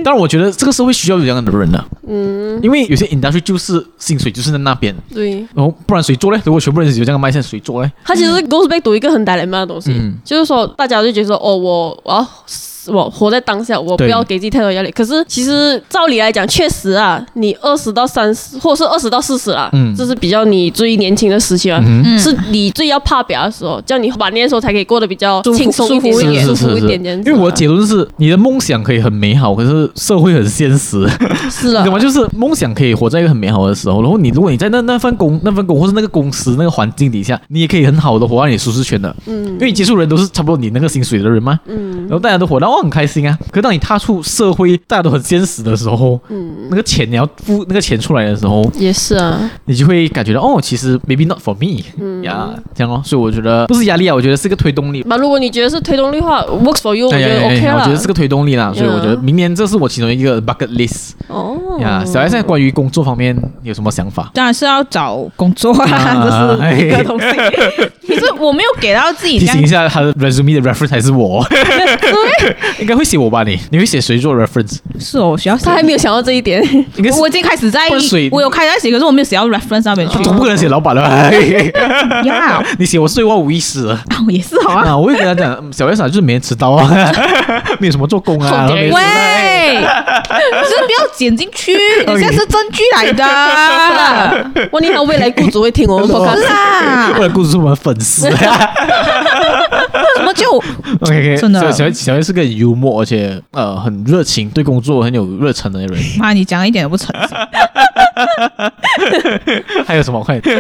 [SPEAKER 1] 当然我觉得这个社会需要有这样的人了、嗯，因为有些 industry 就是薪水就是在那边，
[SPEAKER 3] 对。
[SPEAKER 1] 然后不然谁做呢？如果全部人有这样的卖相，谁做呢？
[SPEAKER 3] 他其实 goes back to 一个很 dilemma 的东西，
[SPEAKER 1] 嗯
[SPEAKER 3] 就是说大家就觉得说，哦，我我要我活在当下，我不
[SPEAKER 1] 对
[SPEAKER 3] 要给自己太多压力。可是其实照理来讲，确实啊，你二十到三十，或者是二十到四十啊，
[SPEAKER 1] 嗯
[SPEAKER 3] 这是比较你最年轻的时期啊，
[SPEAKER 1] 嗯
[SPEAKER 3] 是你最要怕表的时候，叫你晚年的时候才可以过得比较
[SPEAKER 1] 舒服
[SPEAKER 3] 轻松一
[SPEAKER 2] 舒服
[SPEAKER 3] 点，
[SPEAKER 1] 是是
[SPEAKER 3] 舒服
[SPEAKER 1] 是
[SPEAKER 3] 一
[SPEAKER 1] 是，
[SPEAKER 3] 点点。
[SPEAKER 1] 因为我的结论是，你的梦想可以很美好，可是社会很现实。
[SPEAKER 3] 啊是了
[SPEAKER 1] 你，懂吗？就是梦想可以活在一个很美好的时候，然后你如果你在那那份工、那份工或是那个公司、那个环境底下，你也可以很好的活到你舒适圈的。嗯，因为你接触人都是差不多你那个薪水的人嘛。嗯，然后大家都活到哦很开心啊。可是当你踏出社会，大家都很现实的时候，嗯，那个钱你要付那个钱出来的时候，
[SPEAKER 3] 也是啊，
[SPEAKER 1] 你就会感觉到哦，其实 maybe not for me 呀、这样哦。所以我觉得不是压力啊，我觉得是个推动力。
[SPEAKER 3] 那如果你觉得是推动力的话，works for you，我
[SPEAKER 1] 哎呀
[SPEAKER 3] 觉得
[SPEAKER 1] 哎
[SPEAKER 3] OK
[SPEAKER 1] 呀
[SPEAKER 3] 了。
[SPEAKER 1] 我觉得是个推动力啦，所以我觉得
[SPEAKER 3] Yeah
[SPEAKER 1] 明年这是我其中一个 bucket list
[SPEAKER 3] 哦
[SPEAKER 1] 呀、小艾现在关于工作方面有什么想法？
[SPEAKER 2] 当然是要找工作
[SPEAKER 1] (laughs)
[SPEAKER 2] 啊，这是一个东西。可是我没有给到自己
[SPEAKER 1] 哎提
[SPEAKER 2] 这样
[SPEAKER 1] 醒一下，他的 resume 的 reference 还是
[SPEAKER 2] (laughs)
[SPEAKER 1] 我，应该会写我吧你？你会写谁做 reference？
[SPEAKER 2] 是哦，我学校
[SPEAKER 3] 他还没有想到这一点，
[SPEAKER 1] 应该是
[SPEAKER 2] 我我已经开始在
[SPEAKER 1] 不然水，
[SPEAKER 2] 我有开始在写，可是我没有写到 reference 上面去
[SPEAKER 1] (laughs) 他。总不可能写老板了吧？ (laughs)
[SPEAKER 2] 呀，
[SPEAKER 1] 你写我碎万无意识了
[SPEAKER 2] 啊我也是好啊。
[SPEAKER 1] 啊！我会跟他讲，嗯小月嫂就是每天迟到啊， (laughs) 没有什么做工啊，
[SPEAKER 3] 好
[SPEAKER 1] 没
[SPEAKER 3] 给
[SPEAKER 1] 有什
[SPEAKER 3] 人
[SPEAKER 1] 么
[SPEAKER 2] 喂，这不要剪进去，你
[SPEAKER 1] OK
[SPEAKER 2] 这是证据来 (laughs) 的。
[SPEAKER 3] (laughs) 万一他未来雇主会听我 (laughs) 们
[SPEAKER 1] Hello
[SPEAKER 2] 是
[SPEAKER 3] podcast，
[SPEAKER 2] 啊，
[SPEAKER 1] (laughs) 为了顾是我们粉丝。
[SPEAKER 2] 怎么就
[SPEAKER 1] (laughs) OK，
[SPEAKER 2] 真的
[SPEAKER 1] 小
[SPEAKER 2] 啊
[SPEAKER 1] 小月小月是个很幽默，而且呃很热情，对工作很有热忱的人。
[SPEAKER 2] (laughs)
[SPEAKER 1] (laughs)
[SPEAKER 2] 妈？你讲得一点都不诚实，
[SPEAKER 1] 还有什么快点？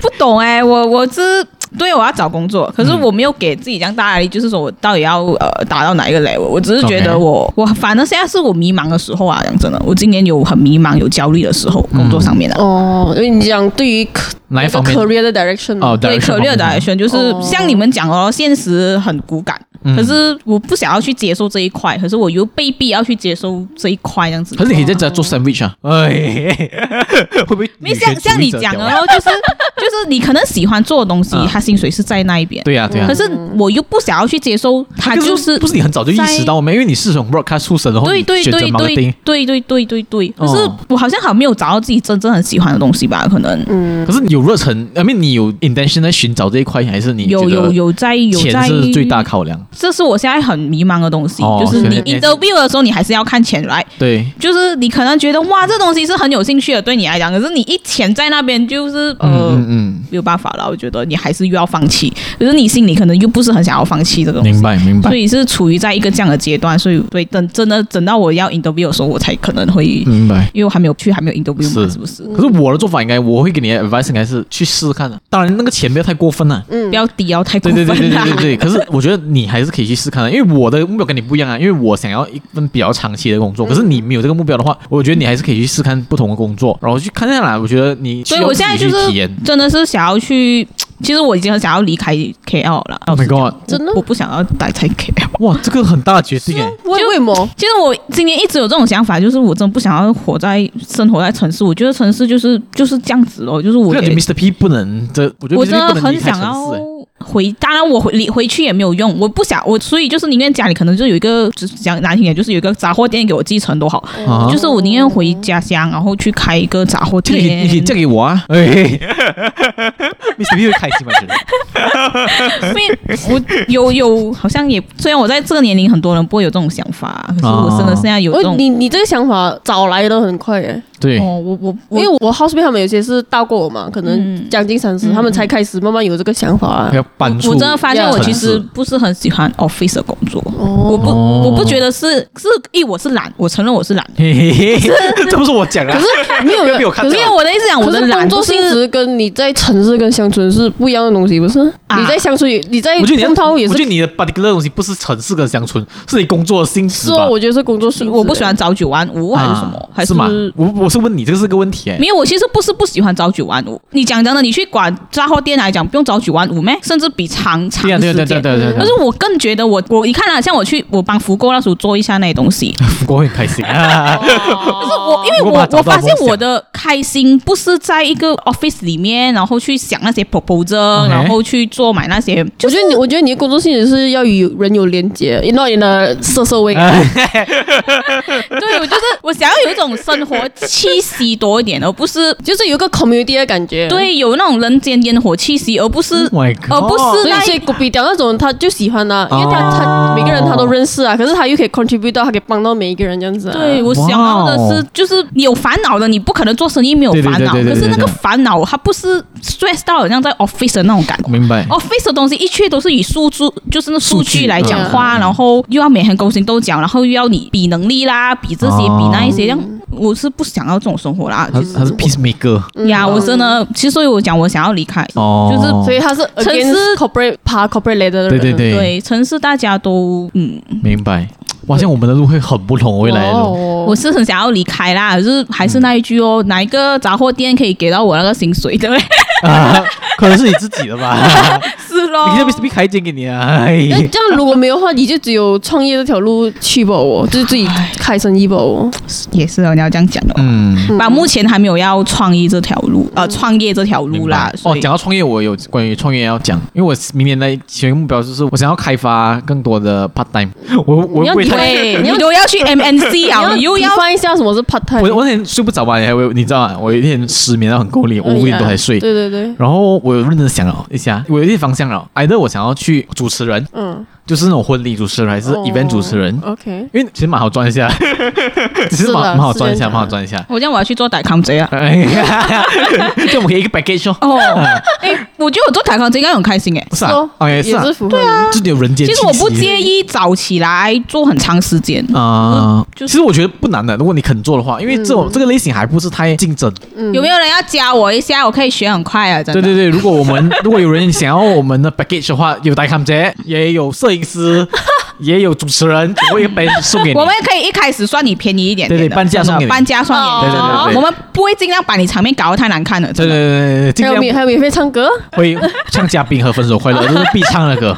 [SPEAKER 2] 不懂哎、我我是。对，我要找工作，可是我没有给自己这样大压力，就是说我到底要呃达到哪一个 level，我只是觉得
[SPEAKER 1] OK
[SPEAKER 2] 我我反正现在是我迷茫的时候啊，讲真的，我今年有很迷茫、有焦虑的时候，工作上面啊
[SPEAKER 1] 嗯
[SPEAKER 2] 的、
[SPEAKER 3] 哦，因为你讲对于
[SPEAKER 1] 哪一
[SPEAKER 3] 这
[SPEAKER 1] 方
[SPEAKER 3] 个
[SPEAKER 1] 面？
[SPEAKER 3] career 的 direction 嘛
[SPEAKER 1] 哦，
[SPEAKER 2] 嗯对
[SPEAKER 1] direction
[SPEAKER 2] 可略的
[SPEAKER 1] 方面
[SPEAKER 2] action 就是
[SPEAKER 3] 哦
[SPEAKER 2] 像你们讲哦，现实很骨感，
[SPEAKER 1] 嗯
[SPEAKER 2] 可是我不想要去接受这一块，可是我又被逼要去接受这一块这样子。
[SPEAKER 1] 嗯可是你可以在家做 sandwich 啊，哎， (laughs) 会不会
[SPEAKER 2] 没有像像你讲
[SPEAKER 1] 啊
[SPEAKER 2] 的，然后就是 (laughs) 就是你可能喜欢做的东西
[SPEAKER 1] 嗯，
[SPEAKER 2] 他薪水是在那一边，
[SPEAKER 1] 对呀啊对呀
[SPEAKER 2] 可，是我又不想要去接受，他
[SPEAKER 1] 可
[SPEAKER 2] 就是
[SPEAKER 1] 不是你很早就意识
[SPEAKER 2] 在
[SPEAKER 1] 到吗？因为你是从 broadcast 出身，然后
[SPEAKER 2] 对
[SPEAKER 1] 你
[SPEAKER 2] 对
[SPEAKER 1] 哦选择
[SPEAKER 2] 对对
[SPEAKER 1] marketing，
[SPEAKER 2] 对对对对对，可是
[SPEAKER 1] 哦
[SPEAKER 2] 我好像还没有找到自己真正很喜欢的东西吧？可能
[SPEAKER 1] 可是你有热忱，I mean 你有 intention 在寻找这一块，还是你
[SPEAKER 2] 有
[SPEAKER 1] 觉得
[SPEAKER 2] 有有在有
[SPEAKER 1] 钱
[SPEAKER 2] 在
[SPEAKER 1] 是最大考量？
[SPEAKER 2] 这是我现在很迷茫的东西，
[SPEAKER 1] 哦
[SPEAKER 2] 就是你
[SPEAKER 1] 所以你
[SPEAKER 2] interview 的时候，你还是要看钱来。
[SPEAKER 1] 对，
[SPEAKER 2] 就是你可能觉得哇，这东西是很有兴趣的，对你来讲，可是你一钱在那边，就是呃、
[SPEAKER 1] 嗯嗯
[SPEAKER 2] 没有办法了。我觉得你还是又要放弃，可是你心里可能又不是很想要放弃这
[SPEAKER 1] 嗯，
[SPEAKER 2] 个东
[SPEAKER 1] 明
[SPEAKER 2] 西，
[SPEAKER 1] 白明白
[SPEAKER 2] 所以是处于在一个这样的阶段。所以对，等真的等到我要 interview 的时候，我才可能会，
[SPEAKER 1] 明白。
[SPEAKER 2] 因为我还没有去，还没有 interview 嘛，
[SPEAKER 1] 嗯是
[SPEAKER 2] 是不是？
[SPEAKER 1] 可是我的做法应该，我会给你的 advice 应该是去试试看的。当然，那个钱不要太过分了。
[SPEAKER 3] 嗯
[SPEAKER 2] 不要低要太过
[SPEAKER 1] 对
[SPEAKER 2] 分啊
[SPEAKER 1] 对
[SPEAKER 2] 啦。
[SPEAKER 1] 对对对对对。可是我觉得你还是可以去试看的，啊因为我的目标跟你不一样啊。因为我想要一份比较长期的工
[SPEAKER 2] 嗯
[SPEAKER 1] 作，可是你没有这个目标的话，我觉得你还是可以去试看不同的工作，然后去看下来。我觉得你需
[SPEAKER 2] 所以
[SPEAKER 1] 要
[SPEAKER 2] 我
[SPEAKER 1] 自
[SPEAKER 2] 现在
[SPEAKER 1] 己
[SPEAKER 2] 就
[SPEAKER 1] 去
[SPEAKER 2] 是
[SPEAKER 1] 体验。
[SPEAKER 2] 真的是想要去，其实我已经很想要离开 KL 了。
[SPEAKER 1] Oh my god！
[SPEAKER 2] 我
[SPEAKER 3] 真的
[SPEAKER 2] 我不想要待在 KL。
[SPEAKER 1] 哇，这个很大的决定哎。
[SPEAKER 3] 为为什么？
[SPEAKER 2] 其实我今年一直有这种想法，就是我真不想要活在生活在城市。我觉得城市就是就是这样子咯，就是我
[SPEAKER 1] 我
[SPEAKER 2] 也
[SPEAKER 1] 感觉 Mr. P 不能，这我觉得
[SPEAKER 2] 我
[SPEAKER 1] Mr.
[SPEAKER 2] 真
[SPEAKER 1] P
[SPEAKER 2] 的
[SPEAKER 1] 不能
[SPEAKER 2] 很
[SPEAKER 1] 离开
[SPEAKER 2] 想
[SPEAKER 1] 城
[SPEAKER 2] 要
[SPEAKER 1] 市哎。
[SPEAKER 2] 回，当然我回离回去也没有用，我不想我，所以就是宁愿家里可能就有一个，就是讲难听点，就是有一个杂货店给我继承都好，
[SPEAKER 1] 啊
[SPEAKER 2] 就是我宁愿回家乡，然后去开一个杂货
[SPEAKER 1] 这个 (laughs) 你
[SPEAKER 2] 店
[SPEAKER 1] 你可以。嫁给我啊！哎嘿，Mr. P 会开心吗？觉得
[SPEAKER 2] 因为我有有好像也，虽然我在这个年龄，很多人不会有这种想法，可是我真
[SPEAKER 1] 啊
[SPEAKER 2] 的现在有这
[SPEAKER 3] 我
[SPEAKER 2] 种。
[SPEAKER 3] 你你这个想法早来的很快耶，
[SPEAKER 1] 对
[SPEAKER 2] 哦，我我
[SPEAKER 3] 因
[SPEAKER 2] 我
[SPEAKER 3] 为我 housemate 他们有些是大过我嘛，可能
[SPEAKER 2] 嗯
[SPEAKER 3] 将近三十，
[SPEAKER 2] 嗯
[SPEAKER 3] 他们才开始慢慢有这个想法啊。
[SPEAKER 1] 要搬出。
[SPEAKER 2] 我真的发现我其实
[SPEAKER 1] 城市
[SPEAKER 2] 不是很喜欢 office 的工作，
[SPEAKER 3] 嗯
[SPEAKER 2] 我不
[SPEAKER 1] 哦
[SPEAKER 2] 我不觉得是是，一我是懒，我承认我是懒。
[SPEAKER 1] 嘿嘿嘿， (laughs) 这不是我讲的。啊
[SPEAKER 3] 可是没有
[SPEAKER 1] (laughs) 不要
[SPEAKER 3] 人
[SPEAKER 1] 被我看
[SPEAKER 2] 可
[SPEAKER 1] 到啊
[SPEAKER 2] 是我的意思讲，我
[SPEAKER 3] 可
[SPEAKER 2] 的
[SPEAKER 3] 是
[SPEAKER 2] 懒
[SPEAKER 3] 工作
[SPEAKER 2] 不是
[SPEAKER 3] 性质跟你在城市跟乡村是不一样的东西，不是？
[SPEAKER 2] 啊
[SPEAKER 3] 你在乡村也，你在
[SPEAKER 1] 我觉得你
[SPEAKER 3] 中
[SPEAKER 1] 的，
[SPEAKER 3] 涛也
[SPEAKER 1] 我觉
[SPEAKER 3] 是
[SPEAKER 1] 得你的 particular 东西不是城市跟乡村，是你工作的性质
[SPEAKER 3] 说，
[SPEAKER 1] 吧？
[SPEAKER 3] 哦我觉得是工作性质。
[SPEAKER 2] 啊我不喜欢，朝九晚五还是什么
[SPEAKER 1] 啊，
[SPEAKER 2] 还
[SPEAKER 1] 是吗？我我是问你，这个是个问题哎、
[SPEAKER 2] 没有，我其实不是不喜欢朝九晚五。你讲真的，你去管杂货店来讲，不用朝九晚五咩？甚至比长长
[SPEAKER 1] 对
[SPEAKER 2] 时
[SPEAKER 1] 啊，
[SPEAKER 2] 间。
[SPEAKER 1] 对啊对啊对啊对啊对啊对啊
[SPEAKER 2] 但是我更觉得我我你看啊，像我去我帮福购那时候做一下那些东西，
[SPEAKER 1] (laughs) 我会很开心啊。
[SPEAKER 2] 可是我因为
[SPEAKER 1] 如果把
[SPEAKER 2] 我
[SPEAKER 1] 它找到
[SPEAKER 2] 我发现
[SPEAKER 1] 梦想
[SPEAKER 2] 我的开心不是在一个 office 里面，然后去想那些 proposal，
[SPEAKER 1] OK
[SPEAKER 2] 然后去做买那些，
[SPEAKER 3] 我觉得你，我觉得你的工作性质是要与人有连接，not in a 色色
[SPEAKER 1] (laughs)
[SPEAKER 3] 味。
[SPEAKER 2] 对我就是我想要有一种生活气息多一点，而不是
[SPEAKER 3] 就是有一个 community 的感觉。，
[SPEAKER 2] 对有那种人间烟火气息，而不是
[SPEAKER 1] Oh my god
[SPEAKER 2] 而不是
[SPEAKER 3] 所以
[SPEAKER 2] 那
[SPEAKER 3] 所以古比屌那种，他就喜欢啊，因为他、
[SPEAKER 1] 哦
[SPEAKER 3] 他每个人他都认识啊，可是他又可以 contribute 到，他可以帮到每一个人这样子、啊。
[SPEAKER 2] 对，我
[SPEAKER 1] 哇
[SPEAKER 2] 想要的是
[SPEAKER 1] 哦，
[SPEAKER 2] 就是你有烦恼的，你不可能做生意没有
[SPEAKER 1] 对对
[SPEAKER 2] 烦恼。
[SPEAKER 1] 对对
[SPEAKER 2] 可
[SPEAKER 1] 对
[SPEAKER 2] 是那
[SPEAKER 1] 对
[SPEAKER 2] 个
[SPEAKER 1] 对
[SPEAKER 2] 烦恼，它不是 stress 到好像在 office 的那种感觉。
[SPEAKER 1] (laughs) 明白。
[SPEAKER 2] office 的东西一切都是以数字，就是那数
[SPEAKER 1] 数据
[SPEAKER 2] 据来讲
[SPEAKER 3] 嗯
[SPEAKER 2] 话，然后又要每天勾心斗角，然后又要你比能力啦，比这些
[SPEAKER 1] 哦
[SPEAKER 2] 比那一些，这样我是不想要这种生活啦。
[SPEAKER 1] 他
[SPEAKER 2] 其实
[SPEAKER 1] 他是 peacemaker
[SPEAKER 2] 呀，我真
[SPEAKER 3] 嗯
[SPEAKER 2] 的，其实所以我讲我想要离开，
[SPEAKER 1] 哦，
[SPEAKER 2] 就是
[SPEAKER 3] 所以他是
[SPEAKER 2] 城
[SPEAKER 3] against
[SPEAKER 2] 市
[SPEAKER 3] corporate 爬 corporate ladder 的人。
[SPEAKER 1] 对对对，
[SPEAKER 2] 对城市大家都嗯，
[SPEAKER 1] 明白。哇，像我们的路会很不同，未来的路。
[SPEAKER 3] 哦
[SPEAKER 2] 我是很想要离开啦，可是还是那一句
[SPEAKER 1] 嗯
[SPEAKER 2] 哦，哪一个杂货店可以给到我那个薪水的嘞？
[SPEAKER 1] (laughs) 啊，可能是你自己的吧？
[SPEAKER 3] (laughs)
[SPEAKER 2] 是咯，
[SPEAKER 1] 你可以被开间给你啊！哎
[SPEAKER 3] 那 (laughs) 这样如果没有的话，你就只有创业这条路去吧，哦，就是自己开生意吧，哦。
[SPEAKER 2] (laughs) 也是哦，你要这样讲的。
[SPEAKER 1] 嗯，
[SPEAKER 2] 把目前还没有要创业这条路，呃，创业这条路啦
[SPEAKER 1] 明白。
[SPEAKER 2] 所
[SPEAKER 1] 哦，
[SPEAKER 2] 以
[SPEAKER 1] 讲到创业，我有关于创业要讲，因为我明年的其中一个目标就是我想要开发更多的 part
[SPEAKER 3] (laughs)
[SPEAKER 1] time。我我
[SPEAKER 3] 你要
[SPEAKER 1] 为
[SPEAKER 3] (laughs)
[SPEAKER 1] 他，
[SPEAKER 2] 对，
[SPEAKER 3] 你
[SPEAKER 2] 你
[SPEAKER 3] 要
[SPEAKER 2] 都要去 MNC 啊，你
[SPEAKER 3] 你
[SPEAKER 2] 又要
[SPEAKER 3] 翻一下什么是 part time。
[SPEAKER 1] 我我那天睡不着吧？你还我你知道啊？我有一天失眠到很够力，我
[SPEAKER 3] 哎呀
[SPEAKER 1] 五点多才睡。
[SPEAKER 3] 对对对，
[SPEAKER 1] 然后我有认真想了一下，我有一些方向了。either 我想要去主持人，
[SPEAKER 3] 嗯，
[SPEAKER 1] 就是那种婚礼主持人还是
[SPEAKER 3] 哦
[SPEAKER 1] event 主持人，
[SPEAKER 3] OK，
[SPEAKER 1] 因为其实蛮好赚一
[SPEAKER 2] (laughs)
[SPEAKER 1] 下，只是
[SPEAKER 3] 是
[SPEAKER 1] 蛮
[SPEAKER 3] 啦
[SPEAKER 1] 蛮好赚一
[SPEAKER 3] 是这
[SPEAKER 1] 下，
[SPEAKER 3] 样
[SPEAKER 1] 蛮好赚一下。
[SPEAKER 2] 我这样我要去做 d 康 c 啊。
[SPEAKER 1] 哎呀，就我们可以一个 package 哦，
[SPEAKER 2] 哦， (laughs) 哎，我觉得我做 d 康 c 应该很开心哎。
[SPEAKER 1] 不是啊，哦也是啊，
[SPEAKER 3] 符合。对啊，
[SPEAKER 1] 就是有人间气息。
[SPEAKER 2] 其实我不介意早起来做很长时间，
[SPEAKER 1] 啊，
[SPEAKER 2] 嗯就
[SPEAKER 1] 其
[SPEAKER 2] 是
[SPEAKER 1] 实我觉得不难的，如果你肯做的话，因为这种
[SPEAKER 3] 嗯
[SPEAKER 1] 这个类型还不是太竞争。
[SPEAKER 2] 有没有人要教我一下？我可以学很快啊，真
[SPEAKER 1] 对
[SPEAKER 2] 的。
[SPEAKER 1] 对对，如果我
[SPEAKER 2] (laughs)
[SPEAKER 1] 们如果有人想要我们的 package 的话，有 d 康 c 也有摄影
[SPEAKER 2] (laughs)
[SPEAKER 1] 师，也有主持人，我也本送给你
[SPEAKER 2] 我。们可以一开始算你便宜一点点的，
[SPEAKER 1] 对对半价
[SPEAKER 2] 真的
[SPEAKER 1] 送给你
[SPEAKER 2] 半价算给你
[SPEAKER 1] 对对对对
[SPEAKER 2] 我们不会尽量把你场面搞得太难看的，
[SPEAKER 1] 对
[SPEAKER 2] 真
[SPEAKER 1] 对
[SPEAKER 2] 的。
[SPEAKER 1] 对对对，尽
[SPEAKER 3] 还有
[SPEAKER 1] 量
[SPEAKER 3] 免还有免费唱歌，
[SPEAKER 1] 会唱嘉宾和分手快乐， (laughs) 这是必唱的歌。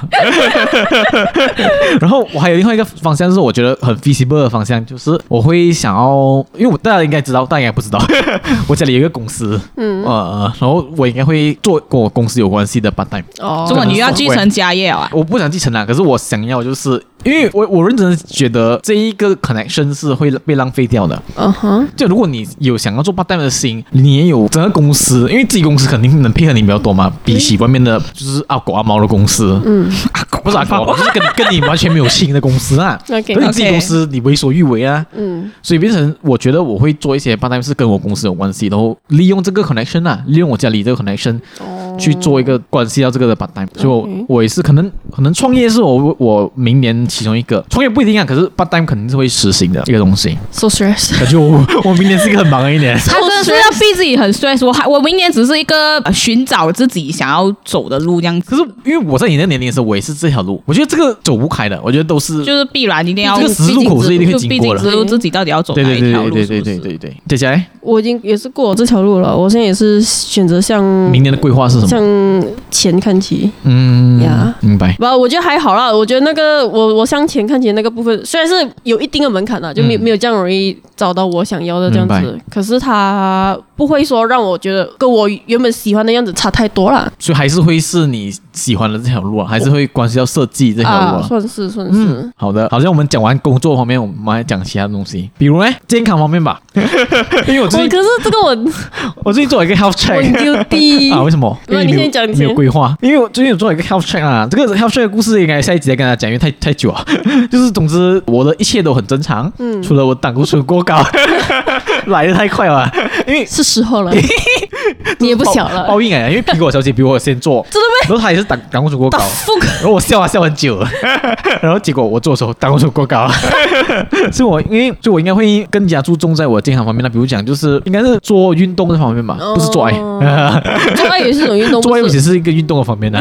[SPEAKER 1] 然后我还有另外一个方向，就是我觉得很 feasible 的方向，就是我会想要，因为我大家应该知道，大家应该不知道， (laughs) 我家里有一个公司，嗯呃，然后我应该会做跟我公司有关系的 part time。
[SPEAKER 3] 哦
[SPEAKER 1] 这
[SPEAKER 2] 中文
[SPEAKER 1] 么
[SPEAKER 2] 你又要继承家业了啊。
[SPEAKER 1] 我不想继承啦，可是我想要，就是因为我我认真地觉得这一个 connection 是会被浪费掉的。
[SPEAKER 3] 嗯哼，
[SPEAKER 1] 就如果你有想要做 part time 的心，你也有整个公司，因为自己公司肯定能配合你比较多嘛，比起外面的就是阿狗阿猫的公司，嗯，阿狗不是阿狗，就是跟跟你完全没有亲的公司 (laughs) 啊。
[SPEAKER 3] OK
[SPEAKER 1] 可是你自己公司你为所欲为啊，
[SPEAKER 3] 嗯，
[SPEAKER 1] 所以变成我觉得我会做一些 part time 是跟我公司有关系，然后利用这个 connection 啊，利用我家里这个 connection
[SPEAKER 3] 哦
[SPEAKER 1] 去做一个关系到这个的 part time，所以我
[SPEAKER 3] OK
[SPEAKER 1] 我也是可能可能创业是我我明年其中一个，创业不一定啊，可是 part time 肯定是会实行的一个东 (laughs) 西。
[SPEAKER 3] so stress。
[SPEAKER 1] 感觉我我明年是一个很忙的一年。
[SPEAKER 2] 他真的是要逼自己很 stress。我还我明年只是一个呃寻找自己想要走的路这样
[SPEAKER 1] 可
[SPEAKER 2] 子，
[SPEAKER 1] 是因为我在你那个年龄的时候，我也是这条路，我觉得这个走不开的，我觉得都是
[SPEAKER 2] 就是必然一定要
[SPEAKER 1] 嗯这个十字路口是一定会
[SPEAKER 2] 就
[SPEAKER 1] 经
[SPEAKER 2] 必
[SPEAKER 1] 过
[SPEAKER 2] 经
[SPEAKER 1] 的
[SPEAKER 2] 之。路自己到底要走哪
[SPEAKER 1] 对对
[SPEAKER 2] 一
[SPEAKER 1] 对
[SPEAKER 2] 条
[SPEAKER 1] 对
[SPEAKER 2] 路，
[SPEAKER 1] 对
[SPEAKER 2] 是
[SPEAKER 1] 对
[SPEAKER 2] 不
[SPEAKER 1] 对
[SPEAKER 2] 是？
[SPEAKER 1] 对对。接下来
[SPEAKER 3] 我已经也是过我这条路了，我现在也是选择向
[SPEAKER 1] 明年的规划是什么？
[SPEAKER 3] 向钱看齐。
[SPEAKER 1] 嗯
[SPEAKER 3] 呀，
[SPEAKER 1] 明白。
[SPEAKER 3] 不，我觉得还好啦。我觉得那个我我向前看前那个部分，虽然是有一定的门槛啦，就没、
[SPEAKER 1] 嗯
[SPEAKER 3] 没有这样容易找到我想要的这样
[SPEAKER 1] 明
[SPEAKER 3] 子。可是它不会说让我觉得跟我原本喜欢的样子差太多啦。
[SPEAKER 1] 所以还是会是你喜欢的这条路啊，还是会关系到设计这条路
[SPEAKER 3] 啊，
[SPEAKER 1] 啊。
[SPEAKER 3] 算是算是。
[SPEAKER 1] 嗯，好的。好像我们讲完工作方面，我们还讲其他东西，比如呢，健康方面吧。 (laughs) 因为我
[SPEAKER 3] 我
[SPEAKER 1] 最近
[SPEAKER 3] 哦可是这个
[SPEAKER 1] (laughs)
[SPEAKER 3] 我
[SPEAKER 1] 我最近做了一个 health
[SPEAKER 3] 我
[SPEAKER 1] (laughs) check
[SPEAKER 3] 很。丢地
[SPEAKER 1] 啊？为什么？因
[SPEAKER 3] 那
[SPEAKER 1] 为
[SPEAKER 3] 你
[SPEAKER 1] 没有
[SPEAKER 3] 先讲先
[SPEAKER 1] 没有规划，因为我最近有做一个 health check 啊，这个 health check 的故事应该下一集再跟大家讲，因为太太久了。 (laughs) 就是总之我的一切都很正常，(laughs)
[SPEAKER 3] 嗯 (laughs)
[SPEAKER 1] 除了我胆固醇过高，来的太快了。啊 (laughs)
[SPEAKER 3] 是时候了。你也不小了，
[SPEAKER 1] 报应哎，因为苹果小姐比我先做，
[SPEAKER 3] 真的
[SPEAKER 1] 然后她也是胆胆固醇过高
[SPEAKER 3] (laughs) 咩？打，fuck
[SPEAKER 1] 然后我笑啊笑很久了， (laughs) 然后结果我做的时候胆固醇过高， (laughs) 所以我因为所以我应该会更加注重在我健康方面那比如讲就是应该是做运动这方面吧，
[SPEAKER 3] 哦
[SPEAKER 1] 不是做爱。 (laughs)
[SPEAKER 3] 做爱也是一种运动，
[SPEAKER 1] 做爱
[SPEAKER 3] 不
[SPEAKER 1] 尤
[SPEAKER 3] 是
[SPEAKER 1] 其是一个运动的方面呢、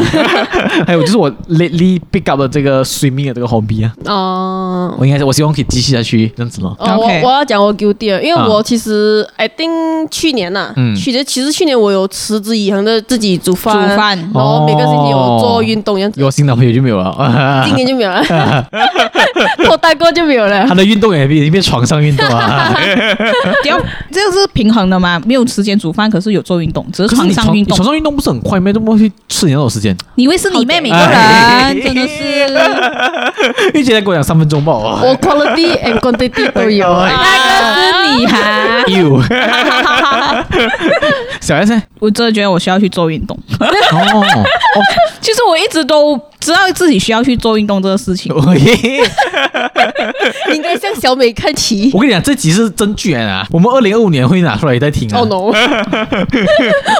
[SPEAKER 1] 还有就是我 lately pick up 的这个 swimming 的这个 hobby 啊，
[SPEAKER 3] 哦。
[SPEAKER 1] 我应该是我希望可以继续下去这样子咯。
[SPEAKER 3] 哦，我
[SPEAKER 2] OK
[SPEAKER 3] 我要讲我 guilty 了，因为
[SPEAKER 1] 啊
[SPEAKER 3] 我其实 I think 去年呐、
[SPEAKER 1] 嗯
[SPEAKER 3] 去年其实去年我有持之以恒的自己煮饭，
[SPEAKER 2] 煮饭 (laughs)
[SPEAKER 3] 然后每个星期有做运动这样子，
[SPEAKER 1] 有新男朋友就没有了，
[SPEAKER 3] 今年就没有了，脱单过就没有了
[SPEAKER 1] 他。的运动也变变床上运动啊。
[SPEAKER 2] 比较这个是平衡的嘛，没有时间煮饭，可是有做运动，只
[SPEAKER 1] 可是
[SPEAKER 2] 是床
[SPEAKER 1] 你
[SPEAKER 2] 上运
[SPEAKER 1] 你
[SPEAKER 2] 动
[SPEAKER 1] 床。上运动不是很快吗？怎么会吃你那种时间？
[SPEAKER 2] 你以为是你妹每个
[SPEAKER 1] 哎
[SPEAKER 2] 人，真的
[SPEAKER 1] (laughs)
[SPEAKER 2] 是。
[SPEAKER 1] 因为今天跟我讲三分钟吧，哦
[SPEAKER 3] 我 quality and quantity 都有啊。
[SPEAKER 2] 那个是你
[SPEAKER 1] (laughs)
[SPEAKER 2] 啊哈，
[SPEAKER 1] 哟，小 S 呢
[SPEAKER 2] 我真的觉得我需要去做运动。
[SPEAKER 1] 哦哦
[SPEAKER 2] 其实我一直都知道自己需要去做运动这个事情，
[SPEAKER 1] 我耶，
[SPEAKER 3] 应该向小美看齐。
[SPEAKER 1] 我跟你讲，这集是真剧来的啊！我们二零二五年会拿出来再听啊。
[SPEAKER 3] Oh no！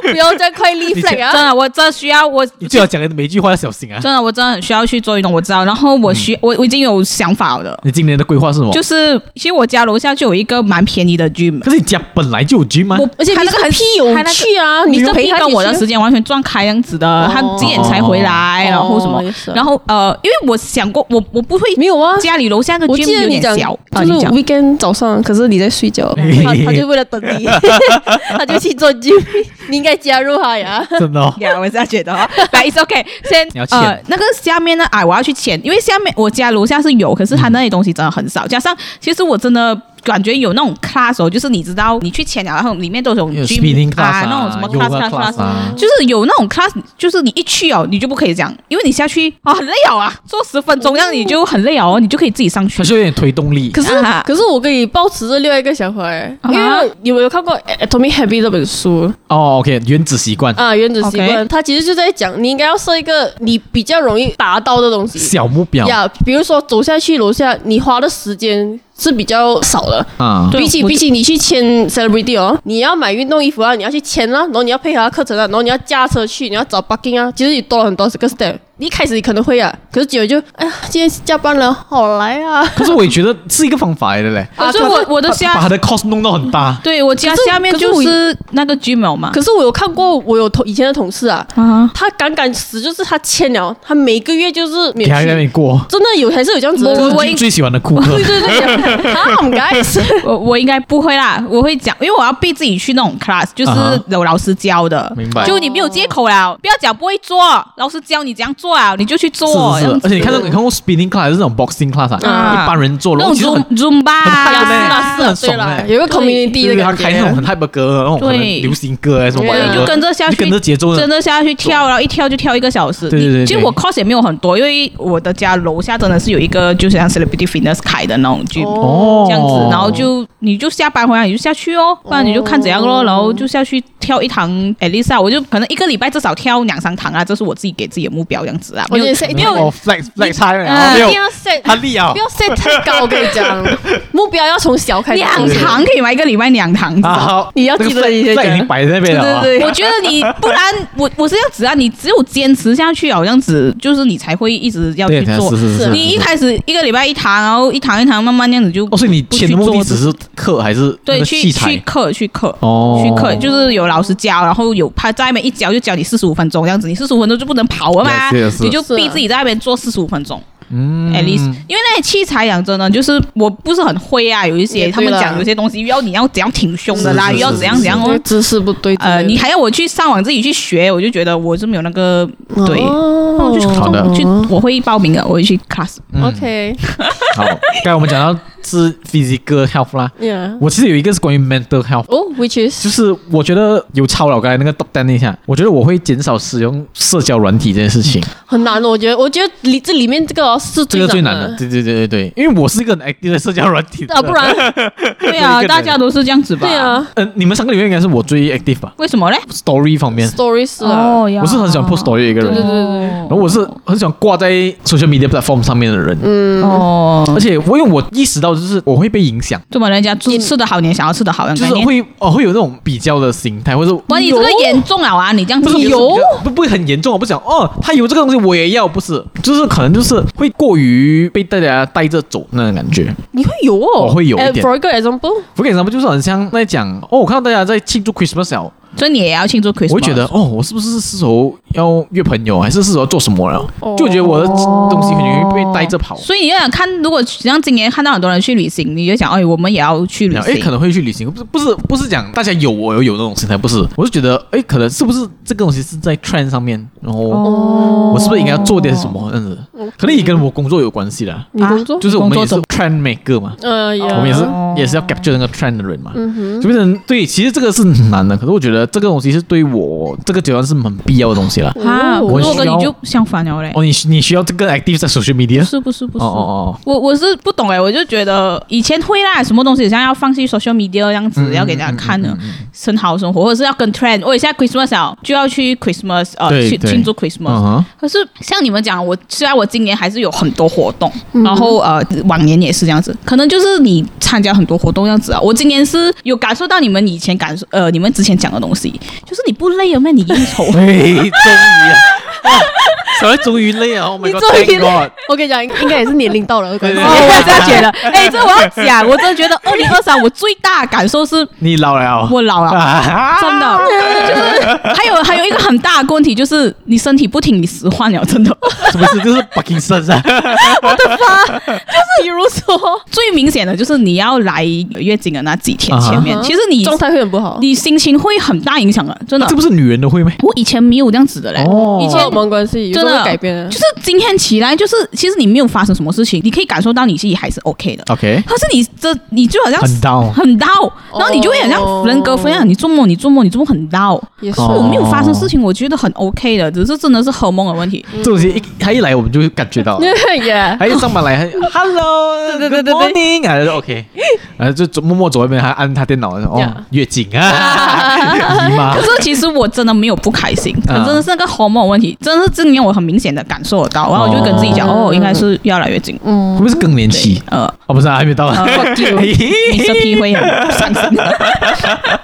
[SPEAKER 3] 不要这样快立 flag
[SPEAKER 2] 真
[SPEAKER 3] 啊！
[SPEAKER 2] 的，我真的需要我。
[SPEAKER 1] 你最好讲的每一句话要小心啊！
[SPEAKER 2] (laughs) 真的，我真的很需要去做运动，我知道。然后我
[SPEAKER 3] 嗯
[SPEAKER 2] 需、我我已经有想法了，
[SPEAKER 3] 哦
[SPEAKER 1] 你今年的规划是什么？
[SPEAKER 2] 就是其实我家楼下就有一个蛮便宜的 gym，
[SPEAKER 1] 可是你家本来就有 gym 啊吗？
[SPEAKER 2] 我
[SPEAKER 3] 而且
[SPEAKER 2] 他
[SPEAKER 3] 你
[SPEAKER 2] 那
[SPEAKER 3] 这
[SPEAKER 2] 个
[SPEAKER 3] 个
[SPEAKER 2] 很
[SPEAKER 3] 屁有趣啊！
[SPEAKER 2] 你
[SPEAKER 3] 你
[SPEAKER 2] 这
[SPEAKER 3] 陪
[SPEAKER 2] 逼
[SPEAKER 3] 他
[SPEAKER 2] 跟我的
[SPEAKER 3] 一起
[SPEAKER 2] 时间完全撞开样子的
[SPEAKER 3] 哦，
[SPEAKER 2] 他几点才回来，
[SPEAKER 3] 哦
[SPEAKER 2] 然后什么
[SPEAKER 3] 也是，啊
[SPEAKER 2] 然后呃，因为我想过，我我不会
[SPEAKER 3] 没有啊？
[SPEAKER 2] 家里楼下那个
[SPEAKER 3] 我
[SPEAKER 2] gym
[SPEAKER 3] 记得
[SPEAKER 2] 有
[SPEAKER 3] 你
[SPEAKER 2] 点
[SPEAKER 3] 讲
[SPEAKER 2] 小，啊
[SPEAKER 3] 就是
[SPEAKER 2] 你讲
[SPEAKER 3] weekend 早上，可是你在睡觉，他他就为了等 (laughs) 你，他就去做 gym，你应该加入他呀。
[SPEAKER 1] (laughs) 真的哦，
[SPEAKER 2] 呀，我是这样觉得哦 (laughs) ，but it's okay。先
[SPEAKER 1] 你要签
[SPEAKER 2] 呃，那个下面呢，哎，我要去签，因为下面我家楼下是有，可是他那些东西真的很少。加上其实我真的感觉有那种 class 哦，就是你知道你去签了，然后里面都有那种
[SPEAKER 1] 有
[SPEAKER 2] gym
[SPEAKER 1] spinning class 啊
[SPEAKER 2] 那种什么
[SPEAKER 1] yoga
[SPEAKER 2] class class
[SPEAKER 1] class 啊
[SPEAKER 2] class，就是有那种 class，就是你一去哦，你就不可以这样，因为你下去啊很累哦啊，做十分钟这样你就很累哦，你就可以自己上去
[SPEAKER 1] 它。是有点推动力。
[SPEAKER 3] 可是
[SPEAKER 2] 啊
[SPEAKER 3] 可是我可以保持着另外一个想法欸，
[SPEAKER 2] 啊
[SPEAKER 3] 因为你们有看过《Atomic Habits》这本书
[SPEAKER 1] 哦，OK，原子习惯，
[SPEAKER 3] 啊，《原子习
[SPEAKER 2] OK
[SPEAKER 3] 惯》，它其实就在讲你应该要设一个你比较容易达到的东西。
[SPEAKER 1] 小目标
[SPEAKER 3] 呀比如说走下去楼下，你花的时间是比较少的。
[SPEAKER 1] 啊，
[SPEAKER 2] 对
[SPEAKER 3] 比起
[SPEAKER 2] 我
[SPEAKER 3] 比起你去签 celebrity 哦，你要买运动衣服啊，你要去签啊，然后你要配合他课程啊，然后你要驾车去，你要找 parking 啊，其实你多了很多这个 step。你一开始你可能会啊，可是久了就哎呀，今天加班了，好来啊。
[SPEAKER 1] (laughs) 可是我也觉得是一个方法来的嘞，
[SPEAKER 2] 啊，所以我我的
[SPEAKER 1] 把
[SPEAKER 2] 下
[SPEAKER 1] 把它的 cost 弄到很
[SPEAKER 2] (laughs)
[SPEAKER 1] 大。
[SPEAKER 2] 对我家
[SPEAKER 3] 可是
[SPEAKER 2] 下面
[SPEAKER 3] 可是
[SPEAKER 2] 就
[SPEAKER 3] 我
[SPEAKER 2] 是那个 gym 了嘛。
[SPEAKER 3] 可是我有看过，我有同以前的同事啊，
[SPEAKER 2] 啊，
[SPEAKER 3] 他敢敢死，就是他签了，他每个月就是没
[SPEAKER 1] 你还
[SPEAKER 3] 有
[SPEAKER 1] 在那
[SPEAKER 3] 去，
[SPEAKER 1] 边过，
[SPEAKER 3] 真的有还是有这样子的
[SPEAKER 1] 这 (laughs)
[SPEAKER 2] 我
[SPEAKER 1] 是
[SPEAKER 2] 我
[SPEAKER 1] 最最喜欢的顾客
[SPEAKER 3] 对。对对，啊，我们
[SPEAKER 1] (laughs)
[SPEAKER 3] guys，
[SPEAKER 2] 我我应该不会啦，我会讲，因为我要逼自己去那种 class，就是
[SPEAKER 1] 啊哈
[SPEAKER 2] 有老师教的，
[SPEAKER 1] 明白
[SPEAKER 2] 就你没有借口了，不要讲不会做，老师教你怎样做啊，你就去做。
[SPEAKER 1] 是
[SPEAKER 2] 这
[SPEAKER 1] 是
[SPEAKER 2] 样
[SPEAKER 1] 是，
[SPEAKER 2] 子
[SPEAKER 1] 而且你看到你看过 spinning class 还是那种 boxing class 啊，
[SPEAKER 2] 啊
[SPEAKER 1] 一般人做
[SPEAKER 2] 那
[SPEAKER 1] 了，我
[SPEAKER 2] 种
[SPEAKER 1] 其实很
[SPEAKER 2] zoom zoom 吧，
[SPEAKER 1] 很嗨的
[SPEAKER 2] 啊
[SPEAKER 1] 嘞是很
[SPEAKER 3] 对
[SPEAKER 1] 爽
[SPEAKER 3] 啦，
[SPEAKER 1] 嘞。
[SPEAKER 3] 有一个
[SPEAKER 1] 对
[SPEAKER 3] community 的
[SPEAKER 1] 对，他
[SPEAKER 3] 感
[SPEAKER 1] 开那种
[SPEAKER 3] 觉
[SPEAKER 1] 很 hyper 歌，那种可能
[SPEAKER 2] 对
[SPEAKER 1] 流行歌还是什么玩意
[SPEAKER 3] 对
[SPEAKER 1] 儿，
[SPEAKER 2] 就跟着下去
[SPEAKER 1] 就跟着节奏
[SPEAKER 2] 真的下去跳，然后一跳就跳一个小时。
[SPEAKER 1] 对对对
[SPEAKER 2] 你其实
[SPEAKER 1] 对
[SPEAKER 2] 我 cost 也没有很多，因为我的家楼下真的是有一个，就是像 Celebrity Fitness 开的那种 gym，、
[SPEAKER 1] 哦
[SPEAKER 2] 这样子，然后就你就下班回来你就下去哦，不然你就看怎样
[SPEAKER 1] 哦
[SPEAKER 2] 咯，然后就下去跳一堂 a l i s a 我就可能一个礼拜至少跳两三堂啊，这是我自己给自己的目标，这样子啊。
[SPEAKER 3] 我
[SPEAKER 2] 没
[SPEAKER 3] 觉
[SPEAKER 2] 有
[SPEAKER 3] 得是一
[SPEAKER 1] 没
[SPEAKER 3] 定
[SPEAKER 1] 有
[SPEAKER 3] 要
[SPEAKER 1] flex flex 差了，
[SPEAKER 2] 呃
[SPEAKER 1] 没有
[SPEAKER 3] 一定要 set
[SPEAKER 1] 他力啊
[SPEAKER 3] (laughs) 不，要 set 太高，我跟你讲，目标要从小 (laughs) 开始。
[SPEAKER 2] 两堂可以吗？一个礼拜两堂。
[SPEAKER 1] 啊好，
[SPEAKER 3] 你要记得一些
[SPEAKER 1] 那个 flag- flag 已经摆在那边了啊，
[SPEAKER 2] 我觉得你不然我我是这样子啊，你只有坚持下去啊，这样子就是你才会一直要去
[SPEAKER 1] 对，
[SPEAKER 2] 做
[SPEAKER 1] 是。是是
[SPEAKER 3] 是
[SPEAKER 1] 是，
[SPEAKER 2] 你一开始一个礼拜一堂，然后一堂一堂慢慢这样子就
[SPEAKER 1] 哦，所以你签的目的只
[SPEAKER 2] 是
[SPEAKER 1] 是课还是那
[SPEAKER 2] 对
[SPEAKER 1] 个
[SPEAKER 2] 去
[SPEAKER 1] 器
[SPEAKER 2] 去
[SPEAKER 1] 材？
[SPEAKER 2] 课去课。
[SPEAKER 1] 哦，
[SPEAKER 2] 去课就是有老师教，然后有他在那边一教就教你四十五分钟这样子，你四十五分钟就不能跑了嘛
[SPEAKER 1] Yes, yes, yes.
[SPEAKER 2] 你就逼
[SPEAKER 3] 是
[SPEAKER 2] 自己在那边做四十五分钟、
[SPEAKER 1] 嗯
[SPEAKER 2] at least，因为那些器材讲真的就是我不是很会啊，有一些
[SPEAKER 3] 也对
[SPEAKER 2] 他们
[SPEAKER 3] 啦
[SPEAKER 2] 讲有些东西要你要怎样挺胸的啦，
[SPEAKER 1] 是是
[SPEAKER 2] 要
[SPEAKER 1] 是
[SPEAKER 2] 怎样
[SPEAKER 1] 是
[SPEAKER 2] 怎样
[SPEAKER 3] 因为
[SPEAKER 2] 哦，
[SPEAKER 3] 姿势不对之类的。
[SPEAKER 2] 呃，你还要我去上网自己去学，我就觉得我是没有那个
[SPEAKER 3] 哦
[SPEAKER 2] 对。那
[SPEAKER 3] 那
[SPEAKER 2] 我就
[SPEAKER 1] 好的
[SPEAKER 2] 去，
[SPEAKER 3] 嗯
[SPEAKER 2] 我会报名的，我会去 class。
[SPEAKER 1] 嗯
[SPEAKER 3] OK，
[SPEAKER 1] (laughs) 好，刚才我们讲到是 physical health 啦，
[SPEAKER 3] yeah，
[SPEAKER 1] 我其实有一个是关于 mental health。
[SPEAKER 3] 哦，which is
[SPEAKER 1] 就是我觉得有超了刚才那个 top down 一下，我觉得我会减少使用社交软体这件事情，
[SPEAKER 3] 很难，我觉得，我觉得里这里面这个哦是
[SPEAKER 1] 这个最难的。
[SPEAKER 3] 的
[SPEAKER 1] 对对对对对，因为我是一个很 active 的社交软体的
[SPEAKER 3] 啊，不，然
[SPEAKER 2] 对
[SPEAKER 1] 一个 (laughs)
[SPEAKER 2] 啊，
[SPEAKER 1] 人
[SPEAKER 2] 大家都是这样子吧？
[SPEAKER 3] 对， (laughs) 啊
[SPEAKER 1] 嗯、你们三个里面应该是我最 active 吧
[SPEAKER 2] 为什么嘞？哦
[SPEAKER 1] ，story 方面，
[SPEAKER 3] ，stories 啊，
[SPEAKER 2] 呀
[SPEAKER 1] 我是很喜欢 post story 的一个人，
[SPEAKER 3] 对对对对
[SPEAKER 2] 哦
[SPEAKER 1] 然后我是很喜欢挂在 social media platform 上面的人，
[SPEAKER 2] 哦
[SPEAKER 1] 而且我因为我意识到到，就是我会被影响，
[SPEAKER 2] 怎么人家吃吃的好，你也想要吃的好，
[SPEAKER 1] 就是
[SPEAKER 2] 概念。
[SPEAKER 1] 会哦会有那种比较的心态，或者
[SPEAKER 2] 哇，你这个严重了啊！你这样
[SPEAKER 1] 不
[SPEAKER 2] 子
[SPEAKER 1] 是
[SPEAKER 2] 你
[SPEAKER 1] 不是不不会很严重，我不想哦，他有这个东西我也要，不是，就是可能就是会过于被大家带着走那种感觉。
[SPEAKER 3] 你会有哦，
[SPEAKER 1] 我会有一
[SPEAKER 3] 哎
[SPEAKER 1] 点
[SPEAKER 3] For 一个 example，
[SPEAKER 1] 我给你们就是很像在讲哦，我看到大家在庆祝 Christmas 了，
[SPEAKER 2] 所以你也要庆祝 Christmas。
[SPEAKER 1] 我会觉得哦，我是不是是时候要约朋友，还是是时候要做什么了？
[SPEAKER 3] 哦
[SPEAKER 1] 就觉得我的东西很容易被带着跑。
[SPEAKER 2] 所以你就想看，如果像今年看到很多人去旅行，你就想，哎，我们也要去旅
[SPEAKER 1] 然后哎，
[SPEAKER 2] 行。
[SPEAKER 1] 可能会去旅行，不是不是不是讲大家有我有有那种心态，不是，我是觉得哎，可能是不是这个东西是在 trend 上面，然后
[SPEAKER 3] 哦
[SPEAKER 1] 我是不是应该要做点什么这样子？可能也跟我工作有关系啦，
[SPEAKER 3] 你工作
[SPEAKER 2] 啊？
[SPEAKER 1] 就是我们也是
[SPEAKER 2] 工
[SPEAKER 1] trend maker 嘛，
[SPEAKER 3] 嗯，呀
[SPEAKER 1] 我们也是
[SPEAKER 2] 哦
[SPEAKER 1] 也是要 capture 那个 trend 的人嘛。
[SPEAKER 3] 嗯哼，
[SPEAKER 1] 就变成对，其实这个是很难的，可是我觉得这个东西是对我这个阶段是很必要的东西啦。
[SPEAKER 2] 啊，
[SPEAKER 3] 哦
[SPEAKER 2] 可是
[SPEAKER 1] 我
[SPEAKER 2] 我跟
[SPEAKER 1] 需要
[SPEAKER 2] 你就相反了嘞。
[SPEAKER 1] 哦，你你需要这个 active 在 social media？
[SPEAKER 2] 不是不是哎不
[SPEAKER 1] 哦
[SPEAKER 2] 是。
[SPEAKER 1] 哦哦，
[SPEAKER 2] 我我是不懂哎、我就觉得以前会啦，什么东西像要放弃 social media 这样
[SPEAKER 1] 嗯
[SPEAKER 2] 子，要给大家看的，生蚝生活，或者是要跟 trend。我也现哦在 Christmas 了，就要去 Christmas 呃，
[SPEAKER 1] 对
[SPEAKER 2] 去
[SPEAKER 1] 对
[SPEAKER 2] 庆祝
[SPEAKER 1] 嗯
[SPEAKER 2] Christmas。
[SPEAKER 1] 哼，
[SPEAKER 2] 可是像你们讲，我虽然我今年还是有很多活动，
[SPEAKER 1] 嗯
[SPEAKER 2] 然后呃，往年也是这样子，可能就是你参加很多活动这样子啊。我今年是有感受到你们以前感受呃，你们之前讲的东西，就是你不累了咩？你应酬
[SPEAKER 1] (laughs) 哎，终于啊，哇小孩终于累啊！Oh my
[SPEAKER 3] 你
[SPEAKER 1] god，
[SPEAKER 3] 终于
[SPEAKER 1] thank God
[SPEAKER 3] 我跟你讲，应该也是年龄到了，我感觉
[SPEAKER 1] 对
[SPEAKER 2] 哦，我这样觉得，哎、这我要讲，我真的觉得哦二零二三我最大的感受是
[SPEAKER 1] 你老了，哦
[SPEAKER 2] 我老了。
[SPEAKER 1] (laughs) 啊
[SPEAKER 2] 真的，就是还有还有一个很大的问题，就是你身体不听你使唤了，真的。
[SPEAKER 1] (laughs) 什么事就是 fucking 生
[SPEAKER 2] (laughs)
[SPEAKER 1] 啊，
[SPEAKER 2] 比如说，最明显的就是你要来月经的那几天前面
[SPEAKER 3] 啊哈
[SPEAKER 2] 其实
[SPEAKER 3] (laughs)
[SPEAKER 2] 你
[SPEAKER 3] 状态会很不好。
[SPEAKER 2] 你心情会很大影响的，真的
[SPEAKER 1] 这。不是女人的会吗？
[SPEAKER 2] 我以前没有这样子的嘞，
[SPEAKER 1] 哦
[SPEAKER 2] 以
[SPEAKER 3] 荷
[SPEAKER 2] 前
[SPEAKER 3] 尔。蒙关系有时
[SPEAKER 2] 真
[SPEAKER 1] 啊
[SPEAKER 3] 候
[SPEAKER 2] 的
[SPEAKER 3] 会改变的
[SPEAKER 2] 就。是今天起来，就是其实你没有发生什么事情，你可以感受到你自己还是 OK
[SPEAKER 3] 哦
[SPEAKER 2] 的。
[SPEAKER 1] OK，
[SPEAKER 2] 可是你这你就好像
[SPEAKER 1] 很 down
[SPEAKER 2] 很 down，然后你就会很
[SPEAKER 3] 哦
[SPEAKER 2] 像人格分享，你做梦你做梦你做梦很 down。
[SPEAKER 3] 也是 (laughs)
[SPEAKER 2] 可是我没有发生
[SPEAKER 1] 哦
[SPEAKER 2] 事情，我觉得很 OK 的，只是真的是荷尔蒙的问题。
[SPEAKER 1] 这东西一他一来我们就感觉到了。
[SPEAKER 3] (laughs) 耶，
[SPEAKER 1] 还有上班来还，Hello，对对对 morning，啊就 OK，然后就走默默走外面，还按他电脑，哦
[SPEAKER 3] Yeah，
[SPEAKER 1] 月经啊， (laughs) 姨妈
[SPEAKER 2] 可，是其实我真的没有不开心，可
[SPEAKER 1] 啊
[SPEAKER 2] 能真的是那个荷尔蒙的问题，真的是今年我很明显的感受得到，然后我就跟自己讲，
[SPEAKER 3] 哦
[SPEAKER 2] 哦，应该是要来月经。
[SPEAKER 3] 嗯
[SPEAKER 1] 会不会是更年期？
[SPEAKER 2] 呃，
[SPEAKER 1] 哦，不是啊，还没到。
[SPEAKER 2] 呃，fuck
[SPEAKER 1] (laughs)
[SPEAKER 2] you，你 (laughs) 这批会很伤心。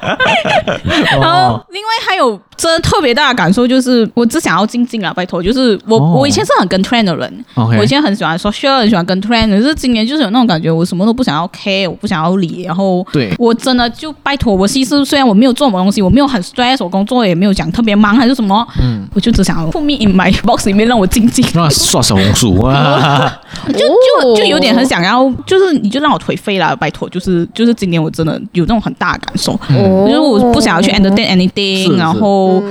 [SPEAKER 2] 然后
[SPEAKER 1] 哦，
[SPEAKER 2] 另外还有真的特别大的感受就是，我只想要静静啊，拜托，就是我、
[SPEAKER 1] 哦
[SPEAKER 2] 我以前是很跟 trend 的人
[SPEAKER 1] OK
[SPEAKER 2] Oh 我以前很喜欢 social，很喜欢跟 trend，可是今年就是有那种感觉，我什么都不想要 care，我不想要理，然后
[SPEAKER 1] 对
[SPEAKER 2] 我真的就拜托，我其实虽然我没有做什么东西，我没有很 stress，我工作也没有讲特别忙还是什么， (laughs) 嗯，我就只想要 put me in my box 里面让我静静，
[SPEAKER 1] 那刷小红书
[SPEAKER 2] (laughs)
[SPEAKER 1] 啊，
[SPEAKER 2] 就就就有点很想要，就是你就让我颓废啦，拜托，就是就是今年我真的有那种很大的感受，
[SPEAKER 3] 哦，
[SPEAKER 2] 就是我不想要去
[SPEAKER 3] 的。
[SPEAKER 2] entertain
[SPEAKER 1] 是
[SPEAKER 2] anything，
[SPEAKER 1] 是嗯
[SPEAKER 2] 然后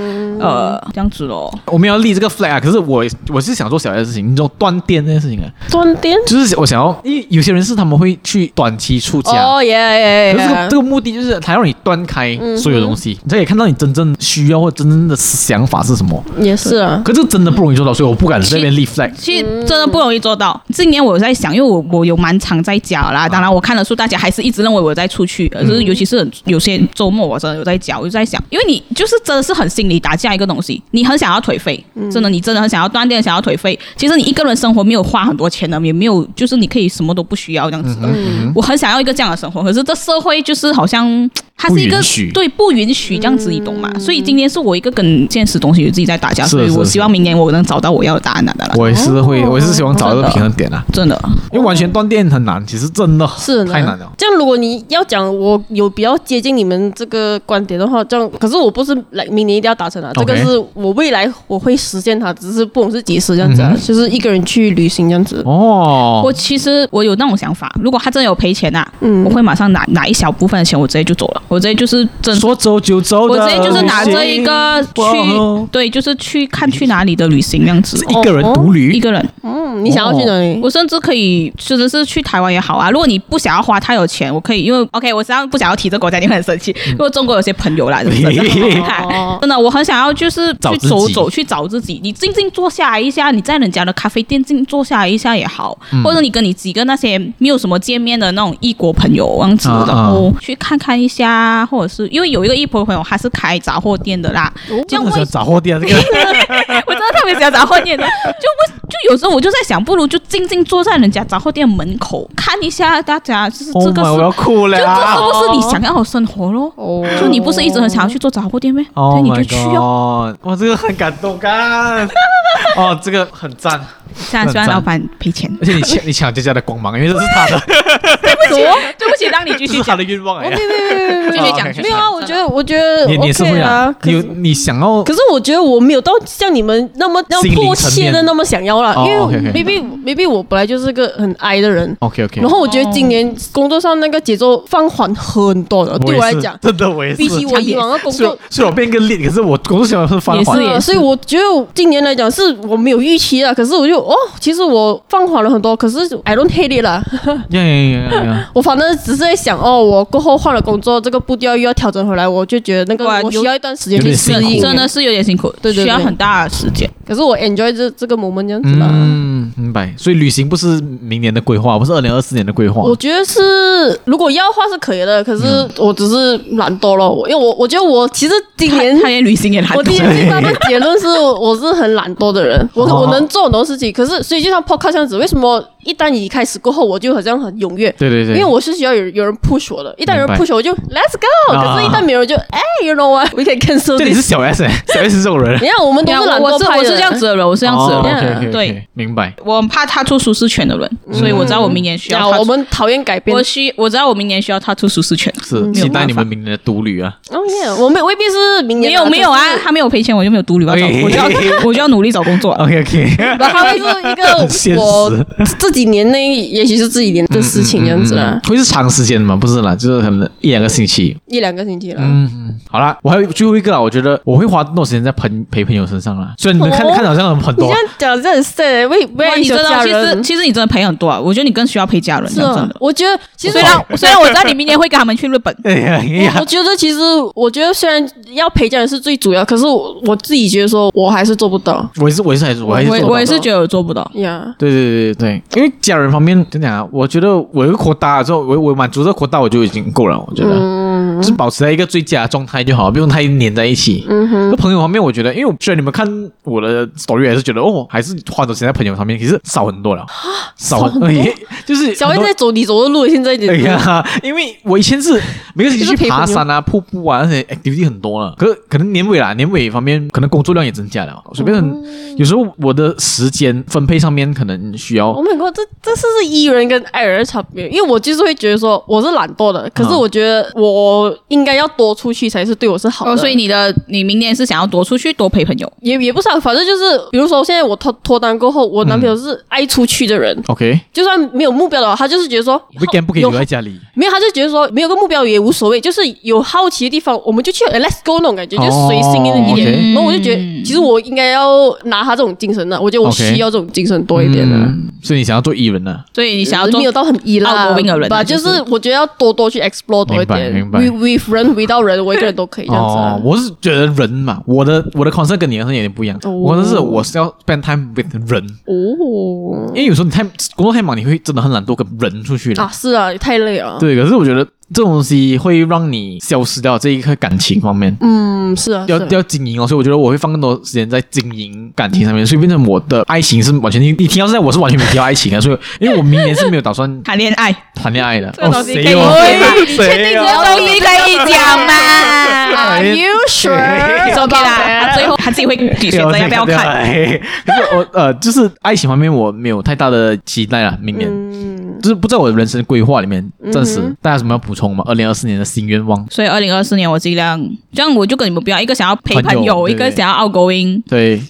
[SPEAKER 2] 呃这样子咯。
[SPEAKER 1] 我们要立这个 flag 啊。可是我我是想做小孩的事情，你知道断电这件事情啊，
[SPEAKER 3] 断电。
[SPEAKER 1] 就是我想要，因为有些人是他们会去短期出家。
[SPEAKER 3] 哦耶耶
[SPEAKER 2] 啊
[SPEAKER 1] 可是这
[SPEAKER 3] 耶
[SPEAKER 1] 个这！个目的就是他让你断开所有东西，
[SPEAKER 2] 嗯
[SPEAKER 1] 你才可以看到你真正需要或真正的想法是什么。
[SPEAKER 3] 也是啊，
[SPEAKER 1] 可这个真的不容易做到，所以我不敢在那边立 flag。
[SPEAKER 2] 其实真的不容易做到。今年我在想，因为我我有蛮常在家
[SPEAKER 1] 啊
[SPEAKER 2] 啦，当然我看了书，大家还是一直认为我在出去，可
[SPEAKER 1] 嗯
[SPEAKER 2] 是尤其是很有些周末我真的有在家，我就在想，因为你就是真的是很心理打架一个东西，你很想要颓废，
[SPEAKER 1] 嗯
[SPEAKER 2] 真的你真的很想要断电，想要颓废。其实你一个人生活没有花很多钱的，也没有就是你可以什么都不需要这样子
[SPEAKER 1] 嗯
[SPEAKER 2] 的。我很想要一个这样的生活，可是这社会就是好像它是一
[SPEAKER 1] 不
[SPEAKER 2] 个
[SPEAKER 1] 允许
[SPEAKER 2] 对不允许这样子，你懂吗？所以今天是我一个跟现实东西自己在打架，
[SPEAKER 1] 是
[SPEAKER 2] 所以
[SPEAKER 1] 是
[SPEAKER 2] 我
[SPEAKER 1] 是
[SPEAKER 2] 希望明年我能找到我要的答案的啦。
[SPEAKER 1] 我也是会，我也是希望找一个平衡点啊，
[SPEAKER 2] 真的，
[SPEAKER 1] 因为完全断电很难，其实真的
[SPEAKER 3] 是呢
[SPEAKER 1] 太难了。
[SPEAKER 3] 这样，如果你要讲我有比较接近你们这个观点的话，这样可是我不是来明年一定要达成啊，这
[SPEAKER 1] OK
[SPEAKER 3] 个是我未来我会实现它，只是不懂是几时这样子啊
[SPEAKER 1] 嗯，哼
[SPEAKER 3] 就是一个人去旅行这样子。
[SPEAKER 1] 哦，
[SPEAKER 2] 我其实我有那种想法，如果他真的有赔钱啊，
[SPEAKER 3] 嗯
[SPEAKER 2] 我会马上拿拿一小部分的钱，我直接就走了，我直接就是真。
[SPEAKER 1] 说走就走
[SPEAKER 2] 我
[SPEAKER 1] 的
[SPEAKER 2] 直接
[SPEAKER 1] 旅行，
[SPEAKER 2] 就是拿着一个
[SPEAKER 1] 哇
[SPEAKER 2] 去，对，就是去看去哪里的旅行这样子
[SPEAKER 1] 是，一个人独
[SPEAKER 2] 哦一
[SPEAKER 1] 旅，
[SPEAKER 2] 个人，
[SPEAKER 1] 哦
[SPEAKER 3] 嗯，你想要去哪里？
[SPEAKER 2] 我甚至可以，甚至是去台湾也好啊。如果你不想要花太有钱，我可以，因为 OK，我实际上不想要提这个国家，你会很生气。因为中国有些朋友啦，真 (laughs) 的
[SPEAKER 3] 哦
[SPEAKER 2] 真的，我很想要就是
[SPEAKER 1] 找
[SPEAKER 2] 去
[SPEAKER 1] 自己
[SPEAKER 2] 走走，去找自己。你静静坐下来一下，你在人家的咖啡店静坐下来一下也好，
[SPEAKER 1] 嗯
[SPEAKER 2] 或者你跟你几个那些没有什么见面的那种异国朋友这样子，
[SPEAKER 1] 啊
[SPEAKER 2] 然后去看看一下，或者是因为有一个异国朋友他是开杂货店的啦，这样
[SPEAKER 1] 真的
[SPEAKER 2] (laughs) 为
[SPEAKER 1] 是杂货店啊这个
[SPEAKER 2] 我真的特别喜欢杂货店的，就为就有时候我就在想，不如就静静坐在人家杂货店门口看一下大家，就是这
[SPEAKER 1] Oh
[SPEAKER 2] 个
[SPEAKER 1] my，我
[SPEAKER 2] 是。
[SPEAKER 1] 要哭了
[SPEAKER 2] 就这
[SPEAKER 1] 啊
[SPEAKER 2] 是！不是你想要的生活咯？
[SPEAKER 3] 哦
[SPEAKER 2] (laughs) 就你不是一直很想要去做杂货店咩？
[SPEAKER 1] 哦、
[SPEAKER 2] 那你就去哦。
[SPEAKER 1] 哇，这个很感动
[SPEAKER 3] (laughs)
[SPEAKER 1] 啊！哦，这个很赞，
[SPEAKER 2] 虽然虽然老板赔钱，
[SPEAKER 1] 而且你抢你抢佳佳的光芒，因为这是他的，
[SPEAKER 2] (laughs)
[SPEAKER 3] 啊
[SPEAKER 2] 对不起，让你继
[SPEAKER 1] (laughs) 这是
[SPEAKER 2] 续
[SPEAKER 1] 他
[SPEAKER 2] 讲，
[SPEAKER 1] 的愿望哎
[SPEAKER 3] 没。有没有没
[SPEAKER 2] 继续
[SPEAKER 3] 有
[SPEAKER 2] 讲
[SPEAKER 1] 哦，，OK，
[SPEAKER 3] 没有啊，我觉得我觉得
[SPEAKER 1] 你你也是
[SPEAKER 3] OK
[SPEAKER 1] 会
[SPEAKER 3] 啊
[SPEAKER 1] 啊，，
[SPEAKER 3] 可
[SPEAKER 1] 你有
[SPEAKER 3] 是
[SPEAKER 1] 你想要
[SPEAKER 3] 可是我觉得我没有到像你们那么要
[SPEAKER 1] 心灵
[SPEAKER 3] 迫
[SPEAKER 1] 层
[SPEAKER 3] 切的
[SPEAKER 1] 面
[SPEAKER 3] 那么想要啦，
[SPEAKER 1] 哦
[SPEAKER 3] 啊因为
[SPEAKER 1] OK，OK
[SPEAKER 3] maybe maybe 我本来就是个很 I 的人，
[SPEAKER 1] OK OK，
[SPEAKER 3] 然后我觉得今年工作上那个节奏放缓很多了，对我来讲，
[SPEAKER 1] 真的我也是
[SPEAKER 3] 比。起我以往的工
[SPEAKER 1] 虽然
[SPEAKER 3] 作。
[SPEAKER 1] 虽然我变更烈，可是我工作喜欢是翻
[SPEAKER 2] 也
[SPEAKER 1] 环
[SPEAKER 2] 是，
[SPEAKER 3] 啊所以我觉得今年来讲是我没有预期啊，可是我就哦，其实我放缓了很多，可是 I don't hate it 啦， (laughs)
[SPEAKER 1] 呀呀呀呀！
[SPEAKER 3] 我反正只是在想哦，我过后换了工作，这个步调又要调整回来，我就觉得那
[SPEAKER 2] 哇
[SPEAKER 3] 个我
[SPEAKER 2] 有
[SPEAKER 3] 需要一段时间
[SPEAKER 1] 有
[SPEAKER 3] 去
[SPEAKER 1] 点
[SPEAKER 3] 适
[SPEAKER 1] 辛苦
[SPEAKER 3] 应，
[SPEAKER 2] 真的。是有点辛苦，
[SPEAKER 3] 对对对
[SPEAKER 2] 需要很大的时间。
[SPEAKER 3] 可是我 enjoy 这这个 moment 这样子啦。
[SPEAKER 1] 嗯，明白。所以旅行不是明年的规划，不是二零二四年的规划。
[SPEAKER 3] 我觉得是，如果要的话是可以的，可是
[SPEAKER 2] 嗯
[SPEAKER 3] 我只是懒惰了。我因为我我觉得我其实今
[SPEAKER 2] (laughs)
[SPEAKER 3] 年
[SPEAKER 2] 他他也旅行也懒
[SPEAKER 3] 我今
[SPEAKER 2] 惰，
[SPEAKER 3] 年最大的结论是
[SPEAKER 2] (laughs)
[SPEAKER 3] 我我是很懒惰的人，我
[SPEAKER 2] 哦
[SPEAKER 3] 我能做很多事情，可是所以就像 podcast 这样子，为什么一旦你开始过后，我就好像很踊跃？
[SPEAKER 1] 对对对，
[SPEAKER 3] 因为我是需要有有人 push 我的，一旦有
[SPEAKER 1] 明白
[SPEAKER 3] 人 push 我我就 let's go，
[SPEAKER 1] 啊
[SPEAKER 3] 可是一旦没有人就哎，you know what，we can cancel
[SPEAKER 1] 这里是
[SPEAKER 3] this。
[SPEAKER 1] 小 S，哎小 S 是这种人，
[SPEAKER 3] 你看，我们都
[SPEAKER 2] 对啊
[SPEAKER 3] 是
[SPEAKER 2] 我
[SPEAKER 3] 懒
[SPEAKER 2] 我
[SPEAKER 3] 惰
[SPEAKER 2] 是
[SPEAKER 3] 派
[SPEAKER 2] 我
[SPEAKER 3] 的
[SPEAKER 2] 是这样子的人，我是这样子的
[SPEAKER 1] 哦
[SPEAKER 2] 人，
[SPEAKER 1] ，OK，OK，OK，
[SPEAKER 2] 对
[SPEAKER 1] 明白。
[SPEAKER 2] 我很怕踏出舒适圈的人，所以我知道我明年需
[SPEAKER 3] 啊，
[SPEAKER 2] 要踏
[SPEAKER 3] 嗯我
[SPEAKER 2] 出。
[SPEAKER 3] 们讨厌改变
[SPEAKER 2] 我。需我知道我明年需要踏出舒适圈。
[SPEAKER 1] 是期待你们明年的独旅啊！
[SPEAKER 3] 哦耶，我们未必是明
[SPEAKER 2] 没
[SPEAKER 3] 年
[SPEAKER 2] 有没有啊，
[SPEAKER 3] 可是
[SPEAKER 2] 他没有赔钱，我就没有独立，我要找，
[SPEAKER 1] 哎
[SPEAKER 2] 我就要 (laughs) 我就要努力找工作。啊
[SPEAKER 1] OK
[SPEAKER 3] (laughs)
[SPEAKER 1] OK，
[SPEAKER 3] 然后会是
[SPEAKER 1] (laughs)
[SPEAKER 3] 一
[SPEAKER 1] 很现实
[SPEAKER 3] 个我这几年内，也许是这几年的事情这样子啦，
[SPEAKER 1] 嗯会是长时间的嘛？不是啦，就是可能一两个星期。
[SPEAKER 3] 一两个星期啦。
[SPEAKER 1] 嗯，好啦，我还有最后一个啦，我觉得我会花多时间在朋陪朋友身上啦。虽然你们看、
[SPEAKER 3] 哦
[SPEAKER 1] 看好像很很
[SPEAKER 3] 你这
[SPEAKER 1] 多啊
[SPEAKER 3] 样，讲真的是欸，为
[SPEAKER 2] 哇
[SPEAKER 3] 为
[SPEAKER 2] 你
[SPEAKER 3] 你
[SPEAKER 2] 真
[SPEAKER 3] 的
[SPEAKER 2] 的
[SPEAKER 3] 家
[SPEAKER 2] 其实
[SPEAKER 3] 人
[SPEAKER 2] 其实你真的陪很多啊，我觉得你更需要陪家人，
[SPEAKER 3] 是
[SPEAKER 2] 讲
[SPEAKER 3] 啊
[SPEAKER 2] 真的，。
[SPEAKER 3] 我觉得其实
[SPEAKER 2] 虽然虽然我知道你明年会跟他们去日本，
[SPEAKER 1] (laughs) 哎呀哎
[SPEAKER 3] 我我
[SPEAKER 1] 呀，
[SPEAKER 3] 觉得其实我觉得虽然要陪家人是最主要，可是我我自己觉得说我还是做不到
[SPEAKER 1] 我也是，我也是，还是我还是做不
[SPEAKER 2] 我
[SPEAKER 1] 到
[SPEAKER 2] 我也哎是觉得我做不到。
[SPEAKER 3] 呀。
[SPEAKER 1] 对对对对对，因为家人方面怎讲啊？我觉得我有个扩大之后，我我满足这个扩大我就已经够了，我觉得。
[SPEAKER 3] 嗯
[SPEAKER 1] 就是保持在一个最佳的状态就好，不用太黏在一起。
[SPEAKER 3] 嗯哼，
[SPEAKER 1] 那朋友方面，我觉得，因为我虽然你们看我的 story 还是觉得哦，还是花多时间在朋友上面，其实少很多了，少
[SPEAKER 3] 少很多
[SPEAKER 1] 哎就是
[SPEAKER 3] 小
[SPEAKER 1] 很
[SPEAKER 3] 薇
[SPEAKER 1] 多
[SPEAKER 3] 在走你走的路，现在
[SPEAKER 1] 哎
[SPEAKER 3] 你
[SPEAKER 1] 呀，因为我以前是每个星期
[SPEAKER 3] 就是
[SPEAKER 1] 去
[SPEAKER 3] 陪
[SPEAKER 1] 爬
[SPEAKER 3] 朋友
[SPEAKER 1] 山啊、瀑布啊那些 activity 很多了，可是可能年尾啦，年尾方面可能工作量也增加了，所以变成有时候我的时间分配上面可能需要
[SPEAKER 3] 我。美国 Oh 这这是不是 E 人跟 I 人的差别？因为我就是会觉得说我是懒惰的，可是
[SPEAKER 1] 嗯
[SPEAKER 3] 我觉得我应该要多出去才是对我是好的。
[SPEAKER 2] 哦，所以你的你明年是想要多出去多陪朋友，
[SPEAKER 3] 也也不少，反正就是，比如说现在我脱脱单过后，我男
[SPEAKER 1] 嗯
[SPEAKER 3] 朋友是爱出去的人，
[SPEAKER 1] OK，
[SPEAKER 3] 就算没有目标的话，他就是觉得说
[SPEAKER 1] weekend 不可以
[SPEAKER 3] 有
[SPEAKER 1] 留在家里，
[SPEAKER 3] 没有，他就觉得说没有个目标也无所谓，就是有好奇的地方我们就去哎 let's go 那种感觉，就
[SPEAKER 1] 哦
[SPEAKER 3] 随性一点。
[SPEAKER 1] OK
[SPEAKER 3] 然后我就觉得，
[SPEAKER 2] 嗯
[SPEAKER 3] 其实我应该要拿他这种精神的，我觉得我
[SPEAKER 1] OK
[SPEAKER 3] 需要这种精神多一点的。啊
[SPEAKER 1] 嗯所以你想要做艺人啊呢？
[SPEAKER 2] 所以你想要做
[SPEAKER 3] 没有到很依赖
[SPEAKER 2] outgoing 的人啊
[SPEAKER 3] 吧，就
[SPEAKER 2] 就是
[SPEAKER 3] 是我觉得要多多去 explore 多一点
[SPEAKER 1] 明白明白
[SPEAKER 3] ，with with 人 without 人，我一个人都可以这样子啊
[SPEAKER 1] 哦，。我是觉得人嘛，我的我的 concept 跟你的 concept 有点不一样。
[SPEAKER 3] 哦
[SPEAKER 1] 我的是我是要 spend time with 人，
[SPEAKER 3] 哦
[SPEAKER 1] 因，为有时候你太工作太忙，你会真的很懒惰跟人出去的。
[SPEAKER 3] 啊是啊，太累了。
[SPEAKER 1] 对，可是我觉得这种东西会让你消失掉这一颗感情方面。
[SPEAKER 3] 嗯，是啊，
[SPEAKER 1] 要
[SPEAKER 3] 是啊
[SPEAKER 1] 要经营哦，所以我觉得我会放更多时间在经营感情上面，所以变成我的爱情是完全你你听到现在我是完全没提到爱情啊，所以因为我明年是没有打算
[SPEAKER 2] 谈恋爱，
[SPEAKER 1] 谈恋
[SPEAKER 3] (laughs)
[SPEAKER 1] 爱的。
[SPEAKER 2] 这个东西可以
[SPEAKER 1] 哦
[SPEAKER 2] 喂
[SPEAKER 1] 谁哦
[SPEAKER 3] 你确
[SPEAKER 1] 谁
[SPEAKER 3] 定
[SPEAKER 1] 哦
[SPEAKER 3] 这个东西可以讲
[SPEAKER 1] (laughs) 哎
[SPEAKER 2] 吗
[SPEAKER 3] Are you sure？
[SPEAKER 2] ？OK 啦，他最后他自己会选择要不要看。
[SPEAKER 1] 对。 (laughs) 可是我呃，就是爱情方面我没有太大的期待啦，明年。
[SPEAKER 3] 嗯，
[SPEAKER 1] 就是不在我的人生规划里面，暂时、
[SPEAKER 3] 嗯
[SPEAKER 1] 大家有什么要补充吗？二零二四年的新愿望，
[SPEAKER 2] 所以二零二四年我尽量，这样我就跟你们不一样，一个想要陪
[SPEAKER 1] 朋
[SPEAKER 2] 朋
[SPEAKER 1] 友
[SPEAKER 2] 友，
[SPEAKER 1] 对
[SPEAKER 2] 一个想要 outgoing，
[SPEAKER 1] 对，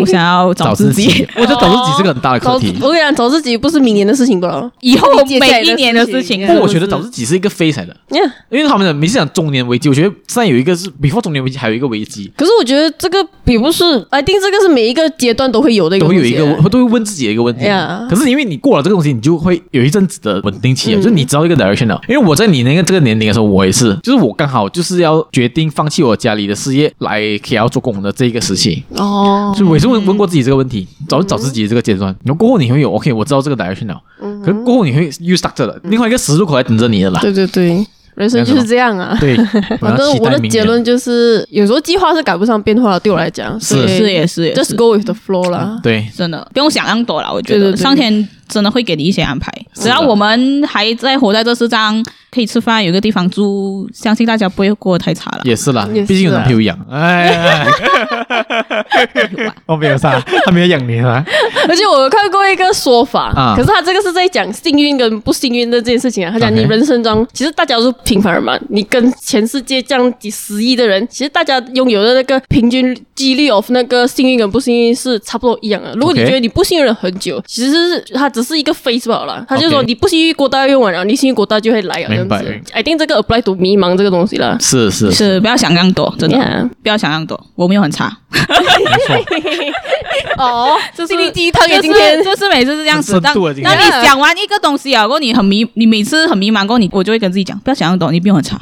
[SPEAKER 2] 我想要找自己。，哦
[SPEAKER 1] 我觉得找自己是个很大的课
[SPEAKER 3] 找
[SPEAKER 1] 题。
[SPEAKER 3] 我跟你讲，找自己不是明年的事情吧？
[SPEAKER 2] 以后
[SPEAKER 3] 接下
[SPEAKER 2] 每
[SPEAKER 3] 来的
[SPEAKER 2] 一年的事情，
[SPEAKER 3] 事情
[SPEAKER 1] 不过
[SPEAKER 3] 是不
[SPEAKER 1] 我
[SPEAKER 3] 是
[SPEAKER 1] 觉得找自己是一个 phase 来的，
[SPEAKER 3] Yeah，
[SPEAKER 1] 因为他们的每次讲中年危机，我觉得现在有一个是 before 中年危机，还有一个危机，
[SPEAKER 3] 可是我觉得这个也不是，I think 这个是每一个阶段都会有的一个
[SPEAKER 1] 都
[SPEAKER 3] 东
[SPEAKER 1] 会
[SPEAKER 3] 西，啊
[SPEAKER 1] 有一个都会问自己的一个问题。
[SPEAKER 3] Yeah 嗯
[SPEAKER 1] 可是因为你过了这个东西，你就会有一阵子的稳定期了，啊就是你知道一个 direction 了。因为我在你那个这个年龄的时候，我也是，就是我刚好就是要决定放弃我家里的事业来 KL 做工的这一个时期， (laughs)
[SPEAKER 3] 哦，嗯
[SPEAKER 1] 所以我也是问问过自己这个问题，找找自己这个阶段，然后过后你会有
[SPEAKER 3] 嗯
[SPEAKER 1] OK，我知道这个 direction 了，可是过后你会又 stuck 着了，另外一个十字路口在等着你的啦。
[SPEAKER 3] 对对对，人生就是这样啊。
[SPEAKER 1] 对，
[SPEAKER 3] (laughs) 反正我的结论
[SPEAKER 1] 就
[SPEAKER 3] 就是，有时候计划是赶不上变化的，对我来讲，所以
[SPEAKER 2] 是也是也
[SPEAKER 3] ，just
[SPEAKER 2] 是，
[SPEAKER 3] go with the flow 啦。
[SPEAKER 1] 对，
[SPEAKER 2] 真的不用想那么多了。我觉得
[SPEAKER 3] 对对对
[SPEAKER 2] 上天真的会给你一些安排，只要
[SPEAKER 1] 是的
[SPEAKER 2] 我们还在活在这世上，可以吃饭，有个地方住，相信大家不会过得太差了。
[SPEAKER 1] 也是啦，
[SPEAKER 3] 也是啊
[SPEAKER 1] 毕竟有男朋友养，哎哎，哎
[SPEAKER 3] (laughs)
[SPEAKER 1] (laughs) 我没有啥，他没有养你啊，
[SPEAKER 3] 而且我有看过一个说法，
[SPEAKER 1] 啊
[SPEAKER 3] 可是他这个是在讲幸运跟不幸运的这件事情啊。他讲
[SPEAKER 1] OK
[SPEAKER 3] 你人生中其实大家都是平凡人嘛，你跟全世界这样几十亿的人，其实大家拥有的那个平均几率 of 那个幸运跟不幸运是差不多一样的。如果你
[SPEAKER 1] OK
[SPEAKER 3] 觉得你不幸运了很久，其实是它只是一个 phase 罢了。他就说
[SPEAKER 1] OK
[SPEAKER 3] 你不幸运过大用完了，你幸运过大就会来了这样
[SPEAKER 1] 明白
[SPEAKER 3] 子。I think 这个 apply to 迷茫这个东西啦。
[SPEAKER 1] 是是，
[SPEAKER 2] 是不要想那么多，真的 (laughs)
[SPEAKER 3] Yeah
[SPEAKER 2] 不要想那么多，我没有很差。
[SPEAKER 3] 哦，
[SPEAKER 2] 这
[SPEAKER 3] 心灵鸡汤耶
[SPEAKER 2] 就是
[SPEAKER 3] 今天
[SPEAKER 2] 就是每次是这样子
[SPEAKER 1] 很，深
[SPEAKER 2] 当
[SPEAKER 1] 度啊今天
[SPEAKER 2] 当你想完一个东西啊，如果你很迷，你每次很迷茫过后，你我就会跟自己讲，不要想那么多，你没有很差，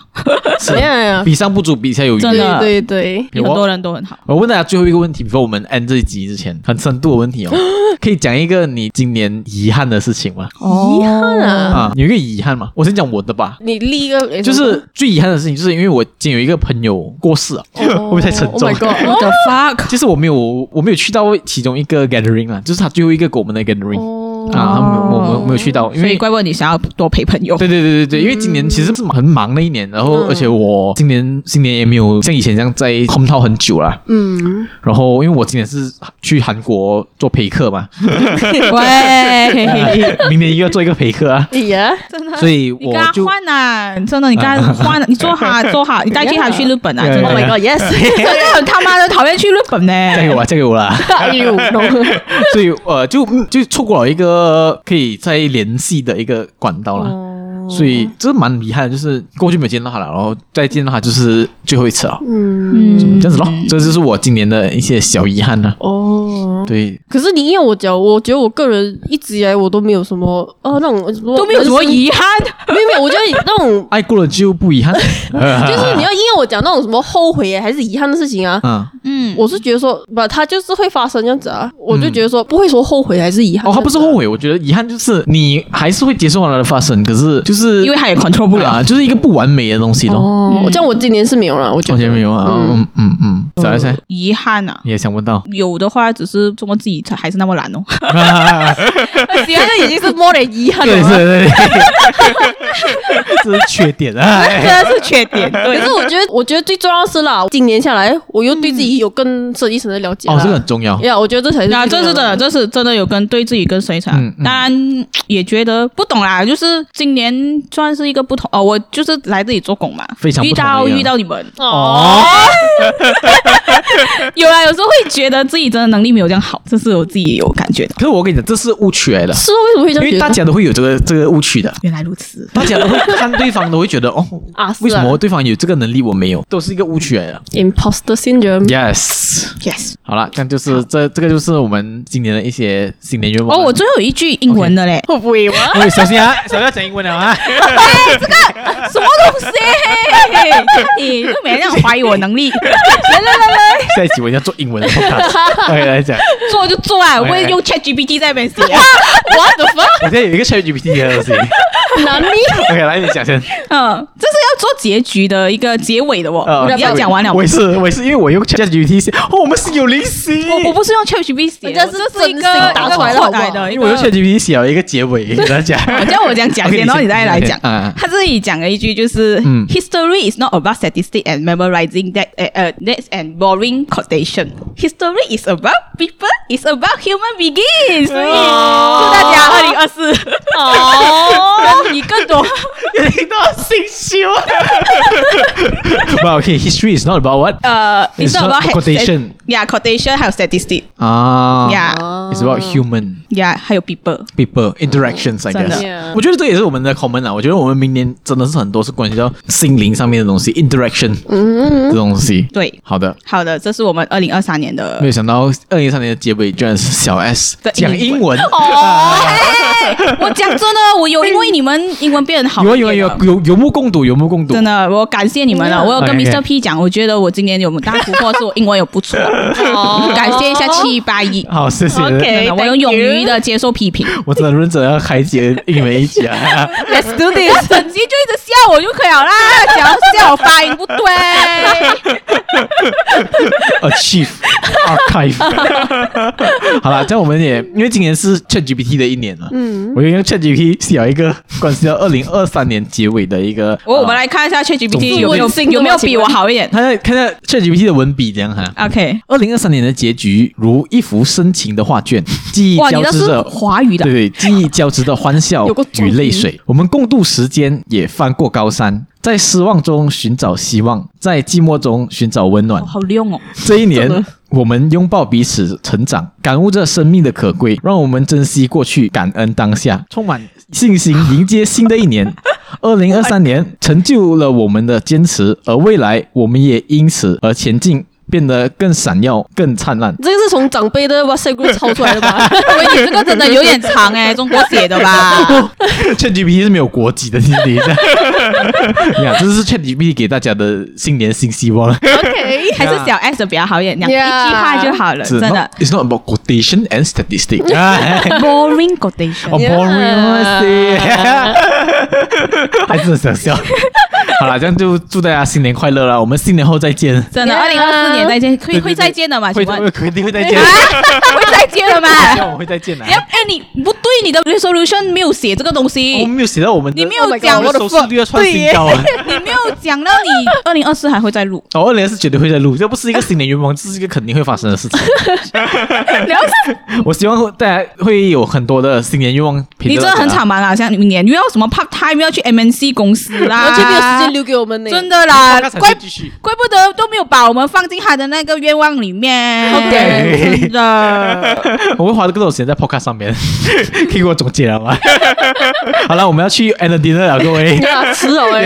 [SPEAKER 1] 是
[SPEAKER 3] 怎样呀？
[SPEAKER 1] 比上不足，比下有余。
[SPEAKER 2] 真的
[SPEAKER 3] 对对对，
[SPEAKER 1] 啊
[SPEAKER 2] 有很多人都很好。
[SPEAKER 1] 我问大家最后一个问题，比如我们 end 这一集之前，很深度的问题哦，可以讲一个你今年遗憾的事情吗？
[SPEAKER 3] 遗憾啊！
[SPEAKER 1] 啊，有一个遗憾嘛，我先讲我的吧。
[SPEAKER 3] 哎你立一个
[SPEAKER 1] 就是最遗憾的事情，就是因为我今天有一个朋友过世啊， (laughs) 会不会太沉重
[SPEAKER 3] Oh
[SPEAKER 1] (laughs)
[SPEAKER 3] my god！
[SPEAKER 2] What the fuck？
[SPEAKER 1] 其实我没有，我没有去到其中一个 gathering 啊，就是他最后一个给我们的 gathering、
[SPEAKER 3] 哦
[SPEAKER 1] 啊，我我我没有去到，因
[SPEAKER 2] 所以
[SPEAKER 1] 为
[SPEAKER 2] 怪不得你想要多陪朋友。
[SPEAKER 1] 对对对对对，因为今年其实是很忙的一年，然后
[SPEAKER 3] 嗯
[SPEAKER 1] 而且我今年今年也没有像以前这样在 home 套很久啦。
[SPEAKER 3] 嗯，
[SPEAKER 1] 然后因为我今年是去韩国做陪客嘛，
[SPEAKER 2] 喂，
[SPEAKER 1] 明年又要做一个陪客
[SPEAKER 2] (laughs)
[SPEAKER 1] 啊，
[SPEAKER 3] 哎呀，
[SPEAKER 2] 真的，
[SPEAKER 1] (laughs) 所以
[SPEAKER 2] 你
[SPEAKER 1] 我
[SPEAKER 2] 跟他
[SPEAKER 1] 就
[SPEAKER 2] 换啊！真的，你跟他换啊，你做哈做哈，你带去他去日本啊！
[SPEAKER 1] Yeah
[SPEAKER 2] 真
[SPEAKER 3] Oh
[SPEAKER 1] (laughs)
[SPEAKER 2] 的
[SPEAKER 1] Yeah，
[SPEAKER 3] my god, yes！ (laughs)
[SPEAKER 2] 真的很他妈的讨厌去日本呢。
[SPEAKER 1] 嫁给我啊，嫁给我啦。 (laughs)
[SPEAKER 3] 哎呦，no！
[SPEAKER 1] 所以呃，就就错过了一个可以再联系的一个管道
[SPEAKER 2] 哦
[SPEAKER 1] 啦。
[SPEAKER 3] Oh
[SPEAKER 1] 所以这蛮遗憾的，就是过去没有见到他了，然后再见到他就是最后一次了，啊
[SPEAKER 3] 嗯，
[SPEAKER 2] 嗯
[SPEAKER 1] 这样子咯。这就是我今年的一些小遗憾呢。
[SPEAKER 3] 哦。
[SPEAKER 1] 对，
[SPEAKER 3] 可是你硬要我讲，我觉得我个人一直以来我都没有什么哦那种什么
[SPEAKER 2] 都没有什么
[SPEAKER 3] 人生
[SPEAKER 2] 遗憾，
[SPEAKER 3] (laughs) 没有没有，我觉得那
[SPEAKER 1] (laughs)
[SPEAKER 3] 种
[SPEAKER 1] 爱过了就不
[SPEAKER 2] (laughs)
[SPEAKER 1] 遗憾。
[SPEAKER 3] 就是你要硬要我讲那种什么后悔还是遗憾的事情啊。
[SPEAKER 1] 嗯，
[SPEAKER 2] 嗯，
[SPEAKER 3] 我是觉得说，不，它就是会发生这样子啊，我就觉得说不会说后悔还是遗憾。
[SPEAKER 1] 哦，他不是后悔，我觉得遗憾就是你还是会接受它的发生，可是就是
[SPEAKER 2] 因为他也 control 不了。
[SPEAKER 1] 啊，就是一个不完美的东西咯。
[SPEAKER 3] 哦，像我今年是没有了，我觉
[SPEAKER 1] 完
[SPEAKER 3] 得
[SPEAKER 1] 全没有啊，嗯嗯嗯，小一噻，
[SPEAKER 2] 遗憾啊，，
[SPEAKER 1] 你也想不到 (laughs)
[SPEAKER 2] 有的话只是中国自己还是那么懒哦。
[SPEAKER 3] (laughs) 遗憾已经是 more than 遗憾
[SPEAKER 1] 对
[SPEAKER 3] 了
[SPEAKER 1] 对
[SPEAKER 3] 嘛。
[SPEAKER 1] 对， (laughs) 这是缺点啊。哎
[SPEAKER 2] 真的是缺点，对 (laughs)
[SPEAKER 3] 可是我觉得，我觉得最重要的是啦，今年下来，我又对自己有更深一层的了解啦。
[SPEAKER 1] 哦，这个很重要。
[SPEAKER 3] 呀我觉得这才是
[SPEAKER 2] 啊，
[SPEAKER 3] 最重
[SPEAKER 2] 这是
[SPEAKER 3] 要
[SPEAKER 2] 真
[SPEAKER 1] (laughs)
[SPEAKER 3] 的。
[SPEAKER 2] 的，这是真的有跟对自己跟谁差
[SPEAKER 1] 嗯嗯，
[SPEAKER 2] 当然也觉得不懂啦，就是今年算是一个不同哦，我就是来这里做工嘛，
[SPEAKER 1] 非常不
[SPEAKER 2] 遇
[SPEAKER 1] 同的
[SPEAKER 2] 到
[SPEAKER 1] 一个
[SPEAKER 2] 遇到你们， (laughs)
[SPEAKER 1] 哦，
[SPEAKER 2] 有啊啦，有时候会觉得自己真的能力没有这样好，这是我自己有感觉的，
[SPEAKER 1] 可是我跟你讲，这是误区来的，
[SPEAKER 3] 是哦，为什么会这
[SPEAKER 1] 因
[SPEAKER 3] 样
[SPEAKER 1] 为
[SPEAKER 3] 觉
[SPEAKER 1] 大
[SPEAKER 3] 得？
[SPEAKER 1] 家都会有这个这个误 (laughs) 区的，
[SPEAKER 2] 原来如此，
[SPEAKER 1] 大家都会看对方都会觉得 (laughs) 哦，
[SPEAKER 3] 啊是啊
[SPEAKER 1] 为什么对方有这个能力我没有，都是一个误区来的。
[SPEAKER 3] imposter syndrome。
[SPEAKER 1] Yes，
[SPEAKER 2] yes。
[SPEAKER 1] 嗯好了，这样就是这这个就是我们今年的一些新年愿望
[SPEAKER 2] 哦，
[SPEAKER 1] 啊。
[SPEAKER 2] 我最后有一句英文的嘞，
[SPEAKER 3] 会不会吗？
[SPEAKER 1] 喂，小心啊，小心要讲英文了啊！
[SPEAKER 2] (laughs) 什么东西？ (laughs) 你就每天这样怀疑我能
[SPEAKER 1] (laughs)
[SPEAKER 2] 力，来来来来，
[SPEAKER 1] 下一集我一定要做英文的
[SPEAKER 2] (laughs)
[SPEAKER 1] podcast。OK，来讲，
[SPEAKER 2] 做就做啊，我不会用 ChatGPT 在那边写啊。
[SPEAKER 3] What the
[SPEAKER 2] (laughs)
[SPEAKER 3] fuck？
[SPEAKER 1] 我现在有一个 ChatGPT 的东西。
[SPEAKER 3] 难你
[SPEAKER 1] OK，来你讲先。
[SPEAKER 2] 嗯，这是要做结局的一个结尾的哦，你要讲完了
[SPEAKER 1] 我。也是，我也是，啊因为我用 ChatGPT 写，哦，我们是有灵犀。
[SPEAKER 2] 我我不是用 ChatGPT 写，
[SPEAKER 3] 人家
[SPEAKER 2] 我
[SPEAKER 3] 是
[SPEAKER 2] 这
[SPEAKER 3] 真
[SPEAKER 2] 是一
[SPEAKER 3] 心
[SPEAKER 2] 个
[SPEAKER 3] 打出来的好
[SPEAKER 2] 一个扩
[SPEAKER 3] 不好
[SPEAKER 2] 大的一
[SPEAKER 1] 因
[SPEAKER 2] 个，
[SPEAKER 1] 为我用 ChatGPT 写了一个结尾，跟大家讲。
[SPEAKER 2] (laughs) 我叫我讲讲
[SPEAKER 1] OK， (laughs)
[SPEAKER 2] 先，
[SPEAKER 1] 你
[SPEAKER 2] 然后
[SPEAKER 1] 先
[SPEAKER 2] 你再来讲
[SPEAKER 1] 你先嗯嗯。
[SPEAKER 2] 他这里讲了一句，就是
[SPEAKER 1] 嗯
[SPEAKER 2] History is not about statistics and memorizing that 呃呃 that and boring quotation. History is about people, is about human
[SPEAKER 3] Oh
[SPEAKER 2] beings. 所以祝大家二零二四
[SPEAKER 3] Oh
[SPEAKER 2] 哦， (laughs) 跟你
[SPEAKER 1] (laughs)
[SPEAKER 2] 更多
[SPEAKER 1] 听到心 (laughs) 虚啊。Well, okay, history is not about what
[SPEAKER 2] 呃
[SPEAKER 1] It's
[SPEAKER 2] ，it's not
[SPEAKER 1] not
[SPEAKER 2] about
[SPEAKER 1] quotation
[SPEAKER 2] yeah quotation 还有 statistic
[SPEAKER 1] 啊
[SPEAKER 2] Yeah
[SPEAKER 1] it's about human
[SPEAKER 2] yeah 还有 people。
[SPEAKER 1] people interactions, I
[SPEAKER 2] 真的
[SPEAKER 1] guess.
[SPEAKER 3] Yeah
[SPEAKER 1] 我觉得这也是我们的 common 啊。我觉得我们明年真的是很多是关系到心灵上面的东西，interaction 这东西。
[SPEAKER 2] Mm-hmm 对
[SPEAKER 1] 好的。
[SPEAKER 2] 好的，这是我们二零二三年的
[SPEAKER 1] 没有想到二零一三年的结尾居然是小 S
[SPEAKER 2] 的
[SPEAKER 1] 讲英啊
[SPEAKER 2] 英
[SPEAKER 1] 文，
[SPEAKER 2] 哦，对我讲真的，我有因为你们英文变好一
[SPEAKER 1] 有啊
[SPEAKER 2] 点
[SPEAKER 1] 有啊有
[SPEAKER 2] 了
[SPEAKER 1] 啊有有目共睹，有目共睹
[SPEAKER 2] 真。的，我感谢你们啊了。我有跟
[SPEAKER 1] OK，OK
[SPEAKER 2] Mr. P 讲，我觉得我今年有大突破，是我英文有不错，
[SPEAKER 3] 哦
[SPEAKER 2] 感谢一下七八一。
[SPEAKER 1] 好，谢谢。
[SPEAKER 5] OK
[SPEAKER 2] 真的我
[SPEAKER 5] thank
[SPEAKER 2] 有勇于
[SPEAKER 5] you
[SPEAKER 2] 的接受批评，
[SPEAKER 1] (laughs) 我真的认真要开启英文一集啊！ (laughs)
[SPEAKER 5] Let's do
[SPEAKER 2] 不要
[SPEAKER 5] this。
[SPEAKER 2] 整集就一直笑我就可以了啦，只要笑我发音不对。
[SPEAKER 1] Achieve Archive。好 (laughs) 了，这样我们也因为今年是 ChatGPT 的一年了，嗯，我就用 ChatGPT 写了一个关系到二零二三年结尾的一个。
[SPEAKER 2] 哦我我们
[SPEAKER 1] 呃，
[SPEAKER 2] 来看一下 ChatGPT
[SPEAKER 1] 总
[SPEAKER 2] 有没有
[SPEAKER 3] 文性
[SPEAKER 2] 有没有比
[SPEAKER 3] 的
[SPEAKER 2] 我
[SPEAKER 3] 问题
[SPEAKER 2] 好一点。
[SPEAKER 1] 看下看下 ChatGPT 的文笔怎样哈。
[SPEAKER 2] OK，
[SPEAKER 1] 二零二三年的结局如一幅深情的画
[SPEAKER 2] (laughs)
[SPEAKER 1] 卷，记忆
[SPEAKER 2] 哇，你
[SPEAKER 1] 交
[SPEAKER 2] 的
[SPEAKER 1] 织
[SPEAKER 2] 是
[SPEAKER 1] 着
[SPEAKER 2] 华语的
[SPEAKER 1] 对，对，记忆交织的欢笑 (laughs)
[SPEAKER 3] 有个
[SPEAKER 1] 与泪水。我们共度时间，也翻过高山，在失望中寻找希望，在寂寞中寻找温暖
[SPEAKER 2] 哦。好溜哦。
[SPEAKER 1] 这一年，我们拥抱彼此成长，感悟着生命的可贵，让我们珍惜过去，感恩当下，充满信心迎接新的一年。 (laughs) 二零二三年成就了我们的坚持，而未来我们也因此而前进，变得更闪耀、更灿烂。
[SPEAKER 3] 这个是从长辈的 WhatsApp group 抄出来的
[SPEAKER 2] (laughs)
[SPEAKER 3] 吧？
[SPEAKER 2] 喂，你这个真的有点长哎、中国写的吧？
[SPEAKER 1] (laughs) ChatGPT 是没有国籍的，你你 (laughs) 这呀，这是 ChatGPT 给大家的新年新希
[SPEAKER 2] (laughs)
[SPEAKER 1] 望。
[SPEAKER 3] OK，
[SPEAKER 2] 还是小 S 的比较好一点，两
[SPEAKER 3] Yeah
[SPEAKER 2] 一句话就好了，真的。哎
[SPEAKER 1] ，It's not about quotation and 啊 statistic 。
[SPEAKER 2] (laughs)
[SPEAKER 1] (laughs)
[SPEAKER 2] Boring
[SPEAKER 1] 哦
[SPEAKER 2] quotation，
[SPEAKER 1] ，boring (laughs) 还是很想
[SPEAKER 2] (laughs)
[SPEAKER 1] 笑。好了，这样就祝大家新年快乐了，我们新年后再见。
[SPEAKER 2] 真的。
[SPEAKER 3] Yeah
[SPEAKER 2] 二零二四年再见，会
[SPEAKER 1] 对对
[SPEAKER 2] 会再见的嘛？请
[SPEAKER 1] 会
[SPEAKER 2] 问
[SPEAKER 1] 会肯定会再
[SPEAKER 2] (laughs)
[SPEAKER 1] 见
[SPEAKER 2] 啊，，会再见
[SPEAKER 1] (laughs)
[SPEAKER 2] 的嘛？
[SPEAKER 1] 希望我会再见啊的
[SPEAKER 2] (laughs) 你。要哎，你不对，你的 resolution 没有写这个东西
[SPEAKER 1] 哦我，们没有写到我们的，
[SPEAKER 2] 你没有
[SPEAKER 3] Oh my
[SPEAKER 2] 讲，
[SPEAKER 1] 我的收视率要创新高啊！
[SPEAKER 2] (laughs) 你没有讲到你二零二四还会再录，
[SPEAKER 1] 哦，二零是绝对会再录，这不是一个新年愿望，这是一个肯定会发生的事
[SPEAKER 2] (laughs)
[SPEAKER 1] 情。我希望大家会有很多的新年愿望陪
[SPEAKER 2] 你
[SPEAKER 1] 着大
[SPEAKER 2] 真的
[SPEAKER 1] 家。
[SPEAKER 2] 很惨吧？啊，像明年又要什么 part time，又要去 MNC 公司啦，
[SPEAKER 3] 完全没有时间留给我们呢。
[SPEAKER 2] 真的啦，
[SPEAKER 1] 刚才
[SPEAKER 2] 怪
[SPEAKER 1] 继
[SPEAKER 2] (laughs)
[SPEAKER 1] 续。
[SPEAKER 2] 怪不得都没有把我们放进他的那个愿望里面。
[SPEAKER 1] OK
[SPEAKER 2] 真的。
[SPEAKER 1] 我会花更多时间在 Podcast 上面， (laughs) 可以给我总结了吗？ (laughs) 好了，我们要去 end the dinner 了，各位。
[SPEAKER 3] 对啊，吃了
[SPEAKER 1] 呀
[SPEAKER 3] 哎。